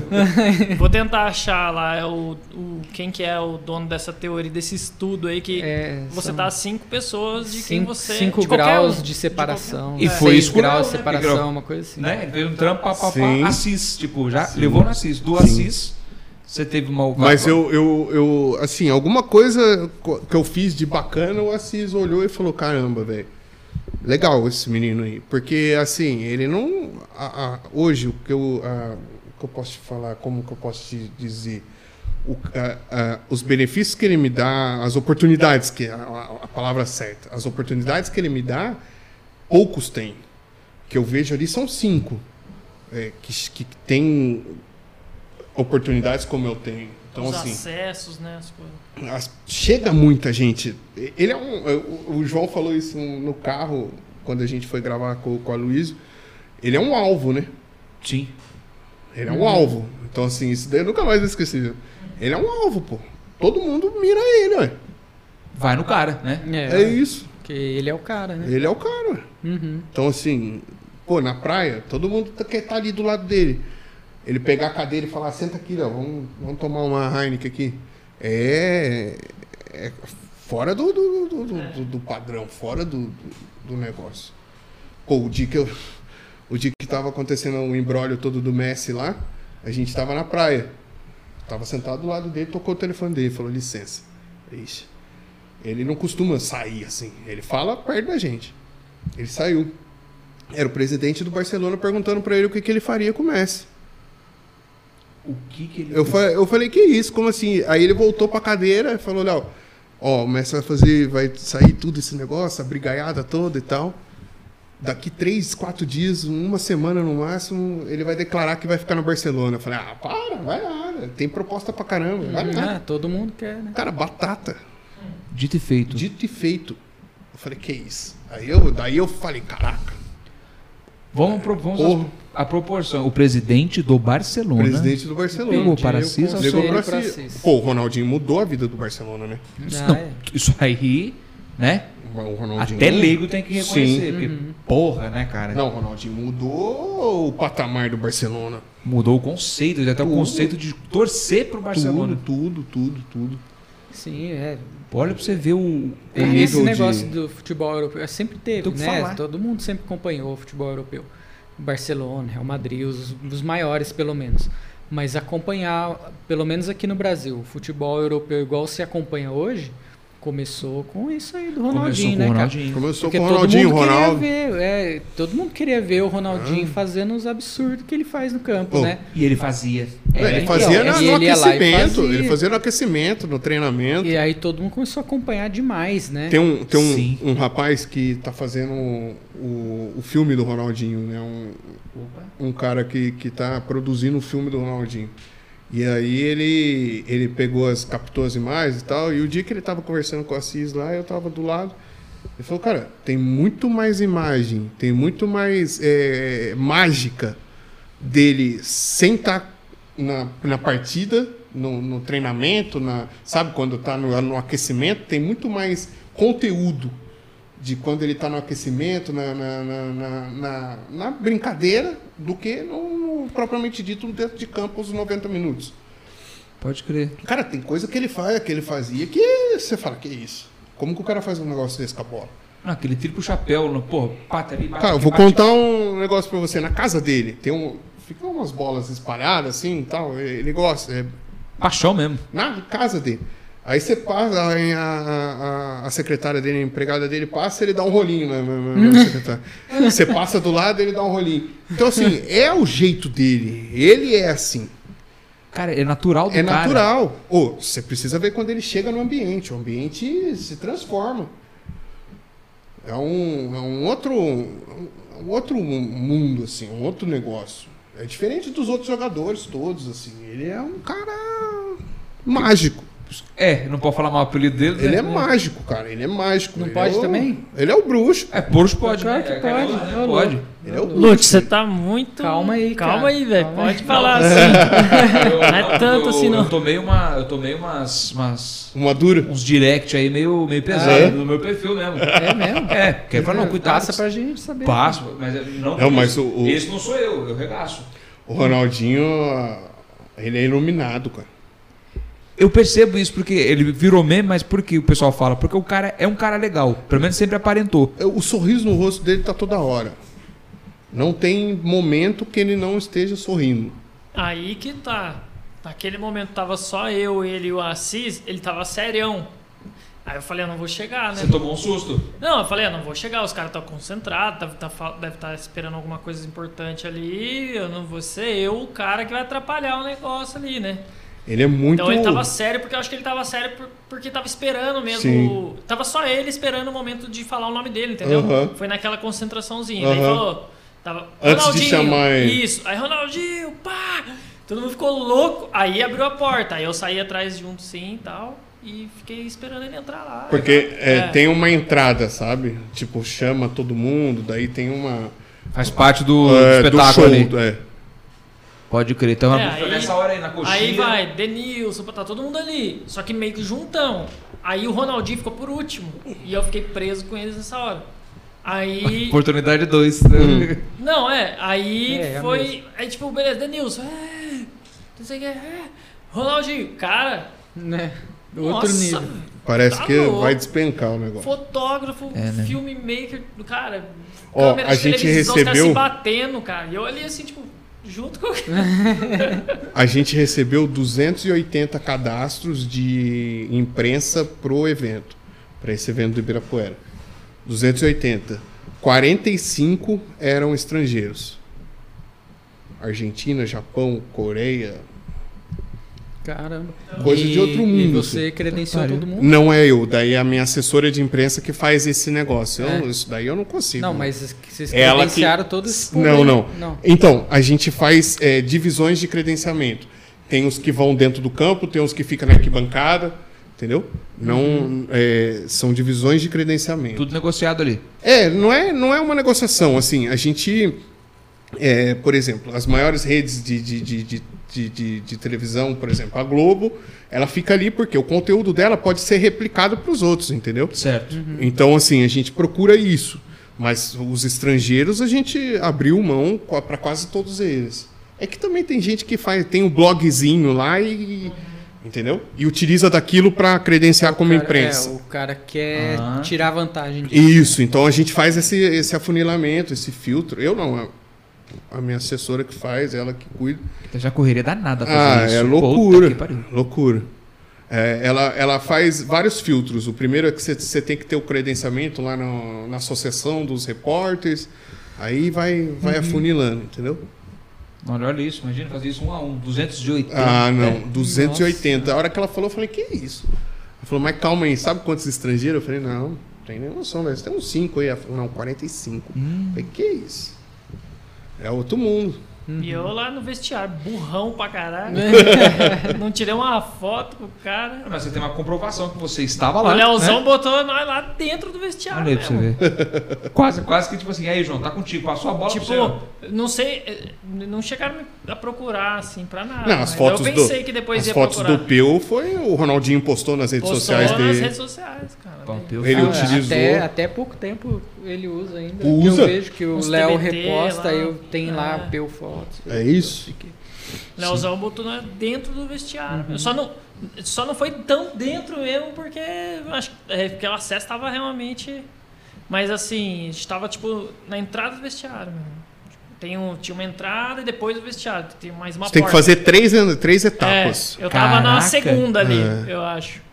Speaker 2: é
Speaker 4: vou tentar achar lá é o, o- quem que é o dono dessa teoria, desse estudo aí que
Speaker 3: É,
Speaker 4: você
Speaker 3: são
Speaker 4: tá a cinco pessoas de quem
Speaker 3: cinco,
Speaker 4: você
Speaker 3: cinco
Speaker 4: de qualquer
Speaker 3: graus
Speaker 4: um.
Speaker 3: de separação.
Speaker 2: E
Speaker 3: seis
Speaker 2: foi isso com o Léo,
Speaker 3: graus de
Speaker 2: né,
Speaker 3: separação,
Speaker 2: Pigrão?
Speaker 3: uma coisa assim.
Speaker 2: Né? Ele fez um trampo, pá, pá,
Speaker 1: Sim.
Speaker 2: pá, Assis. Tipo, já
Speaker 1: Sim.
Speaker 2: levou no Assis. Do
Speaker 1: Sim.
Speaker 2: Assis, você teve uma...
Speaker 1: Mas eu, eu, eu, assim, alguma coisa co- que eu fiz de bacana, o Assis olhou e falou: caramba, velho, legal esse menino aí. Porque, assim, ele não. a- a- hoje, o que, eu, a- o que eu posso te falar, como que eu posso te dizer? O- a- a- os benefícios que ele me dá, as oportunidades, que é a, a- a palavra certa, as oportunidades que ele me dá, poucos têm. Que eu vejo ali são cinco é, que, que tem oportunidades como eu tenho. Então,
Speaker 4: os
Speaker 1: assim
Speaker 4: acessos, né? as coisas.
Speaker 1: as- chega muita gente. Ele é um. o- O João falou isso no carro quando a gente foi gravar com, com a Luísio. Ele é um alvo, né?
Speaker 2: Sim.
Speaker 1: Ele é um alvo. Então, assim, isso daí eu nunca mais esqueci. Ele é um alvo, pô. Todo mundo mira ele, ué.
Speaker 2: Vai no cara, né?
Speaker 1: É,
Speaker 3: É,
Speaker 1: isso.
Speaker 3: porque ele é o cara, né?
Speaker 1: Ele é o cara, ué.
Speaker 3: Uhum.
Speaker 1: Então, assim, pô, na praia, todo mundo tá- quer estar ali do lado dele. Ele pegar a cadeira e falar, senta aqui, ó, vamos, vamos tomar uma Heineken aqui. É, é fora do, do, do,
Speaker 3: É.
Speaker 1: do- do- do padrão, fora do, do, do negócio. Pô, o dia que eu, o dia que tava acontecendo o embrólio todo do Messi lá, a gente tava na praia. Tava sentado do lado dele, tocou o telefone dele, falou, licença. Ixi. Ele não costuma sair assim. Ele fala perto da gente. Ele saiu. Era o presidente do Barcelona perguntando pra ele o que, que ele faria com o Messi.
Speaker 2: O que que ele...
Speaker 1: Eu, fa- eu falei, que isso? Como assim? Aí ele voltou pra cadeira e falou, Léo, ó, o Messi vai fazer, vai sair tudo esse negócio, a brigaiada toda e tal. Daqui três, quatro dias, uma semana no máximo, ele vai declarar que vai ficar no Barcelona. Eu falei, ah, para, vai lá, né? tem proposta pra caramba, vai lá.
Speaker 3: Ah, todo mundo quer, né?
Speaker 1: Cara, batata.
Speaker 2: Dito e feito.
Speaker 1: Dito e feito. Eu falei, que isso? Aí eu, daí eu falei, caraca,
Speaker 2: Vamos, pro, vamos
Speaker 1: Porra.
Speaker 2: às- a proporção. O presidente do Barcelona...
Speaker 1: presidente do Barcelona.
Speaker 2: né?" Pegou para si,
Speaker 3: Eu
Speaker 1: Negou
Speaker 3: conselho
Speaker 1: pra
Speaker 3: pra
Speaker 1: si.
Speaker 3: si.
Speaker 1: Pô, o Ronaldinho mudou a vida do Barcelona, né?
Speaker 2: Isso,
Speaker 3: Ah,
Speaker 2: não,
Speaker 3: é.
Speaker 2: isso aí, né?
Speaker 1: O Ronaldinho
Speaker 2: Até leigo tem que reconhecer.
Speaker 1: Sim.
Speaker 2: Porque,
Speaker 4: Uhum.
Speaker 2: porra, né, cara?
Speaker 1: Não, o Ronaldinho mudou o patamar do Barcelona.
Speaker 2: Mudou o conceito, até o
Speaker 1: Tudo.
Speaker 2: conceito de torcer pro Barcelona.
Speaker 1: Tudo, tudo, tudo, tudo.
Speaker 3: Sim, é.
Speaker 2: Olha pra você ver um, o.
Speaker 3: É,
Speaker 1: nível
Speaker 3: esse
Speaker 1: de-
Speaker 3: negócio do futebol europeu sempre teve,
Speaker 2: Do que
Speaker 3: né?
Speaker 2: falar.
Speaker 3: Todo mundo sempre acompanhou o futebol europeu. Barcelona, Real Madrid, os, os maiores pelo menos. Mas acompanhar, pelo menos aqui no Brasil, o futebol europeu igual se acompanha hoje, começou com isso aí do
Speaker 2: Começou
Speaker 3: Ronaldinho,
Speaker 2: com
Speaker 3: né,
Speaker 2: o
Speaker 3: cara?
Speaker 2: Ronaldinho.
Speaker 1: Começou
Speaker 3: Porque
Speaker 1: com o
Speaker 3: todo
Speaker 1: Ronaldinho,
Speaker 3: mundo
Speaker 1: Ronaldo. Ah.
Speaker 3: queria ver, é, todo mundo queria ver o Ronaldinho fazendo os absurdos que ele faz no campo,
Speaker 1: Pô,
Speaker 3: né?
Speaker 2: E ele fazia.
Speaker 3: É,
Speaker 1: ele
Speaker 3: então,
Speaker 1: fazia na-
Speaker 3: e
Speaker 1: no
Speaker 3: ele ia lá e
Speaker 1: aquecimento.
Speaker 3: fazia.
Speaker 1: Ele fazia no aquecimento, no treinamento.
Speaker 3: E aí todo mundo começou a acompanhar demais, né?
Speaker 1: Tem, um, tem
Speaker 2: Sim.
Speaker 1: um, um rapaz que tá fazendo o, o filme do Ronaldinho, né? Um, um cara que, que tá produzindo o filme do Ronaldinho. E aí ele, ele pegou as, captou as imagens e tal, e o dia que ele tava conversando com a Cis lá, eu tava do lado. Ele falou, cara, tem muito mais imagem, tem muito mais é, mágica dele sentar na, na partida, no, no treinamento, na, sabe, quando tá no, no aquecimento, tem muito mais conteúdo de quando ele tá no aquecimento, na, na, na, na, na- na brincadeira, do que no, no, jogo propriamente dito dentro de campo os 90 minutos.
Speaker 2: então, Pode crer.
Speaker 1: Cara, tem coisa que ele faz, que ele fazia, que você fala, que isso? Como que o cara faz um negócio desse com a bola?
Speaker 2: Ah, aquele tiro pro chapéu, no- porra, pata ali, bate
Speaker 1: Cara, eu
Speaker 2: aqui,
Speaker 1: vou
Speaker 2: bate
Speaker 1: contar um negócio pra você. Na casa dele, tem um. Ficam umas bolas espalhadas assim e tal. Ele gosta. é-
Speaker 2: aqui. Paixão mesmo.
Speaker 1: na casa dele. Aí você passa, a, a- a- a secretária dele, a empregada dele passa, ele dá um rolinho na, na- na- na secretária. Você passa do lado, ele dá um rolinho. Então, assim, é o jeito dele. Ele é assim.
Speaker 2: Cara, é natural do
Speaker 1: É
Speaker 2: cara.
Speaker 1: natural. Ô, você precisa ver quando ele chega no ambiente. O ambiente se transforma. É um, é um outro um outro mundo, assim, um outro negócio. É diferente dos outros jogadores todos, assim. Ele é um cara mágico.
Speaker 2: É, não pode falar mal o apelido dele.
Speaker 1: Ele
Speaker 2: né?
Speaker 1: é mágico, cara. Ele é mágico.
Speaker 3: Não
Speaker 1: Ele
Speaker 3: pode
Speaker 1: é o-
Speaker 3: também?
Speaker 1: Ele é o bruxo.
Speaker 2: É, porco pode,
Speaker 3: Claro
Speaker 2: né?
Speaker 3: que
Speaker 2: É, cara,
Speaker 3: pode.
Speaker 2: né?
Speaker 3: Ô,
Speaker 2: Pode.
Speaker 1: Ele é o
Speaker 4: Lute, você tá muito.
Speaker 3: Calma aí, cara.
Speaker 4: Calma aí, velho.
Speaker 3: Calma
Speaker 4: Pode
Speaker 3: aí.
Speaker 4: falar assim.
Speaker 2: Eu-
Speaker 4: Não é tanto
Speaker 2: eu-
Speaker 4: assim, não.
Speaker 2: Eu tomei, uma, eu tomei umas, umas-
Speaker 1: Uma dura.
Speaker 2: uns direct aí meio, meio pesado
Speaker 1: Ah, é?
Speaker 2: no meu perfil mesmo.
Speaker 1: um
Speaker 3: É mesmo?
Speaker 2: É, porque é pra não cuidar.
Speaker 3: Passa pra gente saber.
Speaker 2: Passo, mas é- não.
Speaker 1: Não, mas o- o-
Speaker 2: Esse não sou eu, eu regaço.
Speaker 1: O Ronaldinho, ele é iluminado, cara.
Speaker 2: Eu percebo isso porque ele virou meme, mas por que o pessoal fala? Porque o cara é um cara legal. Pelo menos sempre aparentou.
Speaker 1: O sorriso no rosto dele tá toda hora. Não tem momento que ele não esteja sorrindo.
Speaker 4: Aí que tá. Naquele momento tava só eu, ele e o Assis, ele tava serião. Aí eu falei, eu não vou chegar, né?
Speaker 2: Você tomou um susto.
Speaker 4: Não, eu falei, eu não vou chegar, os caras estão concentrados, deve tá, fa- deve estar esperando alguma coisa importante ali, eu não vou ser eu o cara que vai atrapalhar o negócio ali, né?
Speaker 1: Ele é muito.
Speaker 4: Então ele tava sério, porque eu acho que ele tava sério por- porque tava esperando mesmo.
Speaker 1: Sim.
Speaker 4: Tava só ele esperando o momento de falar o nome dele, entendeu?
Speaker 1: Aham.
Speaker 4: Foi naquela concentraçãozinha. Aí
Speaker 1: Aham.
Speaker 4: falou. Tava,
Speaker 1: Antes de
Speaker 4: Ronaldinho,
Speaker 1: chamar ele.
Speaker 4: Isso. Aí Ronaldinho, pá! Todo mundo ficou louco. Aí abriu a porta. Aí eu saí atrás junto sim e tal. E fiquei esperando ele entrar lá.
Speaker 1: Porque é,
Speaker 4: É.
Speaker 1: tem uma entrada, sabe? Tipo, chama todo mundo, daí tem uma.
Speaker 2: Faz parte do,
Speaker 1: é, do show.
Speaker 2: Um espetáculo ali.
Speaker 1: é.
Speaker 2: Pode crer. Então,
Speaker 4: É, aí-
Speaker 2: nessa hora aí na coxinha.
Speaker 4: Aí vai, Denilson, tá todo mundo ali. Só que meio que juntão. Aí o Ronaldinho ficou por último. E eu fiquei preso com eles nessa hora. Aí.
Speaker 2: Oportunidade 2.
Speaker 1: Hum.
Speaker 4: Não, é. Aí
Speaker 3: É, é
Speaker 4: foi. Aí tipo, beleza, Denilson. É, não sei o que. É. Ronaldinho, cara.
Speaker 3: Né? Outro
Speaker 4: nossa,
Speaker 3: nível.
Speaker 1: Parece
Speaker 4: Tá
Speaker 1: que
Speaker 4: louco.
Speaker 1: vai despencar o negócio.
Speaker 4: Fotógrafo,
Speaker 2: É, né?
Speaker 4: filmmaker, cara.
Speaker 1: Ó,
Speaker 4: câmera
Speaker 1: a
Speaker 4: de
Speaker 1: gente
Speaker 4: televisão, os caras
Speaker 1: recebeu-
Speaker 4: se batendo, cara. E eu ali assim, tipo, junto com.
Speaker 1: A gente recebeu 280 cadastros de imprensa pro evento, para esse evento do Ibirapuera. 280. 45 eram estrangeiros. Argentina, Japão, Coreia.
Speaker 3: Caramba.
Speaker 1: Coisa
Speaker 3: E-
Speaker 1: de outro
Speaker 3: E
Speaker 1: mundo, assim.
Speaker 3: você credenciou
Speaker 2: Pariu.
Speaker 3: todo mundo?
Speaker 1: Não é eu, daí é a minha assessora de imprensa que faz esse negócio. Eu-
Speaker 3: É.
Speaker 1: isso daí eu não consigo. né?
Speaker 3: Não, mas es- que vocês
Speaker 1: Ela
Speaker 3: credenciaram
Speaker 1: que-
Speaker 3: todos. esse
Speaker 1: Não,
Speaker 3: público.
Speaker 1: não. Então, a gente faz é, divisões de credenciamento. Tem os que vão dentro do campo, tem os que ficam na arquibancada, entendeu? Não é, são divisões de credenciamento.
Speaker 2: Tudo negociado ali.
Speaker 1: É, não é, não é uma negociação, assim, a gente, é, por exemplo, as maiores redes de, de, de, de, de- de- de televisão, por exemplo, a Globo, ela fica ali porque o conteúdo dela pode ser replicado para os outros, entendeu?
Speaker 2: Certo.
Speaker 1: Então, assim, a gente procura isso. Mas os estrangeiros a gente abriu mão para quase todos eles. É que também tem gente que faz, tem um blogzinho lá e. Entendeu? E utiliza daquilo para credenciar como
Speaker 3: Cara,
Speaker 1: imprensa.
Speaker 3: É, o cara quer
Speaker 2: Ah.
Speaker 3: tirar vantagem disso.
Speaker 1: Isso, então a gente faz esse, esse afunilamento, esse filtro. Eu não, a, a minha assessora que faz, ela que cuida.
Speaker 2: Então já correria danada fazer
Speaker 1: Ah,
Speaker 2: isso.
Speaker 1: é
Speaker 2: Puta
Speaker 1: loucura.
Speaker 2: que pariu.
Speaker 1: Loucura. É, ela, ela faz vários filtros. O primeiro é que você- você tem que ter o credenciamento lá no- na associação dos repórteres. Aí vai, vai
Speaker 2: Uhum.
Speaker 1: afunilando, entendeu?
Speaker 2: Olha, olha isso, imagina fazer isso um a um, 280.
Speaker 1: Ah,
Speaker 2: É.
Speaker 1: não. 280. A hora que ela falou, eu falei, que isso? Ela falou, mas calma aí, sabe quantos estrangeiros? Eu falei, não, não tem nem noção, mas tem uns 5 aí. Ela falou, não, 45.
Speaker 2: Hum.
Speaker 1: Eu falei, que isso? É outro mundo.
Speaker 4: E eu lá no vestiário, burrão pra
Speaker 2: Né?
Speaker 4: caralho. não tirei uma foto com o cara.
Speaker 2: Mas você tem uma comprovação que você estava lá.
Speaker 4: O Leozão
Speaker 2: né?
Speaker 4: botou nós lá dentro do vestiário. né,
Speaker 2: Olha aí pra você
Speaker 4: mesmo.
Speaker 2: ver. quase, quase que tipo assim, aí, João, tá contigo, passou a bola pro
Speaker 4: Tipo,
Speaker 2: seu.
Speaker 4: não sei, eh, não chegaram a me a procurar, assim, pra nada.
Speaker 1: Não, as
Speaker 4: mas
Speaker 1: fotos
Speaker 4: eu pensei
Speaker 1: do,
Speaker 4: que depois
Speaker 1: as
Speaker 4: ia
Speaker 1: fotos
Speaker 4: é, procurar.
Speaker 1: do Peu foi o Ronaldinho postou nas redes
Speaker 4: Postou
Speaker 1: sociais
Speaker 4: nas
Speaker 1: dele.
Speaker 4: redes sociais, cara.
Speaker 2: Bom,
Speaker 4: Tem-
Speaker 2: eu-
Speaker 1: Ele
Speaker 3: Ah,
Speaker 1: utilizou.
Speaker 3: Até, até pouco tempo ele usa ainda. que
Speaker 1: Usa?
Speaker 3: Eu vejo que o
Speaker 4: Uns
Speaker 3: Léo
Speaker 4: TBT
Speaker 3: reposta,
Speaker 4: lá.
Speaker 3: eu tenho lá
Speaker 4: É.
Speaker 3: Peu Fotos.
Speaker 1: É isso?
Speaker 4: Leozão botou na- dentro do vestiário.
Speaker 2: Uhum.
Speaker 4: Eu Só, não, só não foi tão dentro mesmo, porque eu acho que é, porque o acesso estava realmente. Mas assim, estava tipo na entrada do vestiário. mesmo. Tem um, tinha uma entrada e depois do vestiário. Tem mais uma
Speaker 1: Você tem que
Speaker 4: porta.
Speaker 1: fazer três, três
Speaker 4: É,
Speaker 1: etapas.
Speaker 4: eu tava na
Speaker 2: Caraca.
Speaker 4: segunda ali,
Speaker 1: É.
Speaker 4: eu acho.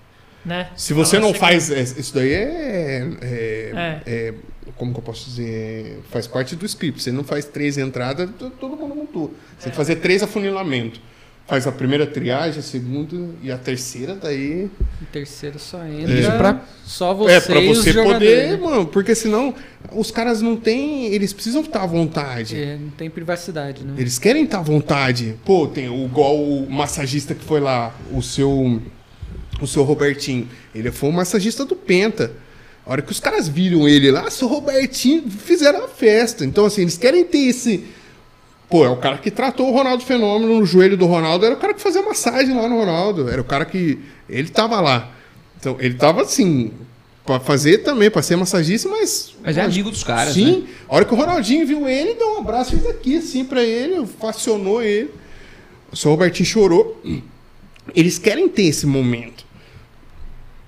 Speaker 4: Né?
Speaker 1: Se você
Speaker 4: Tava na
Speaker 1: não
Speaker 4: segunda.
Speaker 1: faz. é, Isso daí é. é- é- como que eu posso dizer? Faz parte do script. Você não faz três entradas, t- todo mundo montou. Você tem que fazer três afunilamentos. Faz a primeira triagem, a segunda e a terceira, daí.
Speaker 3: O terceiro só entra.
Speaker 1: Isso pra-
Speaker 3: Só você
Speaker 1: é, pra
Speaker 3: e os
Speaker 1: você
Speaker 3: jogadores.
Speaker 1: poder, mano, porque senão os caras não têm. Eles precisam estar à vontade.
Speaker 3: É, não tem privacidade, né?
Speaker 1: Eles querem estar à vontade. Pô, tem o igual o massagista que foi lá, o seu o seu Robertinho. Ele foi um massagista do Penta. A hora que os caras viram ele lá, seu Robertinho, fizeram a festa. Então, assim, eles querem ter esse. Pô, é o cara que tratou o Ronaldo Fenômeno no joelho do Ronaldo, era o cara que fazia massagem lá no Ronaldo. Era o cara que. Ele tava lá. Então, ele tava assim. Pra fazer também, pra ser massagista, mas.
Speaker 2: Mas é amigo dos caras,
Speaker 1: Sim.
Speaker 2: né?
Speaker 1: A hora que o Ronaldinho viu ele, deu um abraço, fez aqui, assim, pra ele, facionou ele. O seu Robertinho chorou. Eles querem ter esse momento,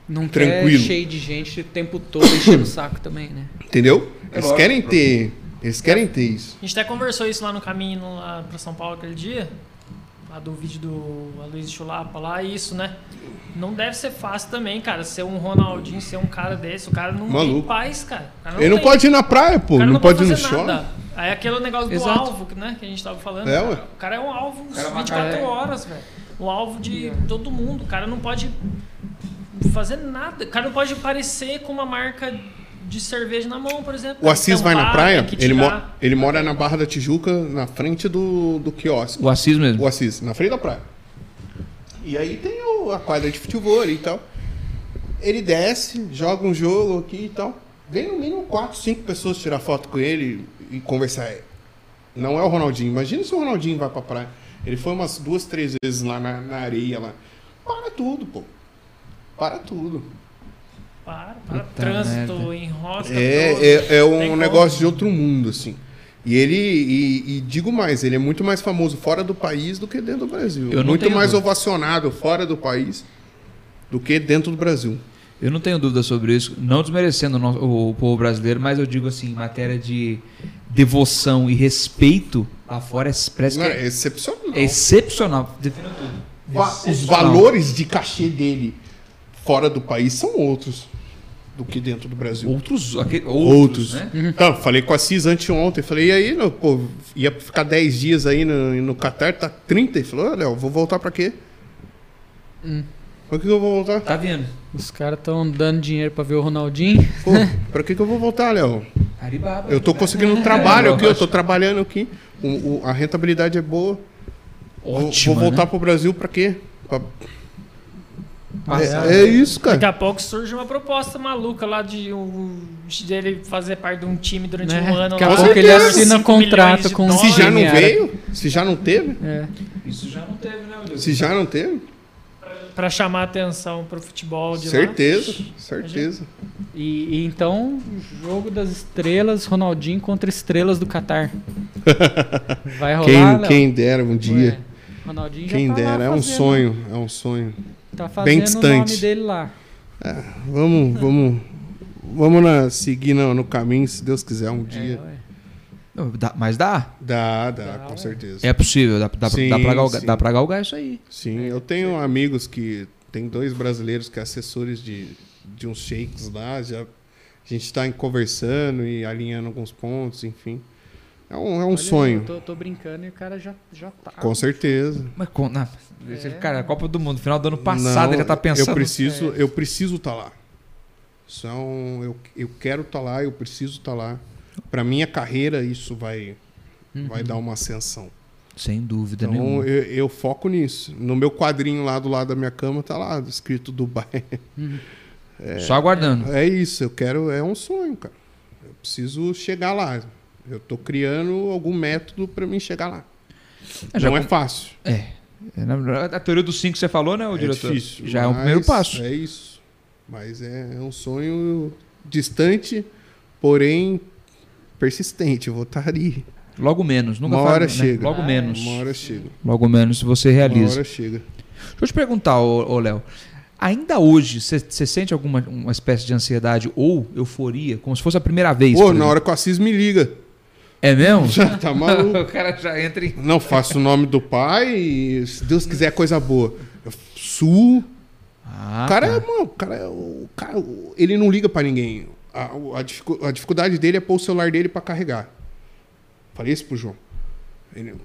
Speaker 3: Não
Speaker 1: Tranquilo.
Speaker 3: quer cheio de gente o tempo todo enchendo o saco também, né?
Speaker 1: entendeu?
Speaker 2: É
Speaker 1: Eles
Speaker 2: lógico.
Speaker 1: querem ter. Eles querem ter isso.
Speaker 4: A gente até conversou isso lá no caminho lá pra São Paulo aquele dia. Lá do vídeo do Aloysio Chulapa lá, e isso, né? Não deve ser fácil também, cara, ser um Ronaldinho, ser um cara desse. O cara não
Speaker 1: Maluco.
Speaker 4: tem paz, cara. O cara
Speaker 1: ele não
Speaker 4: tem-
Speaker 1: pode ir na praia, pô.
Speaker 4: o
Speaker 1: Não,
Speaker 4: cara
Speaker 1: pode ir no
Speaker 4: fazer nada.
Speaker 1: shopping.
Speaker 4: Aí aquele negócio do
Speaker 3: Exato.
Speaker 4: alvo, né? Que a gente tava falando.
Speaker 1: É,
Speaker 4: cara.
Speaker 1: ué.
Speaker 4: O cara é um alvo uns
Speaker 2: cara
Speaker 4: 24
Speaker 3: matar-
Speaker 4: horas, velho. Um alvo de todo mundo. O cara não pode fazer nada. O cara não pode parecer com uma marca de cerveja na mão, por exemplo.
Speaker 1: O Assis vai na
Speaker 4: Tampar,
Speaker 1: praia,
Speaker 4: tem que
Speaker 1: ele, mo-
Speaker 4: tirar.
Speaker 1: ele mora na Barra da Tijuca, na frente do, do quiosque.
Speaker 2: O Assis mesmo.
Speaker 1: O Assis, na frente da praia. E aí tem o- a quadra de futebol ali e tal. Ele desce, joga um jogo aqui e tal. Vem no mínimo 4, 5 pessoas tirar foto com ele e conversar. Não é o Ronaldinho. Imagina se o Ronaldinho vai pra praia. Ele foi umas duas, três vezes lá na, na areia lá. Para tudo, pô. Para tudo.
Speaker 4: Para, para.
Speaker 2: Puta
Speaker 4: Trânsito,
Speaker 2: merda.
Speaker 4: enrosca. todo.
Speaker 1: É, é, é
Speaker 4: Tem
Speaker 1: um
Speaker 4: como.
Speaker 1: negócio de outro mundo, assim. E ele, e, e digo mais, ele é muito mais famoso fora do país do que dentro do Brasil.
Speaker 2: Eu não
Speaker 1: muito
Speaker 2: tenho
Speaker 1: mais
Speaker 2: dúvida.
Speaker 1: ovacionado fora do país do que dentro do Brasil.
Speaker 2: Eu não tenho dúvida sobre isso, não desmerecendo o, nosso- o povo brasileiro, mas eu digo assim, em matéria de devoção e respeito, lá fora é, parece
Speaker 1: Não,
Speaker 2: que
Speaker 1: é
Speaker 2: é,
Speaker 1: excepcional.
Speaker 2: é excepcional. Definiu tudo.
Speaker 1: Va- os
Speaker 2: Excepcional.
Speaker 1: valores de cachê dele fora do país são outros do que dentro do Brasil.
Speaker 2: Outros, aque-
Speaker 1: Outros.
Speaker 2: outros, né?
Speaker 1: Tá, falei com a Cis anteontem, falei, e aí, meu, pô, ia ficar 10 dias aí no, no Catar, tá 30. Ele falou, "Ah, Léo, vou voltar pra quê?
Speaker 2: Hum.
Speaker 1: Pra que que eu vou voltar?
Speaker 2: Tá vendo?
Speaker 3: Os caras estão dando dinheiro pra ver o Ronaldinho.
Speaker 1: Pô, pra que que eu vou voltar, Léo?
Speaker 2: Caribaba.
Speaker 1: Eu tô conseguindo um trabalho aqui, eu tô trabalhando aqui. O- o- a rentabilidade é boa. Vou-
Speaker 2: Ótimo,
Speaker 1: vou voltar
Speaker 2: né?
Speaker 1: pro Brasil pra quê? Pra-
Speaker 2: Passar.
Speaker 1: É, é isso,
Speaker 4: Daqui
Speaker 1: cara.
Speaker 4: a pouco surge uma proposta maluca lá de, um, de ele fazer parte de um time durante
Speaker 3: Né?
Speaker 4: um ano.
Speaker 3: Daqui a
Speaker 4: lá,
Speaker 1: pouco ele
Speaker 4: por
Speaker 1: assina
Speaker 4: cinco
Speaker 3: contrato
Speaker 4: milhões de
Speaker 3: com o
Speaker 4: dólares.
Speaker 1: Se já não
Speaker 3: Olha,
Speaker 1: veio, se já não teve,
Speaker 3: É.
Speaker 2: Isso já não teve, né, Wilson?
Speaker 1: se já não teve,
Speaker 4: Pra chamar atenção pro futebol de
Speaker 1: certeza, certeza.
Speaker 3: E, e então, jogo das estrelas, Ronaldinho contra estrelas do Catar. Vai rolar,
Speaker 1: Quem,
Speaker 3: Léo?
Speaker 1: quem dera um
Speaker 3: Ué,
Speaker 1: dia,
Speaker 3: Ronaldinho já
Speaker 1: quem
Speaker 3: tá lá
Speaker 1: dera, é um
Speaker 3: fazendo-
Speaker 1: sonho, é um sonho.
Speaker 3: Tá fazendo
Speaker 1: bem
Speaker 3: o
Speaker 1: distante.
Speaker 3: nome dele lá.
Speaker 1: Vamos, vamos, vamos na- seguir no, no caminho, se Deus quiser, um
Speaker 3: É,
Speaker 1: dia.
Speaker 3: ué.
Speaker 2: Não, dá- mas dá.
Speaker 1: Dá, dá, com
Speaker 3: ué.
Speaker 1: certeza.
Speaker 2: É possível. Dá, dá,
Speaker 1: Sim,
Speaker 2: dá, pra, galgar,
Speaker 1: sim.
Speaker 2: dá pra galgar isso aí.
Speaker 1: Sim, eu tenho amigos que tem dois brasileiros que é assessores de, de uns shakes lá, já a gente está conversando e alinhando alguns pontos, enfim. É um, é um
Speaker 3: Olha,
Speaker 1: sonho,
Speaker 3: Eu tô, tô brincando e o cara já, já tá.
Speaker 1: com certeza.
Speaker 2: Mas, com- na,
Speaker 3: É.
Speaker 2: Cara, Copa do Mundo, final do ano passado,
Speaker 1: Não,
Speaker 2: ele já tá pensando.
Speaker 1: Eu preciso, eu preciso estar lá. Isso é um- eu, eu quero estar lá, eu preciso estar lá. Para minha carreira isso vai vai
Speaker 2: Uhum.
Speaker 1: dar uma ascensão.
Speaker 2: Sem dúvida
Speaker 1: Então
Speaker 2: nenhuma.
Speaker 1: eu, eu foco nisso. No meu quadrinho lá do lado da minha cama tá lá escrito Dubai.
Speaker 3: Uhum.
Speaker 2: Só aguardando.
Speaker 1: É isso, eu quero, é um sonho, cara. Eu preciso chegar lá. Eu tô criando algum método para mim chegar lá.
Speaker 2: já
Speaker 1: não é
Speaker 2: com-
Speaker 1: fácil.
Speaker 2: É. É, na- A teoria dos cinco que você falou, né, o
Speaker 1: é
Speaker 2: diretor?
Speaker 1: difícil.
Speaker 2: Já é um
Speaker 1: mas
Speaker 2: primeiro passo.
Speaker 1: É isso. Mas é, é um sonho distante, porém persistente. Eu vou estar ali.
Speaker 2: Logo menos. Nunca
Speaker 1: Uma
Speaker 2: falo,
Speaker 1: hora
Speaker 2: né?
Speaker 1: chega. É,
Speaker 2: Logo
Speaker 4: Ah,
Speaker 2: menos.
Speaker 1: Uma hora chega.
Speaker 2: Logo menos você
Speaker 1: Uma
Speaker 2: realiza.
Speaker 1: hora chega.
Speaker 2: Deixa eu te perguntar, ô, ô, Léo. Ainda hoje, você- você sente alguma uma espécie de ansiedade ou euforia? Como se fosse a primeira vez?
Speaker 1: Pô,
Speaker 2: por
Speaker 1: na
Speaker 2: exemplo?
Speaker 1: hora que o Assis me liga.
Speaker 2: É mesmo?
Speaker 1: Já tá maluco.
Speaker 2: o cara já entra em...
Speaker 1: Não, faço o nome do pai e, se Deus quiser, é coisa boa. Eu suo.
Speaker 2: Ah,
Speaker 1: O cara, é,
Speaker 2: tá.
Speaker 1: mano, o cara, é- o cara, o- ele não liga pra ninguém. A, o- a dificu- a dificuldade dele é pôr o celular dele pra carregar. Falei isso pro João. Ele-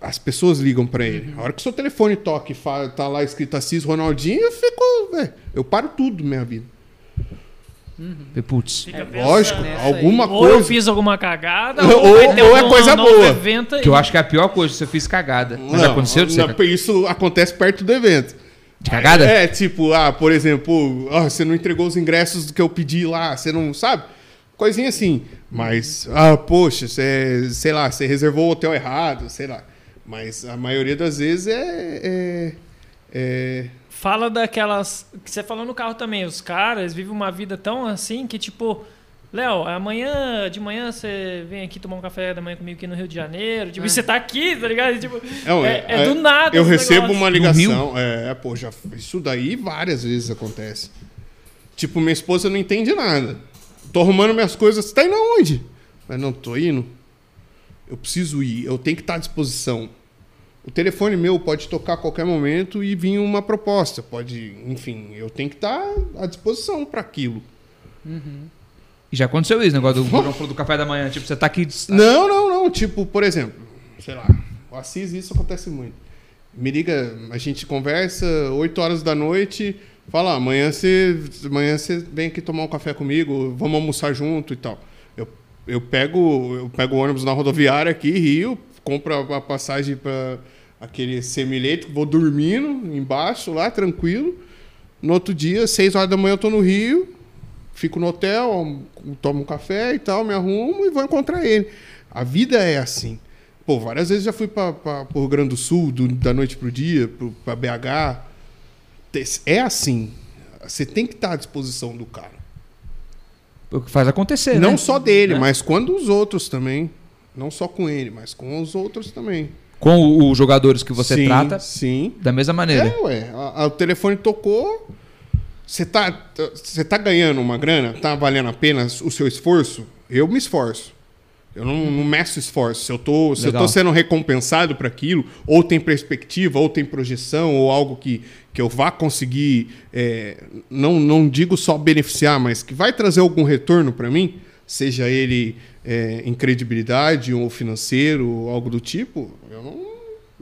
Speaker 1: as pessoas ligam pra ele.
Speaker 2: Uhum.
Speaker 1: A hora que o seu telefone toca e fala- tá lá escrito Assis Ronaldinho, eu fico, velho, eu paro tudo na minha vida.
Speaker 2: Putz.
Speaker 4: Fica pensando,
Speaker 1: Lógico,
Speaker 4: né?
Speaker 3: nessa aí.
Speaker 1: alguma
Speaker 4: Ou eu
Speaker 1: coisa.
Speaker 4: fiz alguma cagada,
Speaker 1: Ou-
Speaker 4: vai ter
Speaker 1: ou é coisa
Speaker 4: novo
Speaker 1: boa.
Speaker 4: evento aí.
Speaker 2: Que eu acho que é a pior coisa, você fez cagada. Mas
Speaker 1: Não,
Speaker 2: aconteceu de você?
Speaker 1: não, Isso acontece perto do evento.
Speaker 2: De cagada?
Speaker 1: É, tipo, ah, por exemplo, ah, você não entregou os ingressos que eu pedi lá, você não sabe? Coisinha assim. Mas, ah, poxa, você, sei lá, você reservou o hotel errado, sei lá. Mas a maioria das vezes é. é, é-
Speaker 4: Fala daquelas. Que você falou no carro também, os caras vivem uma vida tão assim que, tipo, Léo, amanhã, de manhã, você vem aqui tomar um café da manhã comigo aqui no Rio de Janeiro.
Speaker 3: É.
Speaker 4: Tipo, e você tá aqui, tá ligado? E, tipo,
Speaker 1: não,
Speaker 4: é, é do nada.
Speaker 1: Eu
Speaker 4: esse
Speaker 1: recebo
Speaker 4: negócio.
Speaker 1: uma
Speaker 2: Rio?
Speaker 1: ligação. É, é, pô, já, isso daí várias vezes acontece. Tipo, minha esposa não entende nada. Tô arrumando minhas coisas, você tá indo aonde? Mas não, tô indo. Eu preciso ir, eu tenho que estar à disposição. O telefone meu pode tocar a qualquer momento e vir uma proposta. Pode, enfim, eu tenho que estar à disposição para aquilo.
Speaker 2: E já aconteceu isso, negócio do o João falou do café da manhã. Tipo, você tá aqui.
Speaker 1: Não, não, não. Tipo, por exemplo, sei lá, o Assis, isso acontece muito. Me liga, a gente conversa 8 horas da noite, fala, "Ah, amanhã você, amanhã você vem aqui tomar um café comigo, vamos almoçar junto e tal. Eu, eu pego eu pego o ônibus na rodoviária aqui, Rio, compro a, a passagem para aquele semi-leito, vou dormindo embaixo lá, tranquilo. No outro dia, 6 horas da manhã, eu tô no Rio, fico no hotel, almo- tomo um café e tal, me arrumo e vou encontrar ele. A vida é assim. Pô, várias vezes já fui para o Rio Grande do Sul, do- da noite pro dia, para BH. Te- É assim. Você tem que estar à disposição do cara.
Speaker 2: O que faz acontecer,
Speaker 1: Não
Speaker 2: né?
Speaker 1: só dele,
Speaker 2: É.
Speaker 1: mas quando os outros também. Não só com ele, mas com os outros também.
Speaker 2: Com o- os jogadores que você
Speaker 1: Sim,
Speaker 2: trata,
Speaker 1: Sim.
Speaker 2: da mesma maneira.
Speaker 1: É, ué. A- a- o telefone tocou. Você tá, você tá ganhando uma grana? Tá valendo a pena o seu esforço? Eu me esforço. Eu não, não meço esforço. Se eu, tô, se eu
Speaker 2: Legal.
Speaker 1: tô sendo recompensado para aquilo, ou tem perspectiva, ou tem projeção, ou algo que, que eu vá conseguir, é, não, não digo só beneficiar, mas que vai trazer algum retorno para mim, seja ele é, em credibilidade ou financeiro, ou algo do tipo, eu não.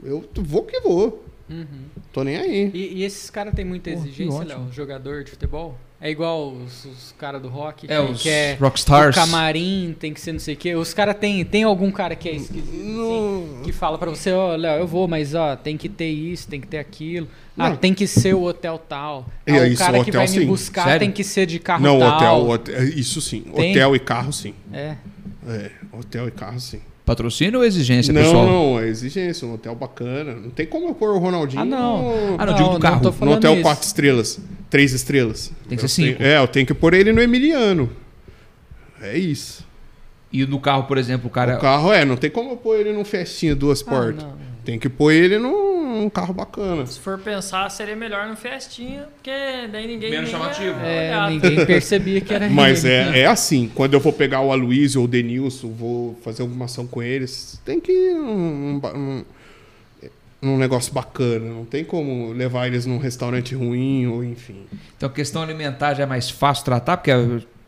Speaker 1: Eu vou que vou.
Speaker 3: Uhum.
Speaker 1: Tô nem aí.
Speaker 3: E, e esses caras têm muita
Speaker 2: Pô, que
Speaker 3: exigência,
Speaker 2: ótimo.
Speaker 3: Léo? Jogador de futebol? É igual os, os caras do rock
Speaker 2: É,
Speaker 3: que
Speaker 2: os
Speaker 3: quer
Speaker 2: rockstars.
Speaker 3: o camarim, tem que ser não sei o quê. Os caras tem, tem algum cara que é esquisito,
Speaker 1: Não.
Speaker 3: assim, que fala pra você, ó, Léo, eu vou, mas ó, tem que ter isso, tem que ter aquilo. Ah,
Speaker 1: Não.
Speaker 3: tem que ser o hotel tal.
Speaker 1: E
Speaker 3: Ah,
Speaker 1: aí,
Speaker 3: o cara
Speaker 1: isso,
Speaker 3: que
Speaker 1: hotel,
Speaker 3: vai me
Speaker 1: sim.
Speaker 3: buscar
Speaker 2: Sério?
Speaker 3: tem que ser de carro
Speaker 1: não,
Speaker 3: tal.
Speaker 1: hotel, hotel- isso sim.
Speaker 3: Tem?
Speaker 1: Hotel e carro, sim.
Speaker 3: É.
Speaker 1: É, hotel e carro, sim.
Speaker 2: Patrocínio ou exigência,
Speaker 1: não,
Speaker 2: pessoal?
Speaker 1: não, é exigência, um hotel bacana. Não tem como eu pôr o Ronaldinho
Speaker 3: Ah, não.
Speaker 1: no,
Speaker 2: Ah, não, digo do carro.
Speaker 3: tô
Speaker 2: No
Speaker 1: no
Speaker 3: falando
Speaker 1: hotel
Speaker 3: isso.
Speaker 1: quatro estrelas, três estrelas.
Speaker 2: Tem que
Speaker 1: Eu
Speaker 2: ser cinco.
Speaker 1: tenho- é, eu tenho que pôr ele no Emiliano. É isso.
Speaker 2: E no carro, por exemplo, o cara.
Speaker 1: O carro é, não tem como eu pôr ele num festinha duas portas.
Speaker 3: Ah, não.
Speaker 1: Tem que pôr ele num, num carro bacana.
Speaker 4: Se for pensar, seria melhor no festinha, porque daí ninguém.
Speaker 2: Menos
Speaker 4: nem
Speaker 2: chamativo.
Speaker 4: ia
Speaker 3: É,
Speaker 4: olhar.
Speaker 3: ninguém percebia que era
Speaker 1: Mas
Speaker 3: ele.
Speaker 1: é, é assim, quando eu vou pegar o Aloysio ou o Denilson, vou fazer alguma ação com eles, tem que ir num, num ba- num- num negócio bacana, não tem como levar eles num restaurante ruim ou enfim.
Speaker 2: Então, questão alimentar já é mais fácil tratar, porque ah,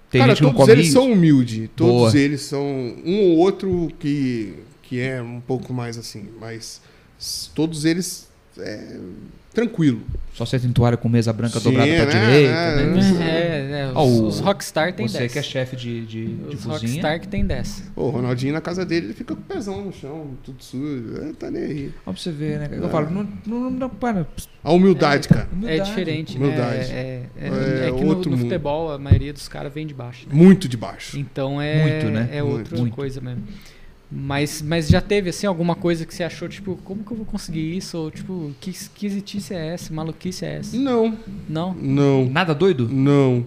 Speaker 2: tem
Speaker 1: Cara,
Speaker 2: gente que não
Speaker 1: todos
Speaker 2: come.
Speaker 1: eles
Speaker 2: isso.
Speaker 1: são humildes, todos
Speaker 2: Boa.
Speaker 1: eles são um ou outro que, que é um pouco mais assim, mas s- todos eles é tranquilo.
Speaker 2: Só senta em toalha com mesa branca
Speaker 1: Sim,
Speaker 2: dobrada pra
Speaker 1: né,
Speaker 2: direita,
Speaker 1: né?
Speaker 2: né?
Speaker 3: É, é, os,
Speaker 2: Ó, o-
Speaker 3: os rockstar tem
Speaker 2: Você
Speaker 3: 10.
Speaker 2: que é chefe de, de, de
Speaker 3: Os
Speaker 2: cozinha.
Speaker 3: rockstar que tem 10.
Speaker 1: Pô, o Ronaldinho na casa dele, ele fica com o pezão no chão, tudo sujo, é, tá nem aí.
Speaker 2: Ó, pra você ver, né?
Speaker 1: É.
Speaker 2: Eu falo, não, não, não, não para.
Speaker 1: A humildade, cara.
Speaker 3: É
Speaker 2: humildade.
Speaker 3: diferente,
Speaker 1: Humildade.
Speaker 3: né? É, é,
Speaker 1: É
Speaker 3: é que no,
Speaker 1: outro
Speaker 3: no
Speaker 1: mundo.
Speaker 3: futebol a maioria dos caras vem de baixo. né?
Speaker 1: Muito de baixo.
Speaker 3: Então é,
Speaker 2: Muito, né?
Speaker 3: é
Speaker 1: Muito.
Speaker 3: outra
Speaker 2: Muito.
Speaker 3: coisa mesmo. Mas, mas já teve, assim, alguma coisa que você achou, tipo, como que eu vou conseguir isso? Ou, tipo, que esquisitice é essa? Maluquice é essa?
Speaker 1: Não,
Speaker 3: Não?
Speaker 1: não,
Speaker 2: Nada doido?
Speaker 1: não.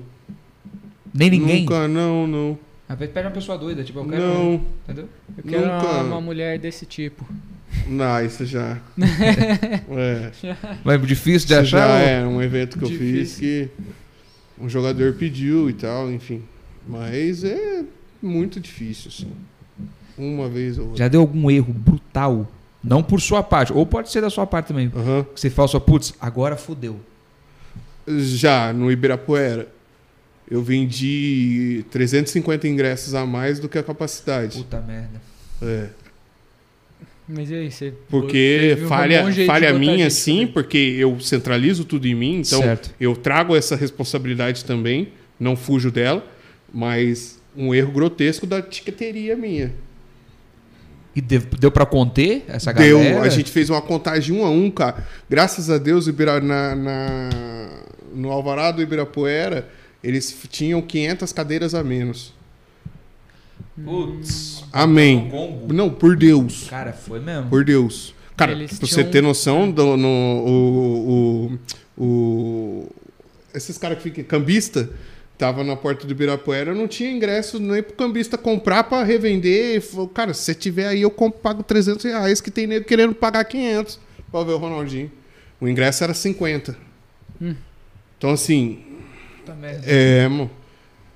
Speaker 2: Nem ninguém?
Speaker 1: Nunca, não, não.
Speaker 2: Às vezes pega uma pessoa doida, tipo, eu quero.
Speaker 1: Não,
Speaker 3: um.
Speaker 2: Entendeu?
Speaker 3: Eu quero uma-
Speaker 1: Nunca.
Speaker 3: uma mulher desse tipo.
Speaker 1: não, isso já. é.
Speaker 2: Mas difícil de
Speaker 1: Isso já
Speaker 2: achar. ou-
Speaker 1: é um evento que eu fiz
Speaker 3: Difícil.
Speaker 1: que um jogador pediu e tal, enfim. Mas é muito difícil, assim. Uma vez ou outra.
Speaker 2: Já deu algum erro brutal? Não por sua parte, ou pode ser da sua parte também.
Speaker 1: Aham.
Speaker 2: Que você fala só, putz, agora fudeu.
Speaker 1: Já no Ibirapuera, eu vendi 350 ingressos a mais do que a capacidade.
Speaker 2: Puta merda.
Speaker 1: É.
Speaker 3: Mas e aí, você...
Speaker 1: Porque
Speaker 3: teve um
Speaker 1: falha,
Speaker 3: bom jeito de
Speaker 1: falha
Speaker 3: botar
Speaker 1: minha,
Speaker 3: gente
Speaker 1: sim,
Speaker 3: também.
Speaker 1: porque eu centralizo tudo em mim, então
Speaker 2: certo.
Speaker 1: eu trago essa responsabilidade também, não fujo dela, mas um erro grotesco da tiqueteria minha.
Speaker 2: E deu, deu pra conter essa
Speaker 1: Deu,
Speaker 2: galera?
Speaker 1: a gente fez uma contagem um a um, cara. Graças a Deus, Ibira, na, na- no Alvarado Ibirapuera, eles f- tinham 500 cadeiras a menos.
Speaker 2: Putz. um
Speaker 1: Amém.
Speaker 2: Combo.
Speaker 1: Não, por Deus.
Speaker 2: Cara, foi mesmo.
Speaker 1: Por Deus. Cara,
Speaker 3: Eles
Speaker 1: pra você
Speaker 3: tinham- um-
Speaker 1: ter noção do. No, o, o, o- esses caras que ficam. Cambista, tava na porta do Ibirapuera, não tinha ingresso nem pro cambista comprar pra revender. E falou, cara, se você tiver aí, eu compro, pago 300 reais, que tem nego querendo pagar 500 pra ver o Ronaldinho. O ingresso era 50.
Speaker 3: Hum.
Speaker 1: Então, assim,
Speaker 2: Puta merda.
Speaker 1: é, mo-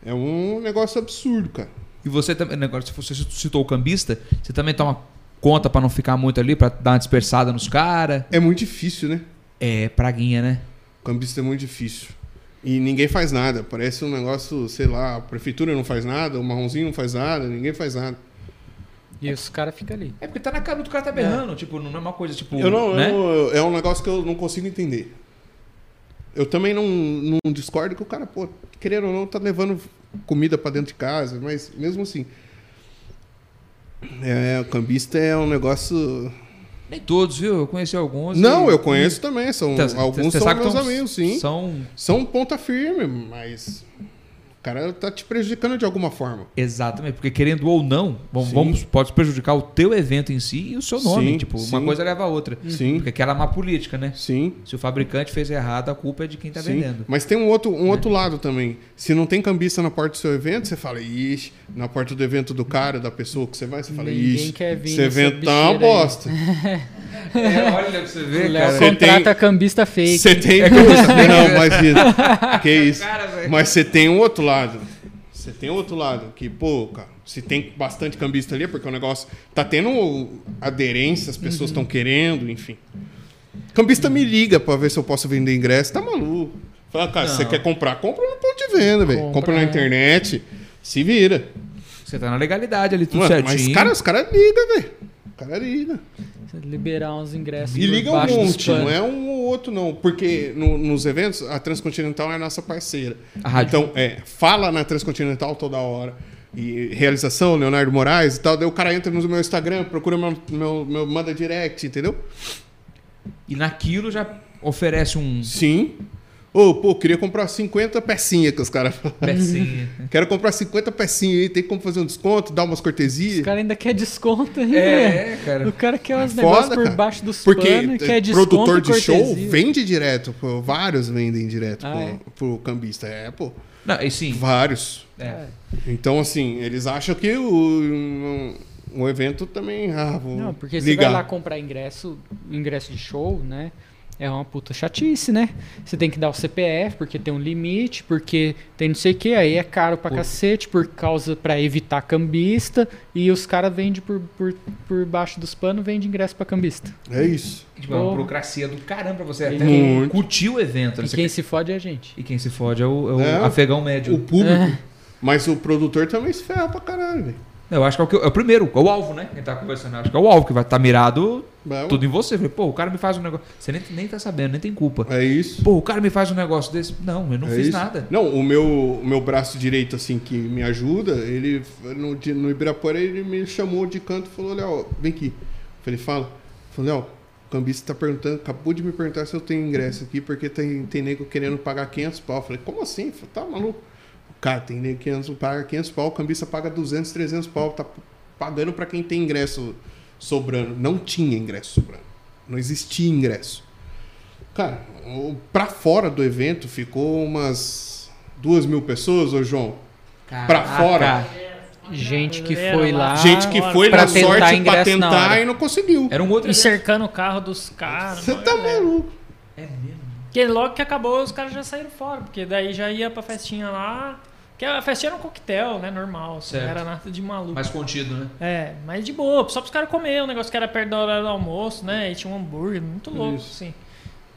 Speaker 1: é um negócio absurdo, cara.
Speaker 2: E você também, né, agora se você citou o cambista, você também toma conta pra não ficar muito ali, pra dar uma dispersada nos caras.
Speaker 1: É muito difícil, né?
Speaker 2: É, praguinha, né?
Speaker 1: Cambista é muito difícil. E ninguém faz nada. Parece um negócio, sei lá, a prefeitura não faz nada, o marronzinho não faz nada, ninguém faz nada.
Speaker 3: E os caras ficam ali.
Speaker 2: É porque tá na cara do cara tá berrando, tipo, não é uma coisa, tipo.
Speaker 1: Eu não, eu
Speaker 2: né?
Speaker 1: não- eu- é um negócio que eu não consigo entender. Eu também não, não discordo que o cara, pô, querendo ou não, tá levando comida pra dentro de casa, mas mesmo assim. É, o cambista é um negócio.
Speaker 2: Nem todos, viu? Eu conheci alguns.
Speaker 1: Não,
Speaker 2: e-
Speaker 1: eu conheço também, são,
Speaker 2: Então, cê-
Speaker 1: alguns
Speaker 2: cê
Speaker 1: são
Speaker 2: sabe que
Speaker 1: meus
Speaker 2: tão-
Speaker 1: amigos, sim.
Speaker 2: São.
Speaker 1: São ponta firme, mas. O cara tá te prejudicando de alguma forma.
Speaker 2: Exatamente, porque querendo ou não, vamos,
Speaker 1: Sim.
Speaker 2: vamos- pode prejudicar o teu evento em si e o seu nome.
Speaker 1: Sim,
Speaker 2: tipo, uma
Speaker 1: sim.
Speaker 2: coisa leva a outra.
Speaker 1: Sim.
Speaker 2: Porque aquela é má política, né?
Speaker 1: Sim.
Speaker 2: Se o fabricante fez errado, a culpa é de quem tá
Speaker 1: Sim,
Speaker 2: vendendo.
Speaker 1: Mas tem um outro, um outro lado também. Se não tem cambista na porta do seu evento, você fala, ixi, na porta do evento do cara, da pessoa que você vai, você fala,
Speaker 3: Ninguém
Speaker 1: ixi,
Speaker 3: quer vir
Speaker 1: esse
Speaker 3: nessa
Speaker 1: evento tá uma
Speaker 3: bicheira aí."
Speaker 1: bosta.
Speaker 2: É, olha pra você
Speaker 3: O
Speaker 2: ver,
Speaker 3: Léo
Speaker 1: Você
Speaker 3: contrata
Speaker 1: tem-
Speaker 3: cambista fake.
Speaker 1: Você tem. um-
Speaker 2: É cambista, né?
Speaker 1: não, imagina. que isso.
Speaker 2: Cara, velho.
Speaker 1: Mas você tem um outro lado. Você tem um outro lado. Que, pô, cara, se tem bastante cambista ali, é porque o negócio tá tendo aderência, as pessoas estão querendo, enfim. Cambista me liga pra ver se eu posso vender ingresso, tá maluco. Fala, cara, se você
Speaker 2: Não.
Speaker 1: quer comprar, compra no ponto de venda, velho.
Speaker 3: Compra,
Speaker 1: Compra na
Speaker 3: é.
Speaker 1: internet, se vira.
Speaker 2: Você tá na legalidade ali, tudo
Speaker 1: Mano,
Speaker 2: certinho.
Speaker 1: mas, cara, os caras ligam, velho. Os é caras ligam.
Speaker 3: Liberar uns ingressos
Speaker 1: E
Speaker 3: por
Speaker 1: liga um
Speaker 3: baixo dos
Speaker 1: monte, não
Speaker 3: panos.
Speaker 1: é um ou outro, não. Porque no- nos eventos, a Transcontinental é a nossa parceira.
Speaker 2: A rádio.
Speaker 1: Então, é, fala na Transcontinental toda hora. E realização, Leonardo Moraes e tal. Daí o cara entra no meu Instagram, procura meu, meu, meu- manda direct, entendeu?
Speaker 2: E naquilo já oferece um
Speaker 1: Sim. Ô, pô, queria comprar 50 pecinhas que os caras falam.
Speaker 2: pecinha.
Speaker 1: Quero comprar 50 pecinhas aí, tem como fazer um desconto, dar umas
Speaker 3: Os
Speaker 1: cortesias.
Speaker 3: caras ainda quer desconto ainda.
Speaker 2: é, cara.
Speaker 3: O cara quer uns
Speaker 1: Foda,
Speaker 3: negócios por
Speaker 1: cara.
Speaker 3: baixo dos
Speaker 1: Porque
Speaker 3: panos e quer
Speaker 1: eh,
Speaker 3: é desconto
Speaker 1: produtor
Speaker 3: e
Speaker 1: de show
Speaker 3: cortesia.
Speaker 1: vende direto, pô, vários vendem direto
Speaker 3: Ah,
Speaker 1: pro,
Speaker 3: é?
Speaker 1: pro cambista. É, pô,
Speaker 2: Não, e sim.
Speaker 1: vários.
Speaker 2: é.
Speaker 1: Então, assim, eles acham que o, um- o evento também. Ah, vou
Speaker 2: Hum,
Speaker 3: Não, porque você
Speaker 1: ligar.
Speaker 3: vai lá comprar ingresso, ingresso de show, né? É uma puta chatice, né? Você tem que dar o CPF, porque tem um limite, porque tem não sei o que, aí é caro pra
Speaker 2: Puta.
Speaker 3: cacete, por causa pra evitar cambista, e os caras vendem por, por, por baixo dos panos, vende ingresso pra cambista.
Speaker 1: É isso.
Speaker 2: Tipo, é uma
Speaker 3: Porra.
Speaker 2: burocracia do caramba pra você até
Speaker 1: Muito.
Speaker 2: curtir o evento. né?
Speaker 3: E
Speaker 2: Você
Speaker 3: quem se fode é a gente.
Speaker 2: E quem se fode é o, é o
Speaker 1: É.
Speaker 2: afegão médio.
Speaker 1: O público.
Speaker 3: É.
Speaker 1: Mas o produtor também se ferra pra caralho, velho.
Speaker 2: Eu acho que é o, que- é o primeiro, é o alvo, né? Quem tá conversando, eu acho que é o alvo que vai estar mirado
Speaker 1: Vai,
Speaker 2: tudo em você. Falei, Pô, o cara me faz um negócio. Você nem, nem tá sabendo, nem tem culpa.
Speaker 1: É isso.
Speaker 2: Pô, o cara me faz um negócio desse. Não, eu não
Speaker 1: É
Speaker 2: fiz
Speaker 1: isso.
Speaker 2: nada.
Speaker 1: Não, o meu, o meu braço direito, assim, que me ajuda, ele no, de- no Ibirapuera, ele me chamou de canto e falou, Léo, vem aqui. Eu Falei, fala. Falei, Léo, o cambista tá perguntando, acabou de me perguntar se eu tenho ingresso aqui, porque tem, tem nego querendo pagar 500 pau. Eu Falei, como assim? Eu Falei, tá maluco? Cara, tem nego que paga 500 pau, o cambista paga 200, 300 pau, tá pagando para quem tem ingresso sobrando. Não tinha ingresso sobrando. Não existia ingresso. Cara, o- pra fora do evento ficou umas duas mil pessoas, ô João. Pra
Speaker 2: Ah,
Speaker 1: fora.
Speaker 5: Gente que
Speaker 4: Galera
Speaker 5: foi
Speaker 3: Ah,
Speaker 5: lá.
Speaker 4: lá.
Speaker 1: Gente que foi
Speaker 5: pra
Speaker 1: na
Speaker 5: tentar
Speaker 1: sorte pra
Speaker 5: ingresso na
Speaker 1: tentar
Speaker 5: hora.
Speaker 1: e não conseguiu.
Speaker 2: Era um outro
Speaker 5: E
Speaker 2: evento.
Speaker 5: cercando o carro dos caras.
Speaker 1: Você tá maluco.
Speaker 5: Porque logo que acabou.
Speaker 4: Acabou, os caras já saíram fora, porque daí já ia pra festinha lá. Porque a festinha era um coquetel, né? Normal. Assim,
Speaker 2: Certo.
Speaker 4: não era nada de maluco.
Speaker 2: Mais contido, né?
Speaker 4: É, mas de boa, só pros caras comer, um negócio que era perto da hora do almoço, né? E tinha um hambúrguer, muito louco,
Speaker 1: Isso.
Speaker 4: assim.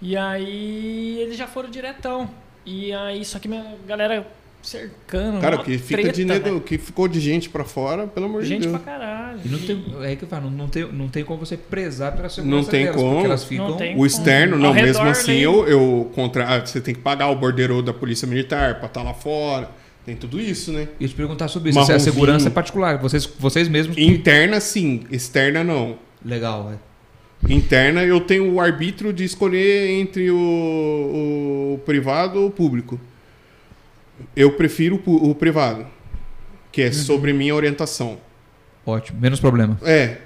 Speaker 4: E aí eles já foram diretão. E aí, só que minha galera cercando.
Speaker 1: Cara,
Speaker 4: mó
Speaker 1: o que fica
Speaker 4: treta,
Speaker 1: de nego,
Speaker 4: velho.
Speaker 1: o que ficou de gente pra fora, pelo amor
Speaker 4: Gente
Speaker 1: de
Speaker 4: pra
Speaker 1: Deus.
Speaker 4: caralho.
Speaker 2: E não tem, é que eu falo, não tem, não tem como você prezar pela segurança
Speaker 1: Não tem
Speaker 2: delas,
Speaker 1: como.
Speaker 2: porque elas ficam...
Speaker 4: Não tem.
Speaker 1: O externo,
Speaker 4: Ao
Speaker 1: não,
Speaker 4: redor
Speaker 1: mesmo assim,
Speaker 4: nem-
Speaker 1: eu, eu contra... ah, você tem que pagar o bordeiro da polícia militar pra estar lá fora. Tem tudo isso, né?
Speaker 2: E eu te perguntar sobre isso, se a
Speaker 1: Marronzinho.
Speaker 2: segurança é particular, vocês, vocês mesmos...
Speaker 1: Interna, sim. Externa, não.
Speaker 2: Legal, é.
Speaker 1: Interna, eu tenho o arbítrio de escolher entre o, o privado ou o público. Eu prefiro o pu- o, privado, que é sobre minha orientação.
Speaker 2: Ótimo, menos problema.
Speaker 1: É,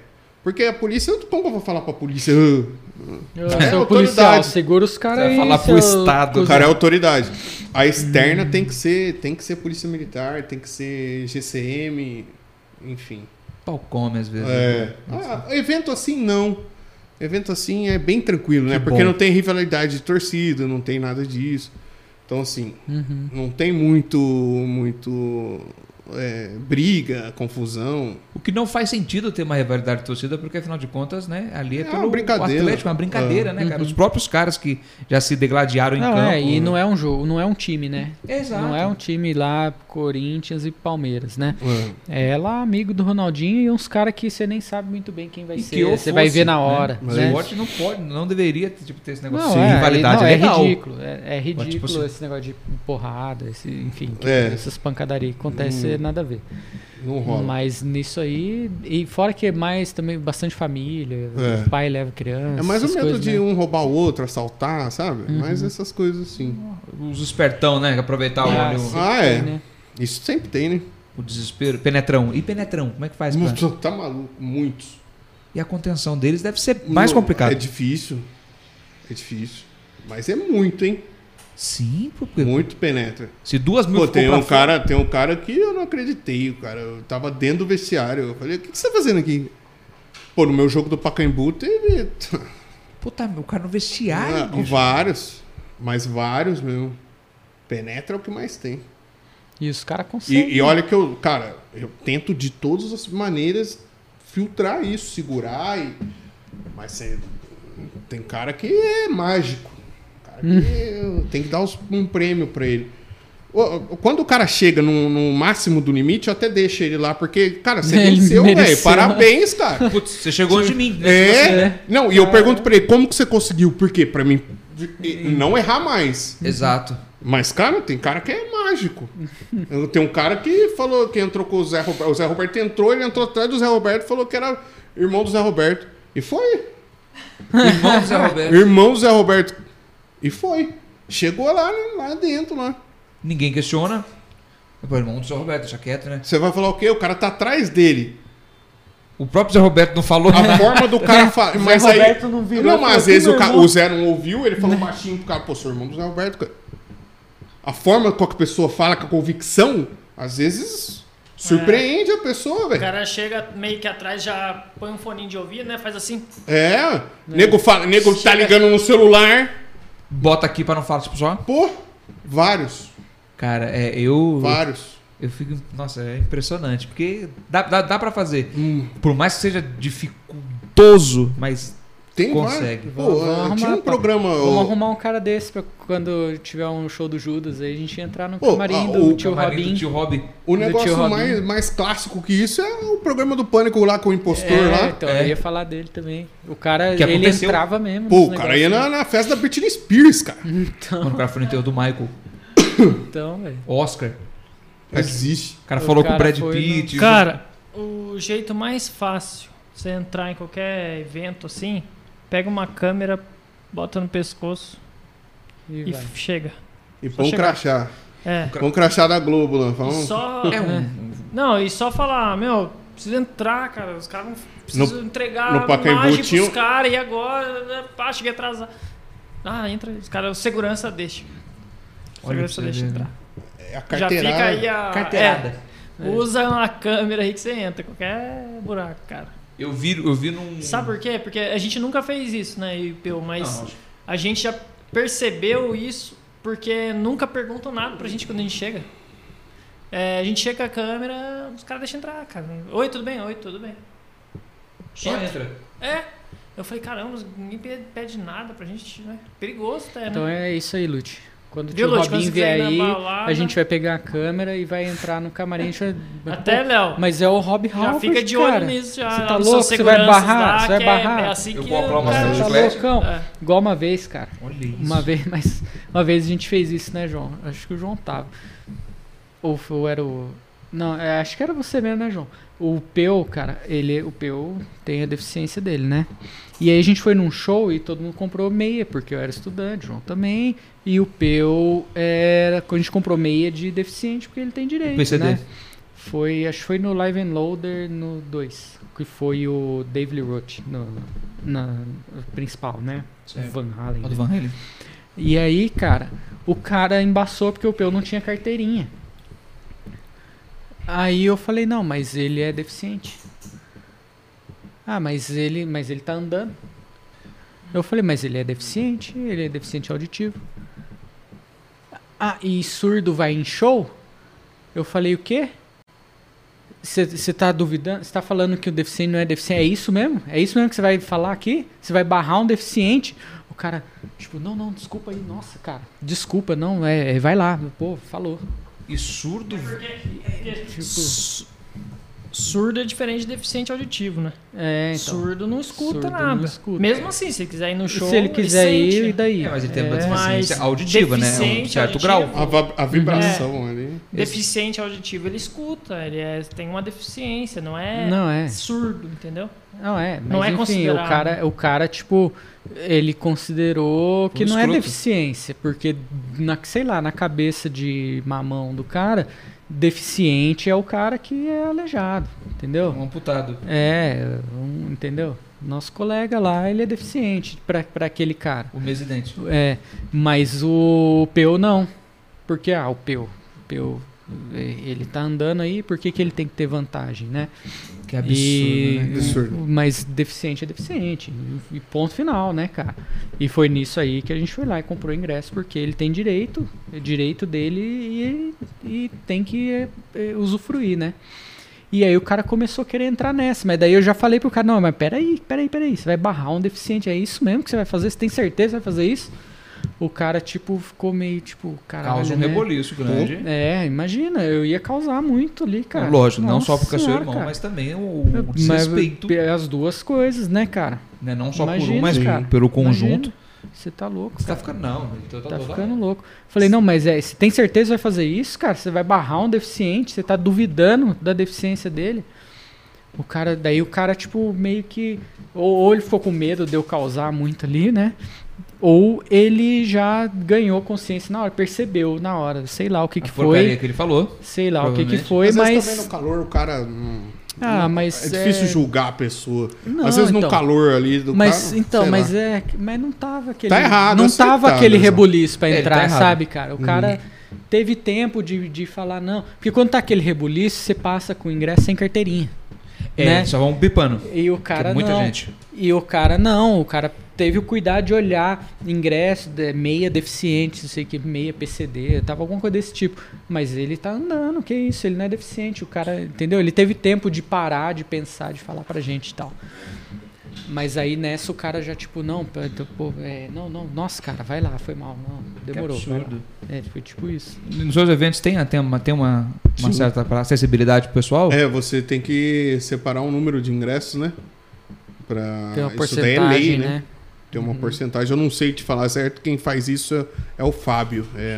Speaker 1: porque a polícia, como eu vou falar pra polícia? "Ah,
Speaker 3: Eu
Speaker 1: É,
Speaker 3: sou
Speaker 1: autoridade.
Speaker 3: policial, segura os
Speaker 2: Você
Speaker 3: caras
Speaker 2: vai
Speaker 3: aí.
Speaker 2: falar pro
Speaker 3: seu
Speaker 2: Estado,
Speaker 1: O
Speaker 3: cuzão.
Speaker 1: cara é autoridade. A externa tem que ser, tem que ser polícia militar, tem que ser GCM, enfim.
Speaker 2: Pau come, às vezes. né?
Speaker 1: É. Ah, evento assim não. Evento assim é bem tranquilo, né?
Speaker 2: Que
Speaker 1: Porque
Speaker 2: bom.
Speaker 1: não tem rivalidade de torcida, não tem nada disso. Então assim, não tem muito, muito é, briga, confusão.
Speaker 2: O que não faz sentido ter uma rivalidade de torcida, porque afinal de contas, né, ali é,
Speaker 1: É uma
Speaker 2: pelo
Speaker 1: brincadeira.
Speaker 2: Atlético, é uma brincadeira, né, cara? Os próprios caras que já se degladiaram em
Speaker 3: Uhum. Não,
Speaker 2: campo. né?
Speaker 3: é, e não é um jogo, não é um time, né?
Speaker 2: Exato.
Speaker 3: Não é um time lá, Corinthians e Palmeiras, né? É lá, amigo do Ronaldinho e uns caras que você nem sabe muito bem quem vai
Speaker 2: E
Speaker 3: ser.
Speaker 2: que eu
Speaker 3: você vai
Speaker 2: fosse,
Speaker 3: ver na
Speaker 2: né?
Speaker 3: hora.
Speaker 2: Mas
Speaker 3: né?
Speaker 2: o esporte não pode, não deveria tipo, ter esse negócio
Speaker 3: Não,
Speaker 2: de
Speaker 3: é,
Speaker 2: rivalidade.
Speaker 3: não,
Speaker 2: é
Speaker 3: é,
Speaker 2: legal.
Speaker 3: ridículo. É, é ridículo
Speaker 2: assim-
Speaker 3: esse negócio de porrada, esse, enfim, que-
Speaker 1: É.
Speaker 3: essas pancadarias que acontecem, nada a ver.
Speaker 1: Não rola.
Speaker 3: Mas nisso aí, e fora que é mais também bastante família,
Speaker 1: É.
Speaker 3: o pai leva criança.
Speaker 1: é mais ou
Speaker 3: essas
Speaker 1: menos
Speaker 3: coisas,
Speaker 1: de
Speaker 3: né?
Speaker 1: um roubar o outro, assaltar, sabe? Mas essas coisas assim.
Speaker 2: Os espertão, né? que Aproveitar o,
Speaker 3: Ah,
Speaker 2: olho,
Speaker 3: sim.
Speaker 1: Ah, é.
Speaker 3: Né?
Speaker 1: Isso sempre tem, né?
Speaker 2: o desespero. Penetrão. E penetrão, como é que faz? pra-
Speaker 1: Tá maluco, muitos.
Speaker 2: E a contenção deles deve ser mais
Speaker 1: Não,
Speaker 2: complicada.
Speaker 1: É difícil. É difícil. Mas é muito, hein?
Speaker 2: Sim, porque
Speaker 1: Muito penetra.
Speaker 2: se duas mil
Speaker 1: Pô,
Speaker 2: ficou
Speaker 1: tem
Speaker 2: pra
Speaker 1: um,
Speaker 2: fora-
Speaker 1: cara, tem um cara que eu não acreditei, cara. Eu tava dentro do vestiário. Eu falei, o que, que você tá fazendo aqui? Pô, no meu jogo do Pacaembu teve
Speaker 2: Puta, o cara no vestiário.
Speaker 1: ah,
Speaker 2: bicho.
Speaker 1: vários. Mas vários mesmo. Penetra é o que mais tem.
Speaker 3: E os caras
Speaker 1: E,
Speaker 3: conseguem.
Speaker 1: e olha que eu, cara, eu tento de todas as maneiras filtrar isso, segurar e. Mas cê- tem cara que é mágico. Cara
Speaker 3: Hum.
Speaker 1: que tem que dar os- um prêmio pra ele. Ô, ô, Quando o cara chega no, no máximo do limite, eu até deixo ele lá, porque, cara, você
Speaker 3: Ele
Speaker 1: venceu, velho.
Speaker 3: mereceu. né?
Speaker 1: Parabéns, cara.
Speaker 2: Putz, você chegou antes de mim. né?
Speaker 1: É. Não, e eu pergunto pra ele, como que você conseguiu? Por quê? Pra mim e- não errar mais.
Speaker 2: Exato.
Speaker 1: Mas, cara, tem cara que é mágico. Eu- tem um cara que falou que entrou com o Zé Roberto. O Zé Roberto entrou, ele entrou atrás do Zé Roberto, falou que era irmão do Zé Roberto. E foi.
Speaker 2: Irmão do Zé Roberto.
Speaker 1: Irmão do Zé Roberto. E foi. Chegou lá, né, lá dentro, lá.
Speaker 2: Ninguém questiona. É, Pô, irmão do Zé Roberto, deixa quieto, né?
Speaker 1: Você vai falar o quê? O cara tá atrás dele.
Speaker 2: O próprio Zé Roberto não falou.
Speaker 1: A forma do cara falar. Mas aí.
Speaker 5: Roberto não virou e
Speaker 1: mas
Speaker 5: falou,
Speaker 1: às vezes
Speaker 5: "Meu
Speaker 1: o, ca...
Speaker 5: irmão."
Speaker 1: o Zé não ouviu, ele falou baixinho pro cara, pô, sou irmão do Zé Roberto. cara." A forma com que a pessoa fala, com a convicção, às vezes surpreende a pessoa,
Speaker 4: O
Speaker 1: velho.
Speaker 4: cara chega meio que atrás, já põe um foninho de ouvido, né? Faz assim.
Speaker 1: É, nego, fala, nego tá ligando no celular.
Speaker 2: Bota aqui pra não falar, tipo, só.
Speaker 1: Pô, vários,
Speaker 2: Cara, é, eu.
Speaker 1: vários.
Speaker 2: Eu fico. Nossa, é impressionante. Porque dá, dá, dá pra fazer.
Speaker 1: Hum,
Speaker 2: Por mais que seja dificultoso, mas.
Speaker 1: Tem
Speaker 2: Consegue.
Speaker 1: vários. Pô,
Speaker 3: Vamos
Speaker 1: eu tinha
Speaker 3: arrumar,
Speaker 1: um programa...
Speaker 3: Vamos
Speaker 1: ô,
Speaker 3: arrumar um cara desse pra quando tiver um show do Judas aí a gente entrar no
Speaker 1: Pô,
Speaker 3: camarim
Speaker 1: ah,
Speaker 3: do
Speaker 1: o
Speaker 3: tio
Speaker 2: marido,
Speaker 3: Robin.
Speaker 2: Tio Robin.
Speaker 1: o
Speaker 3: do tio
Speaker 1: negócio
Speaker 3: Robinho.
Speaker 1: mais, mais clássico que isso é o programa do Pânico lá com o impostor
Speaker 3: É,
Speaker 1: lá.
Speaker 3: então,
Speaker 2: É.
Speaker 3: eu ia falar dele também. O cara,
Speaker 2: Que
Speaker 3: ele
Speaker 2: aconteceu.
Speaker 3: entrava mesmo.
Speaker 1: Pô,
Speaker 3: nos
Speaker 1: o cara ia
Speaker 3: negócios,
Speaker 1: na, na festa da Britney Spears, cara.
Speaker 3: Hum.
Speaker 2: Quando o cara foi no enterro do Michael.
Speaker 3: né? Então, velho.
Speaker 2: Oscar.
Speaker 1: Existe.
Speaker 2: O cara
Speaker 3: O
Speaker 2: falou
Speaker 3: cara
Speaker 2: com o Brad
Speaker 3: foi
Speaker 2: Pitt.
Speaker 1: Tipo,
Speaker 4: Cara, o jeito mais fácil de você entrar em qualquer evento assim, pega uma câmera, bota no pescoço
Speaker 3: E
Speaker 4: e
Speaker 3: vai.
Speaker 4: f- chega.
Speaker 1: E põe um
Speaker 4: chegar.
Speaker 1: crachá.
Speaker 4: É.
Speaker 1: Põe um crachá da Globo lá. Fala,
Speaker 4: E
Speaker 1: um-
Speaker 4: só.
Speaker 2: É um.
Speaker 4: Não, e só falar, meu, Precisa entrar, cara. Os caras não precisam
Speaker 1: No-
Speaker 4: entregar
Speaker 1: no
Speaker 4: a
Speaker 1: Pacaembu
Speaker 4: imagem
Speaker 1: tinha um-
Speaker 4: pros caras e agora. Pá, cheguei atrasado. Ah, entra. aí. Os caras, segurança deixa.
Speaker 5: Olha pra
Speaker 4: Segurança
Speaker 5: você
Speaker 4: deixa
Speaker 5: ver, né?
Speaker 4: entrar.
Speaker 1: É a
Speaker 4: Já
Speaker 1: carteirada.
Speaker 4: fica aí a.
Speaker 2: Carteirada.
Speaker 3: Ah,
Speaker 4: É, usa uma câmera aí que você entra, qualquer buraco, cara.
Speaker 3: é.
Speaker 2: Eu vi, eu vi num.
Speaker 4: Sabe por quê? Porque a gente nunca fez isso, né, IPU, mas
Speaker 2: Não,
Speaker 4: a gente já percebeu isso porque nunca perguntam nada pra gente quando a gente chega. É, a gente chega com a câmera, os caras deixam entrar, cara. Oi, tudo bem? Oi, tudo bem.
Speaker 2: só entra.
Speaker 4: É. Eu falei, caramba, ninguém pe- pede nada pra gente, né? Perigoso até, né?
Speaker 3: Então é isso aí, Lute. Quando o
Speaker 4: Viu,
Speaker 3: tio
Speaker 4: Lute? Quando
Speaker 3: Robinho
Speaker 4: você
Speaker 3: vier
Speaker 4: quiser ir
Speaker 3: aí,
Speaker 4: na balada-
Speaker 3: a gente vai pegar a câmera e vai entrar no camarim. a gente vai-
Speaker 4: Até, Léo.
Speaker 3: Mas é o Rob Halford,
Speaker 4: Já fica de
Speaker 3: cara.
Speaker 4: olho nisso, já.
Speaker 3: Você
Speaker 4: lá
Speaker 3: tá
Speaker 4: nos
Speaker 3: louco?
Speaker 4: seus
Speaker 3: Você vai
Speaker 4: seguranças
Speaker 3: barrar?
Speaker 4: lá,
Speaker 3: Você vai
Speaker 4: que é-
Speaker 3: barrar?
Speaker 4: É assim
Speaker 2: Eu
Speaker 4: que
Speaker 2: vou
Speaker 4: o
Speaker 2: aclamar
Speaker 4: cara-
Speaker 2: o
Speaker 3: Você tá
Speaker 2: Flash.
Speaker 3: loucão?
Speaker 4: É.
Speaker 3: Igual uma vez, cara.
Speaker 2: Olha isso.
Speaker 3: Uma vez, mas uma vez a gente fez isso, né, João? Acho que o João tava. Ou, foi- ou era o. Não, é, acho que era você mesmo, né, João? O Peu, cara, ele. O Peu tem a deficiência dele, né? E aí a gente foi num show e todo mundo comprou meia, porque eu era estudante, o João também. E o Peu era. A gente comprou meia de deficiente, porque ele tem direito.
Speaker 2: PCD.
Speaker 3: Né? Foi, acho que foi no Live and Loader no 2, que foi o Dave Lee Roth no, na no principal, né?
Speaker 2: Certo.
Speaker 3: Van Halen.
Speaker 2: A
Speaker 3: né?
Speaker 2: é do Van Halen?
Speaker 3: E aí, cara, o cara embaçou porque o Peu não tinha carteirinha. Aí eu falei, não, mas ele é deficiente. Ah, mas ele, mas ele tá andando. Eu falei, mas ele é deficiente, ele é deficiente auditivo. Ah, e surdo vai em show? Eu falei, o quê? Você tá duvidando? Você tá falando que o deficiente não é deficiente? É isso mesmo? É isso mesmo que você vai falar aqui? Você vai barrar um deficiente? O cara, tipo, não, não, desculpa aí, nossa, cara. Desculpa, não, é, é, vai lá. Pô, falou.
Speaker 2: E surdo.
Speaker 3: Tipo,
Speaker 4: Su- Surdo é diferente de deficiente auditivo, né?
Speaker 3: é, então.
Speaker 4: surdo não escuta
Speaker 3: surdo
Speaker 4: nada.
Speaker 3: não escuta.
Speaker 4: Mesmo assim, se ele quiser ir no show,
Speaker 3: Se ele quiser
Speaker 4: sente,
Speaker 3: ir,
Speaker 4: né?
Speaker 3: e daí?
Speaker 2: É, mas ele tem uma
Speaker 3: É.
Speaker 2: deficiência
Speaker 4: Mas
Speaker 2: auditiva, né? Um
Speaker 4: deficiente
Speaker 2: certo
Speaker 4: auditivo.
Speaker 2: grau.
Speaker 1: A, va-
Speaker 3: Uhum.
Speaker 1: a vibração
Speaker 3: É.
Speaker 1: ali.
Speaker 4: Deficiente auditivo, ele escuta, ele é- tem uma deficiência, não é
Speaker 3: Não, é.
Speaker 4: surdo, entendeu?
Speaker 3: Não é, mas
Speaker 4: Não é
Speaker 3: enfim, o
Speaker 4: considerado.
Speaker 3: cara, o cara, tipo, ele considerou que
Speaker 2: Um
Speaker 3: não é
Speaker 2: escroto.
Speaker 3: deficiência, porque, na, sei lá, na cabeça de mamão do cara, deficiente é o cara que é aleijado,
Speaker 2: Um
Speaker 3: entendeu?
Speaker 2: amputado.
Speaker 3: É, um- entendeu? Nosso colega lá, ele é deficiente pra, pra aquele cara.
Speaker 2: O mesidente.
Speaker 3: É, mas o Peu não. Porque, ah, o Peu, o Peu, eh, ele tá andando aí, por que, que ele tem que ter vantagem, né?
Speaker 2: Que absurdo,
Speaker 3: E-
Speaker 2: né? cara?
Speaker 1: Absurdo.
Speaker 3: Mas deficiente é deficiente. E ponto final, né, cara? E foi nisso aí que a gente foi lá e comprou o ingresso, porque ele tem direito, é direito dele e, e tem que é, é, usufruir, né? E aí o cara começou a querer entrar nessa, mas daí eu já falei pro cara, não, mas peraí, peraí, peraí, você vai barrar um deficiente, é isso mesmo que você vai fazer? Você tem certeza que vai fazer isso? O cara, tipo, ficou meio, tipo, caralho,
Speaker 2: Causa um
Speaker 3: né?
Speaker 2: reboliço grande.
Speaker 3: É, imagina, eu ia causar muito ali, cara.
Speaker 2: Lógico, não só
Speaker 3: Nossa
Speaker 2: porque é seu
Speaker 3: senhora,
Speaker 2: irmão,
Speaker 3: cara.
Speaker 2: mas também o, o
Speaker 3: Mas,
Speaker 2: desrespeito.
Speaker 3: pe- as duas coisas, né, cara?
Speaker 2: né? Não só por um,
Speaker 3: imagina,
Speaker 2: mas
Speaker 3: cara.
Speaker 2: pelo conjunto.
Speaker 3: Imagina. Você tá louco,
Speaker 2: Você tá
Speaker 3: cara.
Speaker 2: ficando. Não, ele tá,
Speaker 3: Tá
Speaker 2: toda-
Speaker 3: ficando louco. Falei, não, mas é, você tem certeza que vai fazer isso, cara? Você vai barrar um deficiente? Você tá duvidando da deficiência dele? O cara, daí o cara, tipo, meio que. Ou, ou ele ficou com medo de eu causar muito ali, né? Ou ele já ganhou consciência na hora, percebeu na hora, sei lá o que,
Speaker 2: A
Speaker 3: que
Speaker 2: porcaria
Speaker 3: foi.
Speaker 2: que ele falou.
Speaker 3: Sei lá o que, que
Speaker 2: provavelmente.
Speaker 3: foi,
Speaker 1: Às
Speaker 3: mas.
Speaker 1: vezes também no calor o cara. hum,
Speaker 3: Ah,
Speaker 1: não-
Speaker 3: mas
Speaker 1: É difícil
Speaker 3: é-
Speaker 1: julgar a pessoa.
Speaker 3: Não,
Speaker 1: Às vezes no
Speaker 3: então.
Speaker 1: calor ali do
Speaker 3: Mas
Speaker 1: cara,
Speaker 3: então,
Speaker 1: sei
Speaker 3: mas
Speaker 1: lá.
Speaker 3: é, mas não tava aquele
Speaker 1: Tá Uhum. errado,
Speaker 3: não
Speaker 1: aceitável,
Speaker 3: tava aquele
Speaker 1: Zé.
Speaker 3: rebuliço pra
Speaker 2: É, ele tá
Speaker 3: entrar,
Speaker 2: errado.
Speaker 3: sabe, cara? O cara teve tempo de, de falar não, porque quando tá aquele rebuliço, você passa com o ingresso sem carteirinha.
Speaker 2: É,
Speaker 3: Né?
Speaker 2: só vão pipando.
Speaker 3: E o
Speaker 2: Tem
Speaker 3: cara
Speaker 2: muita
Speaker 3: não.
Speaker 2: gente.
Speaker 3: E o cara não, o cara teve o cuidado de olhar ingresso, de- meia deficiente, não sei o que, meia PCD, tava alguma coisa desse tipo. Mas ele tá andando, que isso, ele não é deficiente, o cara, entendeu? Ele teve tempo de parar, de pensar, de falar pra gente e tal. Mas aí nessa o cara já tipo, não, pô, então, pô, é, não, não, nossa, cara, vai lá, foi mal, não, demorou.
Speaker 2: Que
Speaker 3: vai lá.
Speaker 2: absurdo.
Speaker 3: É, foi tipo isso.
Speaker 2: Nos seus eventos tem, tem uma, tem uma,
Speaker 1: Sim.
Speaker 2: uma certa pra- acessibilidade pro pessoal?
Speaker 1: É, você tem que separar um número de ingressos, né? Pra...
Speaker 3: Tem uma
Speaker 1: Isso daí
Speaker 3: porcentagem,
Speaker 1: é lei,
Speaker 3: né?
Speaker 1: né? Tem uma porcentagem. Eu não sei te falar certo. Quem faz isso é, é o Fábio. É,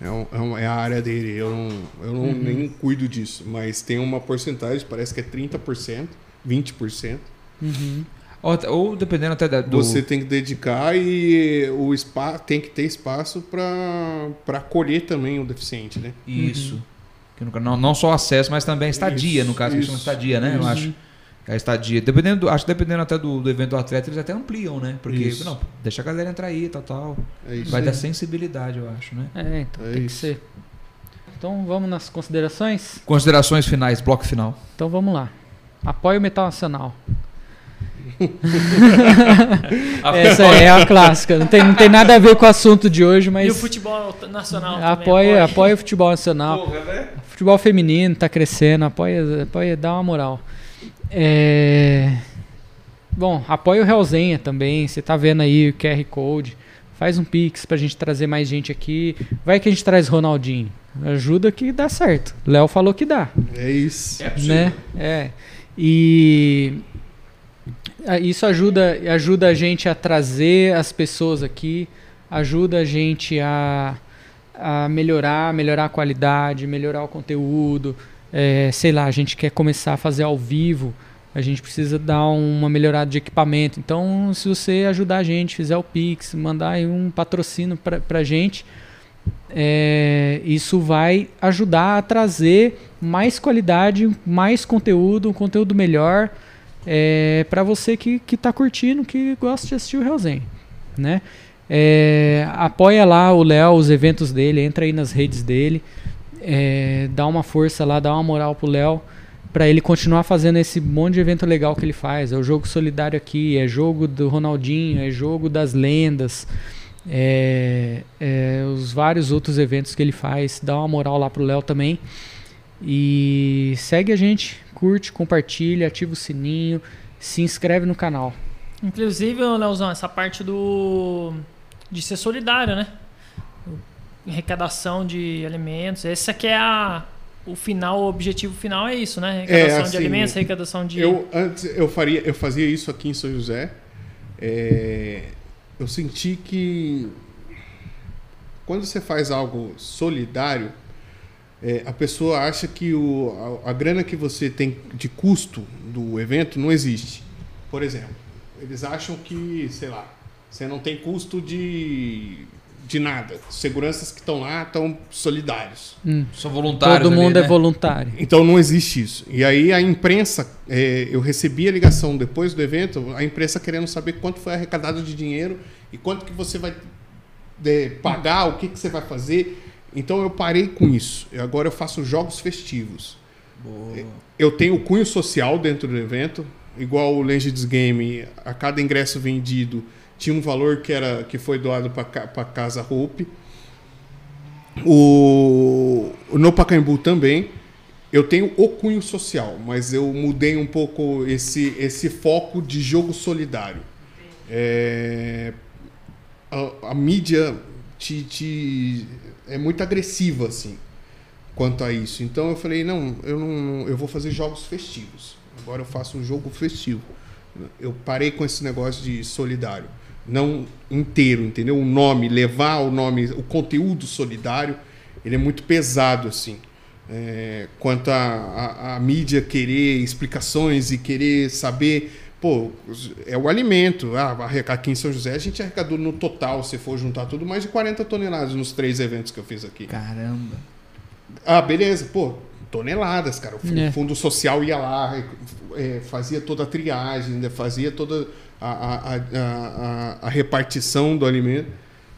Speaker 1: é, um- é um- é a área dele. Eu não, eu não nem cuido disso. Mas tem uma porcentagem, parece que é 30%, 20%.
Speaker 3: Uhum.
Speaker 2: Ou, ou dependendo até da, do...
Speaker 1: Você tem que dedicar e o
Speaker 3: Uhum.
Speaker 1: spa, tem que ter espaço para acolher também o deficiente, né?
Speaker 2: Isso. Que no- Não, não só acesso, mas também estadia,
Speaker 1: Isso,
Speaker 2: no caso, que
Speaker 1: isso,
Speaker 2: chama estadia,
Speaker 3: Uhum.
Speaker 2: né? Eu
Speaker 1: isso.
Speaker 2: acho. A estadia. Dependendo, do- acho que dependendo até do, do evento do atleta, eles até ampliam, né? Porque,
Speaker 1: Isso.
Speaker 2: não, deixa a galera entrar aí, tal, tal.
Speaker 1: É isso.
Speaker 2: Vai dar sensibilidade, eu acho, né?
Speaker 3: É, então
Speaker 1: É
Speaker 3: tem
Speaker 1: isso.
Speaker 3: que ser. Então vamos nas considerações?
Speaker 2: Considerações finais, bloco final.
Speaker 3: Então vamos lá. Apoie o Metal Nacional. Essa é a clássica. Não tem, não tem nada a ver com o assunto de hoje, mas.
Speaker 4: E o futebol nacional
Speaker 3: Apoia,
Speaker 4: também.
Speaker 3: apoia o futebol nacional. Futebol feminino tá crescendo, apoia, apoia dá uma moral. É, Bom, apoia o Realzenha também. Você tá vendo aí o QR Code. Faz um pix pra gente trazer mais gente aqui. Vai que a gente traz Ronaldinho. Ajuda que dá certo. Léo falou que dá
Speaker 1: É isso.
Speaker 3: né? É. E a- isso ajuda, ajuda a gente a trazer as pessoas aqui, ajuda a gente a, a melhorar, melhorar a qualidade, melhorar o conteúdo. É, sei lá, a gente quer começar a fazer ao vivo, a gente precisa dar uma melhorada de equipamento. Então, se você ajudar a gente, fizer o Pix, mandar aí um patrocínio pra, pra gente, é, isso vai ajudar a trazer mais qualidade, mais conteúdo, um conteúdo melhor é, para você que, que tá curtindo, que gosta de assistir o Realzen, né? É, apoia lá o Léo, os eventos dele, entra aí nas redes dele, é, dá uma força lá, dá uma moral pro Léo, para ele continuar fazendo esse monte de evento legal que ele faz. É o jogo solidário aqui, é jogo do Ronaldinho, é jogo das lendas, é, é, os vários outros eventos que ele faz. Dá uma moral lá pro Léo também. E segue a gente, curte, compartilha, ativa o sininho, se inscreve no canal.
Speaker 4: Inclusive, ô, Leozão, essa parte do de ser solidário, né? Arrecadação de alimentos. Esse aqui é a o final, o objetivo final é isso, né? Arrecadação
Speaker 1: assim,
Speaker 4: de alimentos, arrecadação de
Speaker 1: Eu antes eu faria, eu fazia isso aqui em São José. É, eu senti que quando você faz algo solidário, é, a pessoa acha que o, a, a grana que você tem de custo do evento não existe. Por exemplo, eles acham que, sei lá, você não tem custo de, de nada. Seguranças que estão lá estão solidários.
Speaker 2: São voluntários.
Speaker 3: Hum. Todo
Speaker 2: ali,
Speaker 3: mundo
Speaker 2: né?
Speaker 3: é voluntário.
Speaker 1: Então não existe isso. E aí a imprensa, eh, eu recebi a ligação depois do evento, a imprensa querendo saber quanto foi arrecadado de dinheiro e quanto que você vai eh, pagar, o que, que você vai fazer. Então eu parei com isso. Eu- agora eu faço jogos festivos. É, Eu tenho o cunho social dentro do evento, igual o Legends Game, a cada ingresso vendido tinha um valor que era que foi doado para Casa Hope. O no Pacaembu também. Eu tenho o cunho social, mas eu mudei um pouco esse, esse foco de jogo solidário. É, a, a mídia te, te- é muito agressiva assim quanto a isso. Então eu falei não, eu não, eu vou fazer jogos festivos. Agora eu faço um jogo festivo. Eu parei com esse negócio de solidário, não inteiro, entendeu? O nome, levar o nome, o conteúdo solidário, ele é muito pesado assim. É, quanto a, a- a mídia querer explicações e querer saber, pô, os- é o alimento. Ah, arreca- aqui em São José a gente arrecadou no total, se for juntar tudo, mais de 40 toneladas nos três eventos que eu fiz aqui.
Speaker 2: Caramba.
Speaker 1: Ah, beleza, pô, toneladas, cara. O fu-
Speaker 3: É.
Speaker 1: fundo social ia lá, é, fazia toda a triagem, né, fazia toda a, a- a- a- a- a repartição do alimento.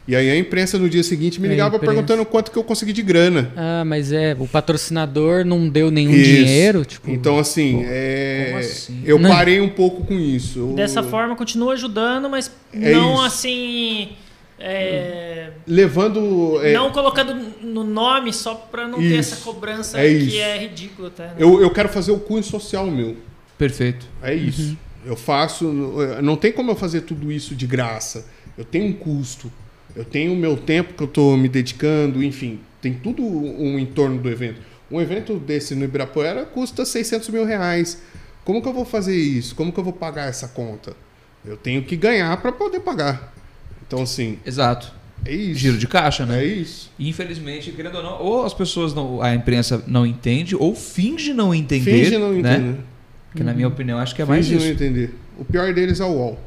Speaker 1: E aí a imprensa no dia seguinte me
Speaker 3: É,
Speaker 1: ligava
Speaker 3: imprensa.
Speaker 1: perguntando quanto que eu consegui de grana.
Speaker 3: Ah, mas é, o patrocinador não deu nenhum
Speaker 1: Isso.
Speaker 3: Um dinheiro, tipo,
Speaker 1: Então, assim, é,
Speaker 2: como assim?
Speaker 1: eu
Speaker 3: Né?
Speaker 1: parei um pouco com isso. Eu
Speaker 4: Dessa forma, continua ajudando, mas
Speaker 1: É
Speaker 4: não
Speaker 1: isso.
Speaker 4: assim. é,
Speaker 1: Levando. é,
Speaker 4: Não colocando no nome só pra não ter
Speaker 1: Isso.
Speaker 4: essa cobrança
Speaker 1: É
Speaker 4: que
Speaker 1: isso.
Speaker 4: é ridícula até. né?
Speaker 1: eu, eu quero fazer o cunho social meu.
Speaker 2: Perfeito.
Speaker 1: É isso. Eu faço. Não tem como eu fazer tudo isso de graça. Eu tenho um custo. Eu tenho o meu tempo que eu estou me dedicando, enfim. Tem tudo um entorno do evento. Um evento desse no Ibirapuera custa 600 mil reais. Como que eu vou fazer isso? Como que eu vou pagar essa conta? Eu tenho que ganhar para poder pagar. Então, assim,
Speaker 2: Exato.
Speaker 1: é isso.
Speaker 2: Giro de caixa, né?
Speaker 1: É isso.
Speaker 2: Infelizmente, querendo ou não, ou as pessoas não. A imprensa não entende, ou finge não entender.
Speaker 1: Finge não
Speaker 2: né?
Speaker 1: entender. Uhum.
Speaker 2: Que na minha opinião acho que é mais
Speaker 1: Finge não
Speaker 2: isso.
Speaker 1: entender. O pior deles é o UOL.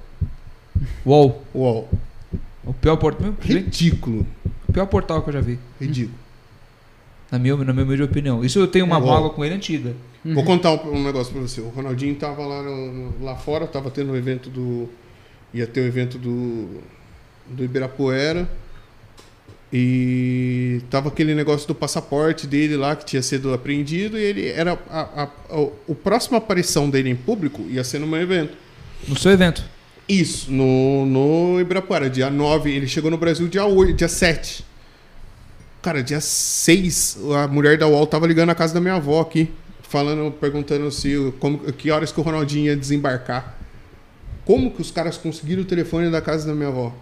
Speaker 2: Uou,
Speaker 1: O UOL.
Speaker 2: o pior portal.
Speaker 1: Ridículo.
Speaker 2: O pior portal que eu já vi.
Speaker 1: Ridículo.
Speaker 2: Na minha, na minha humilde opinião. Isso eu tenho uma
Speaker 1: É, ó.
Speaker 2: mágoa com ele antiga.
Speaker 3: uhum,
Speaker 1: Vou contar um um negócio pra você. O Ronaldinho tava lá, no- lá fora, tava tendo um evento do. ia ter o evento do. do Ibirapuera. E tava aquele negócio do passaporte dele lá que tinha sido apreendido e ele era. A, a, a, o próximo aparição dele em público ia ser no meu evento.
Speaker 2: No seu evento.
Speaker 1: Isso, no, no Ibirapuera, dia 9. Ele chegou no Brasil dia 8, dia 7. Cara, dia 6, a mulher da UOL tava ligando na casa da minha avó aqui, falando, perguntando se o- como, que horas que o Ronaldinho ia desembarcar. Como que os caras conseguiram o telefone da casa da minha avó?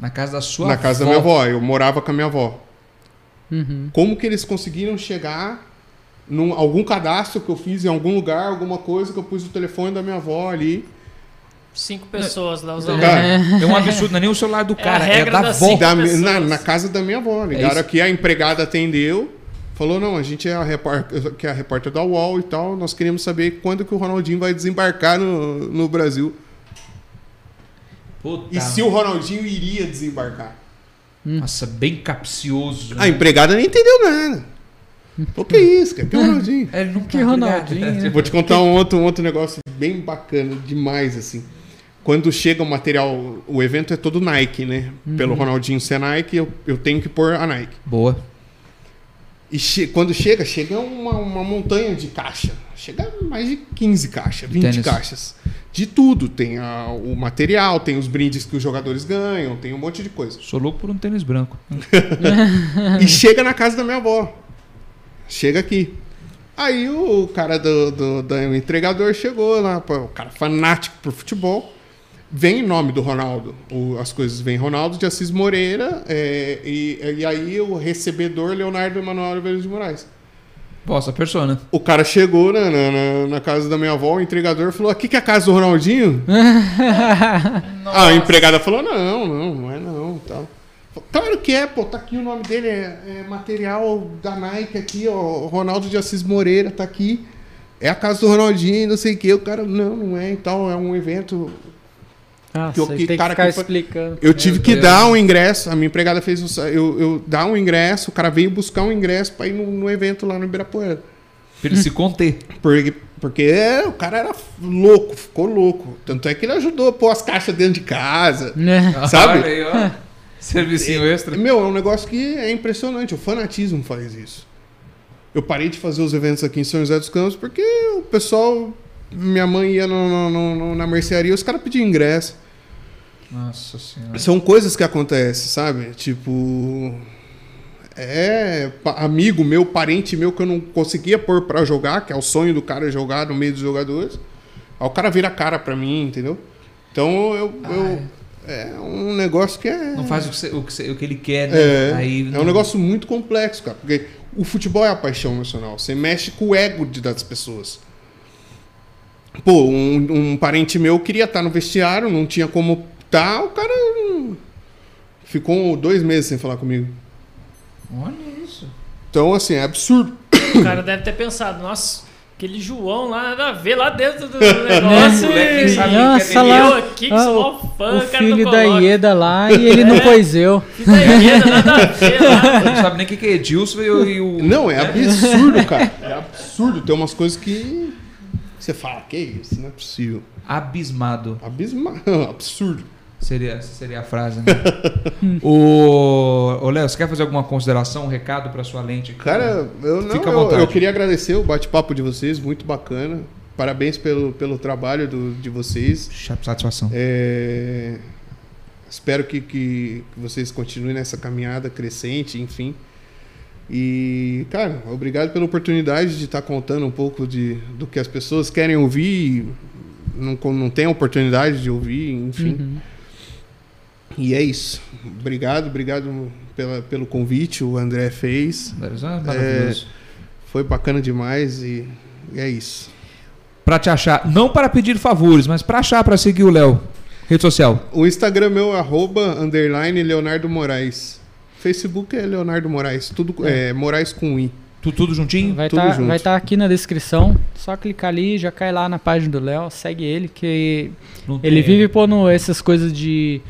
Speaker 2: Na casa da sua
Speaker 1: na casa da minha avó, eu morava com a minha avó.
Speaker 3: Uhum.
Speaker 1: Como que eles conseguiram chegar num algum cadastro que eu fiz em algum lugar, alguma coisa que eu pus o telefone da minha avó ali?
Speaker 5: Cinco pessoas lá usando.
Speaker 1: Cara,
Speaker 2: É um absurdo, não é nem o celular do
Speaker 5: a
Speaker 2: cara, é,
Speaker 5: regra
Speaker 2: da
Speaker 5: da
Speaker 2: avó.
Speaker 1: Da-
Speaker 5: pessoas.
Speaker 1: na, na casa da minha avó. Ligaram
Speaker 2: isso.
Speaker 1: aqui, a empregada atendeu. Falou, não, a gente é a, repor- que é a repórter da UOL e tal. Nós queremos saber quando que o Ronaldinho vai desembarcar no, no Brasil.
Speaker 2: Puta,
Speaker 1: E se o Ronaldinho iria desembarcar.
Speaker 2: Nossa, bem capcioso. né?
Speaker 1: A empregada nem entendeu nada. O que é isso, cara? Que é o Ronaldinho?
Speaker 2: É, ele não
Speaker 3: Que
Speaker 2: tá
Speaker 3: Ronaldinho,
Speaker 2: ligado.
Speaker 1: Eu Vou te contar um outro, um outro negócio bem bacana, demais, assim. Quando chega o material, o evento é todo Nike, né? Pelo Ronaldinho ser Nike, eu, eu tenho que pôr a Nike.
Speaker 2: Boa.
Speaker 1: E che- quando chega, chega uma, uma montanha de caixa. Chega mais de 15 caixas, 20
Speaker 2: Tênis.
Speaker 1: caixas. De tudo. Tem a- o material, tem os brindes que os jogadores ganham, tem um monte de coisa.
Speaker 2: Sou louco por um tênis branco.
Speaker 1: E chega na casa da minha avó. Chega aqui. Aí o cara do, do, do entregador chegou lá, pô, o cara fanático por futebol. Vem em nome do Ronaldo. O- as coisas vêm Ronaldo de Assis Moreira é, e, e aí o recebedor Leonardo Emanuel Velho de Moraes.
Speaker 2: Vossa persona.
Speaker 1: O cara chegou na, na- na- na casa da minha avó, o entregador falou: aqui que é a casa do Ronaldinho? A empregada falou: não, não, não é não. Tal. Falou, Claro que é, pô, tá aqui o nome dele, é, é material da Nike aqui, ó, o Ronaldo de Assis Moreira tá aqui. É a casa do Ronaldinho, não sei o que. O cara, não, não é, então é um evento.
Speaker 3: Nossa,
Speaker 1: Que o
Speaker 3: aí
Speaker 1: que
Speaker 3: tem
Speaker 1: cara
Speaker 3: que ficar
Speaker 1: que foi-
Speaker 3: explicando.
Speaker 1: Eu tive que
Speaker 2: Deus.
Speaker 1: dar um ingresso, a minha empregada fez um, sa- eu, eu dar um ingresso, o cara veio buscar um ingresso pra ir no, no evento lá no Ibirapuera.
Speaker 2: Pra ele se conter.
Speaker 1: Porque, porque é, o cara era louco, ficou louco. Tanto é que ele ajudou a pôr as caixas dentro de casa.
Speaker 3: Né?
Speaker 1: Sabe?
Speaker 2: Olha aí, ó. Servicinho extra.
Speaker 1: Meu, é um negócio que é impressionante. O fanatismo faz isso. Eu parei de fazer os eventos aqui em São José dos Campos porque o pessoal. Minha mãe ia no- no- no- no- na mercearia os caras pediam ingresso.
Speaker 2: Nossa senhora.
Speaker 1: São coisas que acontecem, sabe? Tipo. É pa- amigo meu, parente meu que eu não conseguia pôr pra jogar, que é o sonho do cara jogar no meio dos jogadores. Aí o cara vira a cara pra mim, entendeu? Então eu. eu- é um negócio que é.
Speaker 2: Ah, Não faz o que, cê- o que cê- o que ele quer, né?
Speaker 1: É,
Speaker 2: Aí,
Speaker 1: é um negócio muito complexo, cara. Porque o futebol é a paixão nacional. Você mexe com o ego de- das pessoas. Pô, um, um parente meu queria estar no vestiário, não tinha como estar, o cara hum, ficou dois meses sem falar comigo.
Speaker 2: Olha isso.
Speaker 1: Então, assim, é absurdo.
Speaker 5: O cara deve ter pensado, nossa, aquele João lá, nada a ver lá dentro do negócio.
Speaker 2: Moleque, nem
Speaker 5: e
Speaker 2: sabe o que é
Speaker 3: Nossa,
Speaker 2: dele.
Speaker 5: eu
Speaker 3: lá.
Speaker 5: aqui, que
Speaker 3: Ah,
Speaker 5: sou
Speaker 3: o,
Speaker 5: mó fã,
Speaker 3: o
Speaker 5: cara
Speaker 3: filho
Speaker 5: não
Speaker 3: da
Speaker 5: coloca.
Speaker 3: Ieda lá e ele não
Speaker 5: É.
Speaker 3: pôs eu.
Speaker 5: Filho da Ieda, nada a ver lá.
Speaker 2: Não sabe nem o que que é Edilson e o. e o-
Speaker 1: Não, é
Speaker 2: né?
Speaker 1: absurdo, cara. É absurdo. Tem umas coisas que você fala, que isso, não é possível.
Speaker 2: Abismado.
Speaker 1: Abisma... absurdo.
Speaker 2: Seria, essa seria a frase, né? o... Ô, Léo, você quer fazer alguma consideração, um recado pra sua lente? aqui?
Speaker 1: Cara, eu não.
Speaker 2: Fica à
Speaker 1: eu-
Speaker 2: vontade.
Speaker 1: eu queria agradecer o bate-papo de vocês, muito bacana. Parabéns pelo, pelo trabalho do- de vocês.
Speaker 2: Chapa, Satisfação.
Speaker 1: É, espero que, que, que vocês continuem nessa caminhada crescente, enfim. E, cara, obrigado pela oportunidade de estar contando um pouco de, do que as pessoas querem ouvir e não, con- não têm a oportunidade de ouvir, enfim.
Speaker 3: Uhum.
Speaker 1: E é isso. Obrigado, obrigado pela, pelo convite, o André fez.
Speaker 2: Ah, Maravilhoso.
Speaker 1: Foi bacana demais e e é isso.
Speaker 2: Pra te achar, não para pedir favores, mas pra achar, pra seguir o Léo. Rede social.
Speaker 1: O Instagram meu é arroba, underline Leonardo Moraes. Facebook é Leonardo Moraes, tudo é, Moraes com I.
Speaker 2: Tu, tudo juntinho?
Speaker 3: Vai
Speaker 1: tudo
Speaker 3: estar
Speaker 1: junto.
Speaker 3: vai tá aqui na descrição. Só clicar ali, já cai lá na página do Léo. Segue ele, que
Speaker 2: Não tem-
Speaker 3: Ele vive pondo essas coisas de.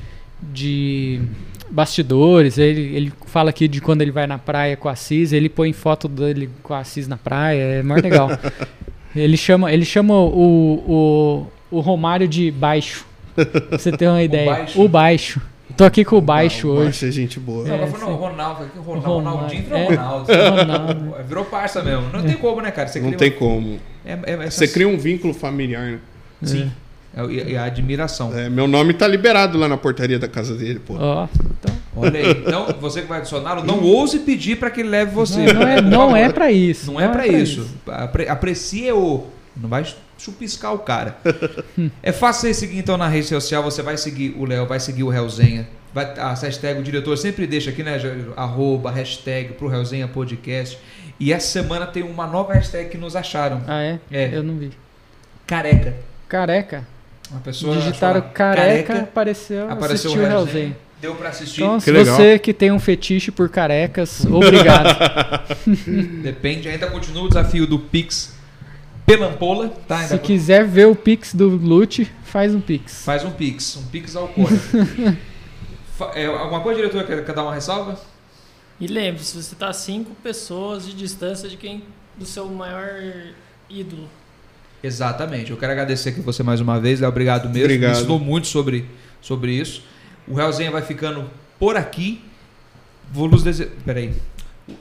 Speaker 3: de bastidores, ele, ele fala aqui de quando ele vai na praia com a Assis, ele põe foto dele com a Assis na praia, é mais legal. ele chama, ele chama o, o, o Romário de baixo. Pra você ter uma ideia.
Speaker 2: baixo?
Speaker 3: O baixo. Tô aqui com o baixo
Speaker 1: o
Speaker 3: hoje.
Speaker 1: Baixo é gente boa.
Speaker 2: Não, mas foi no Ronaldo, aqui, Ronaldo,
Speaker 3: Ronaldo,
Speaker 2: Ronaldinho virou
Speaker 3: é.
Speaker 2: Ronaldo. É,
Speaker 3: Ronaldo.
Speaker 2: Virou parça mesmo. Não tem como, né, cara?
Speaker 3: É.
Speaker 2: Você
Speaker 1: Não
Speaker 2: cria
Speaker 1: tem como.
Speaker 2: uma- é- é-
Speaker 1: Você
Speaker 2: essas-
Speaker 1: cria um vínculo familiar, né?
Speaker 2: Sim. É, E e a admiração.
Speaker 1: É, meu nome tá liberado lá na portaria da casa dele, pô.
Speaker 3: Ó, então,
Speaker 2: Olha aí. Então, você que vai adicioná-lo, não ouse pedir pra que ele leve você.
Speaker 3: não, não é,
Speaker 2: Por
Speaker 3: não
Speaker 2: favor.
Speaker 3: é pra isso.
Speaker 2: Não é pra isso. Apre- Aprecie o. Não vai chupiscar o cara. é fácil você seguir então na rede social. Você vai seguir o Léo, vai seguir o Helzenha. Vai, a hashtag, o diretor sempre deixa aqui, né? Jairo? Arroba, hashtag pro Helzenha Podcast. E essa semana tem uma nova hashtag que nos acharam.
Speaker 3: Ah, é?
Speaker 2: É.
Speaker 3: Eu não vi.
Speaker 2: Careca.
Speaker 3: Careca.
Speaker 2: Uma pessoa.
Speaker 3: Digitaram
Speaker 2: achou lá,
Speaker 3: careca, apareceu,
Speaker 2: apareceu o
Speaker 3: assistiu o
Speaker 2: Helzenha.
Speaker 3: Hellzen.
Speaker 2: Deu pra assistir.
Speaker 3: Então,
Speaker 1: Que
Speaker 3: se
Speaker 1: legal.
Speaker 3: você que tem um fetiche por carecas, obrigado.
Speaker 2: Depende. Ainda continua o desafio do Pix Pelampola. Tá? Ainda
Speaker 3: se quiser ver o pix do Lute, faz um pix.
Speaker 2: Faz um pix, um pix ao cor. Fa- é, alguma coisa, diretor, quer, quer dar uma ressalva?
Speaker 5: E lembre-se, você tá a cinco pessoas de distância de quem do seu maior ídolo.
Speaker 2: Exatamente. Eu quero agradecer aqui você mais uma vez, Léo. Obrigado mesmo.
Speaker 1: Obrigado.
Speaker 2: Me ensinou muito sobre, sobre isso. O Realzinha vai ficando por aqui. Vou nos desejar. Peraí.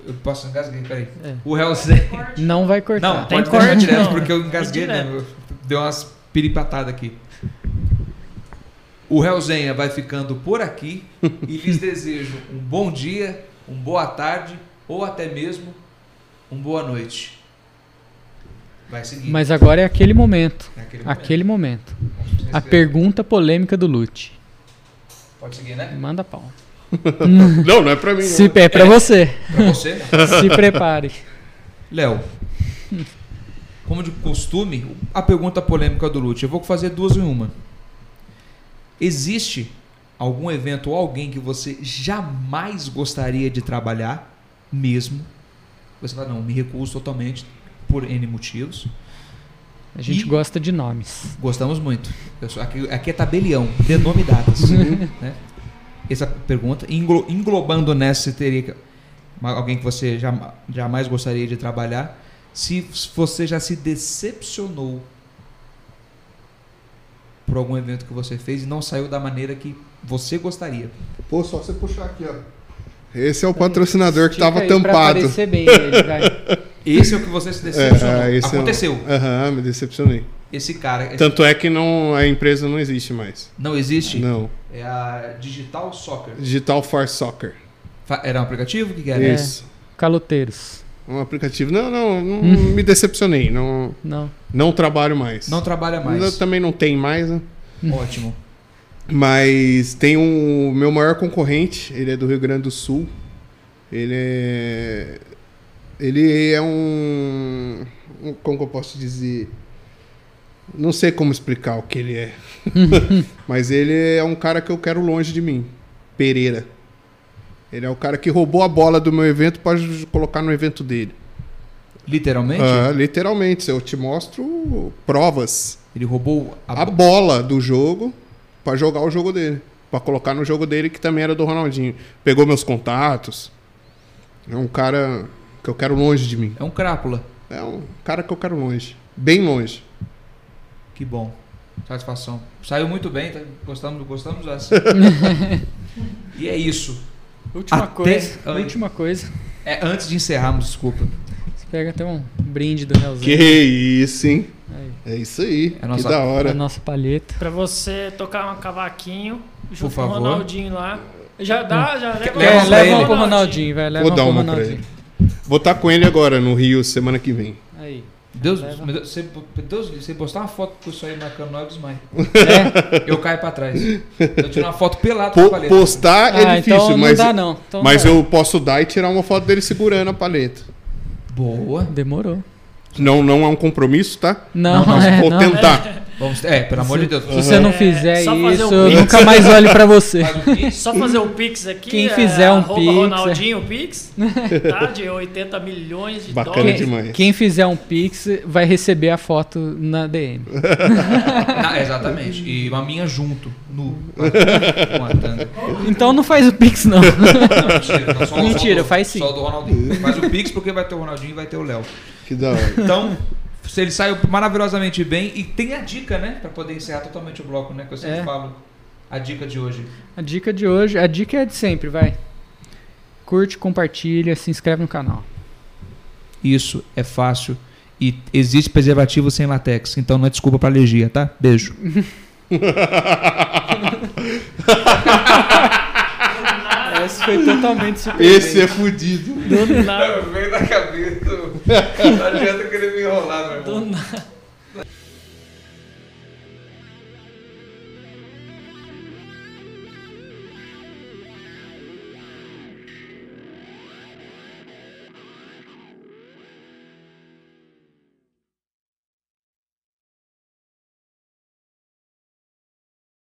Speaker 2: Eu posso engasguei, peraí.
Speaker 3: É.
Speaker 2: O Realzinha.
Speaker 3: Não vai cortar.
Speaker 2: Não,
Speaker 5: Tem
Speaker 2: Ah, pode cortar
Speaker 5: corte,
Speaker 2: direto,
Speaker 5: não.
Speaker 2: porque eu engasguei, né?
Speaker 5: Direto.
Speaker 2: Eu- Deu umas piripatadas aqui. O Helzenha vai ficando por aqui e lhes desejo um bom dia, uma boa tarde ou até mesmo uma boa noite. Vai seguir.
Speaker 3: Mas agora é aquele momento.
Speaker 2: Naquele momento.
Speaker 3: Aquele momento.
Speaker 2: Vamos
Speaker 3: A
Speaker 2: ver.
Speaker 3: pergunta polêmica do Lute.
Speaker 2: Pode seguir, né?
Speaker 3: Manda pau.
Speaker 1: Não, não é pra mim.
Speaker 3: Se,
Speaker 1: não.
Speaker 3: é pra você.
Speaker 2: Pra você.
Speaker 3: Se prepare.
Speaker 2: Léo, como de costume, a pergunta polêmica do Lute. Eu vou fazer duas em uma. Existe algum evento ou alguém que você jamais gostaria de trabalhar, mesmo? Você fala, não, me recuso totalmente por N motivos.
Speaker 3: A gente
Speaker 2: E-
Speaker 3: gosta de nomes.
Speaker 2: Gostamos muito. Eu sou- aqui, aqui é tabelião, de nome e datas. né? Essa pergunta, englo- englobando nessa, você teria que- ma- alguém que você jama- jamais gostaria de trabalhar. Se s- você já se decepcionou por algum evento que você fez e não saiu da maneira que você gostaria.
Speaker 1: Pô, só você puxar aqui, ó. Esse é o patrocinador que tava
Speaker 3: Estica aí Pra
Speaker 1: tampado.
Speaker 3: aparecer bem ele, vai.
Speaker 2: Esse é o que você se decepcionou.
Speaker 1: É, esse é o-
Speaker 2: Aconteceu.
Speaker 1: Aham, me decepcionei.
Speaker 2: Esse cara esse-
Speaker 1: Tanto é que não, a empresa não existe mais.
Speaker 2: não existe.
Speaker 1: Não.
Speaker 2: É a Digital Soccer.
Speaker 1: Digital for Soccer.
Speaker 2: Fa- Era um aplicativo? O que, que era?
Speaker 1: Isso.
Speaker 3: Caloteiros.
Speaker 1: Um aplicativo. Não, não, não me decepcionei. Não,
Speaker 3: Não.
Speaker 1: não trabalho mais.
Speaker 2: Não trabalha mais.
Speaker 1: Ainda Também não tem mais, né?
Speaker 2: Ótimo.
Speaker 1: Mas tem um meu maior concorrente, ele é do Rio Grande do Sul. Ele é ele é um, um- como que eu posso dizer? Não sei como explicar o que ele é. Mas ele é um cara que eu quero longe de mim, Pereira. Ele é o cara que roubou a bola do meu evento para colocar no evento dele.
Speaker 2: Literalmente?
Speaker 1: Ah, literalmente, eu te mostro provas
Speaker 2: Ele roubou a,
Speaker 1: a
Speaker 2: bo-
Speaker 1: bola do jogo pra jogar o jogo dele, Pra colocar no jogo dele que também era do Ronaldinho. Pegou meus contatos. É um cara que eu quero longe de mim.
Speaker 2: É um crápula.
Speaker 1: É um cara que eu quero longe, bem longe.
Speaker 2: Que bom. Satisfação. Saiu muito bem, tá? Gostamos, gostamos dessa. e é isso.
Speaker 3: Última
Speaker 2: Até-
Speaker 3: coisa.
Speaker 2: Ai.
Speaker 3: Última coisa.
Speaker 2: É, antes de encerrarmos, desculpa.
Speaker 3: Você pega até um brinde do Nelson.
Speaker 1: Que isso, hein?
Speaker 3: Aí.
Speaker 1: É isso aí.
Speaker 2: É nossa-
Speaker 1: Que da
Speaker 3: A
Speaker 1: hora.
Speaker 3: nossa né? palheta.
Speaker 5: Pra você tocar um cavaquinho junto
Speaker 2: Por favor.
Speaker 5: com o Ronaldinho lá. Já dá, já leva,
Speaker 2: Leva
Speaker 3: É,
Speaker 2: pra
Speaker 3: leva
Speaker 2: ele.
Speaker 3: um pro Ronaldinho, vai. Leva
Speaker 1: Vou
Speaker 3: um
Speaker 1: dar
Speaker 3: pro
Speaker 1: uma pra
Speaker 3: Ronaldinho. Tá
Speaker 1: ele. Vou estar com ele agora no Rio semana que vem.
Speaker 3: Aí.
Speaker 2: Deus,
Speaker 3: Leva.
Speaker 2: meu Deus, você, Deus, você postar uma foto com isso aí marcando nós, eu desmaio.
Speaker 1: É
Speaker 3: É?
Speaker 2: Eu caio pra trás. Eu tiro uma foto pelada
Speaker 1: Po-
Speaker 2: com a paleta.
Speaker 1: postar é
Speaker 3: Ah,
Speaker 1: difícil,
Speaker 3: então não
Speaker 1: mas,
Speaker 3: dá não. Então
Speaker 1: mas
Speaker 3: vai.
Speaker 1: eu posso dar e tirar uma foto dele segurando a paleta.
Speaker 2: Boa.
Speaker 3: Demorou.
Speaker 1: Não, não é um compromisso, tá?
Speaker 3: Não,
Speaker 2: Não, não,
Speaker 3: é,
Speaker 1: Vou um-
Speaker 3: não.
Speaker 1: tentar.
Speaker 2: Vamos, é, pelo amor de Deus.
Speaker 3: Se você não
Speaker 4: É,
Speaker 3: fizer
Speaker 4: só fazer
Speaker 3: isso,
Speaker 4: um
Speaker 3: eu
Speaker 4: pix.
Speaker 3: nunca mais olho pra você.
Speaker 2: Faz o quê?
Speaker 4: Só fazer o Pix aqui.
Speaker 3: Quem
Speaker 4: é
Speaker 3: fizer um
Speaker 4: arroba
Speaker 3: Pix, é.
Speaker 4: Ronaldinho Pix, tá? De 80 milhões de
Speaker 1: Bacana
Speaker 4: dólares.
Speaker 1: demais.
Speaker 3: Quem, quem fizer um pix vai receber a foto na DM.
Speaker 2: Não, exatamente. E uma minha junto, nu. Com a tanga.
Speaker 3: Então não faz o pix não.
Speaker 2: Não, mentira, não, só- só
Speaker 3: Mentira,
Speaker 2: do-
Speaker 3: faz sim.
Speaker 2: Só do Ronaldinho. Faz o Pix porque vai ter o Ronaldinho e vai ter o Léo.
Speaker 1: Que da hora.
Speaker 2: Então, se ele saiu maravilhosamente bem. E tem a dica, né? Pra poder encerrar totalmente o bloco, né? Que eu sempre
Speaker 3: É.
Speaker 2: falo. A dica de hoje.
Speaker 3: A dica de hoje, a dica é a de sempre, vai. Curte, compartilha, se inscreve no canal.
Speaker 2: Isso é fácil. E existe preservativo sem latex. Então não é desculpa pra alergia, tá? Beijo.
Speaker 3: Esse foi totalmente
Speaker 1: Esse é fudido.
Speaker 4: Do nada.
Speaker 2: Veio da cabeça. Não adianta querer me enrolar, meu
Speaker 3: Então
Speaker 4: Do nada.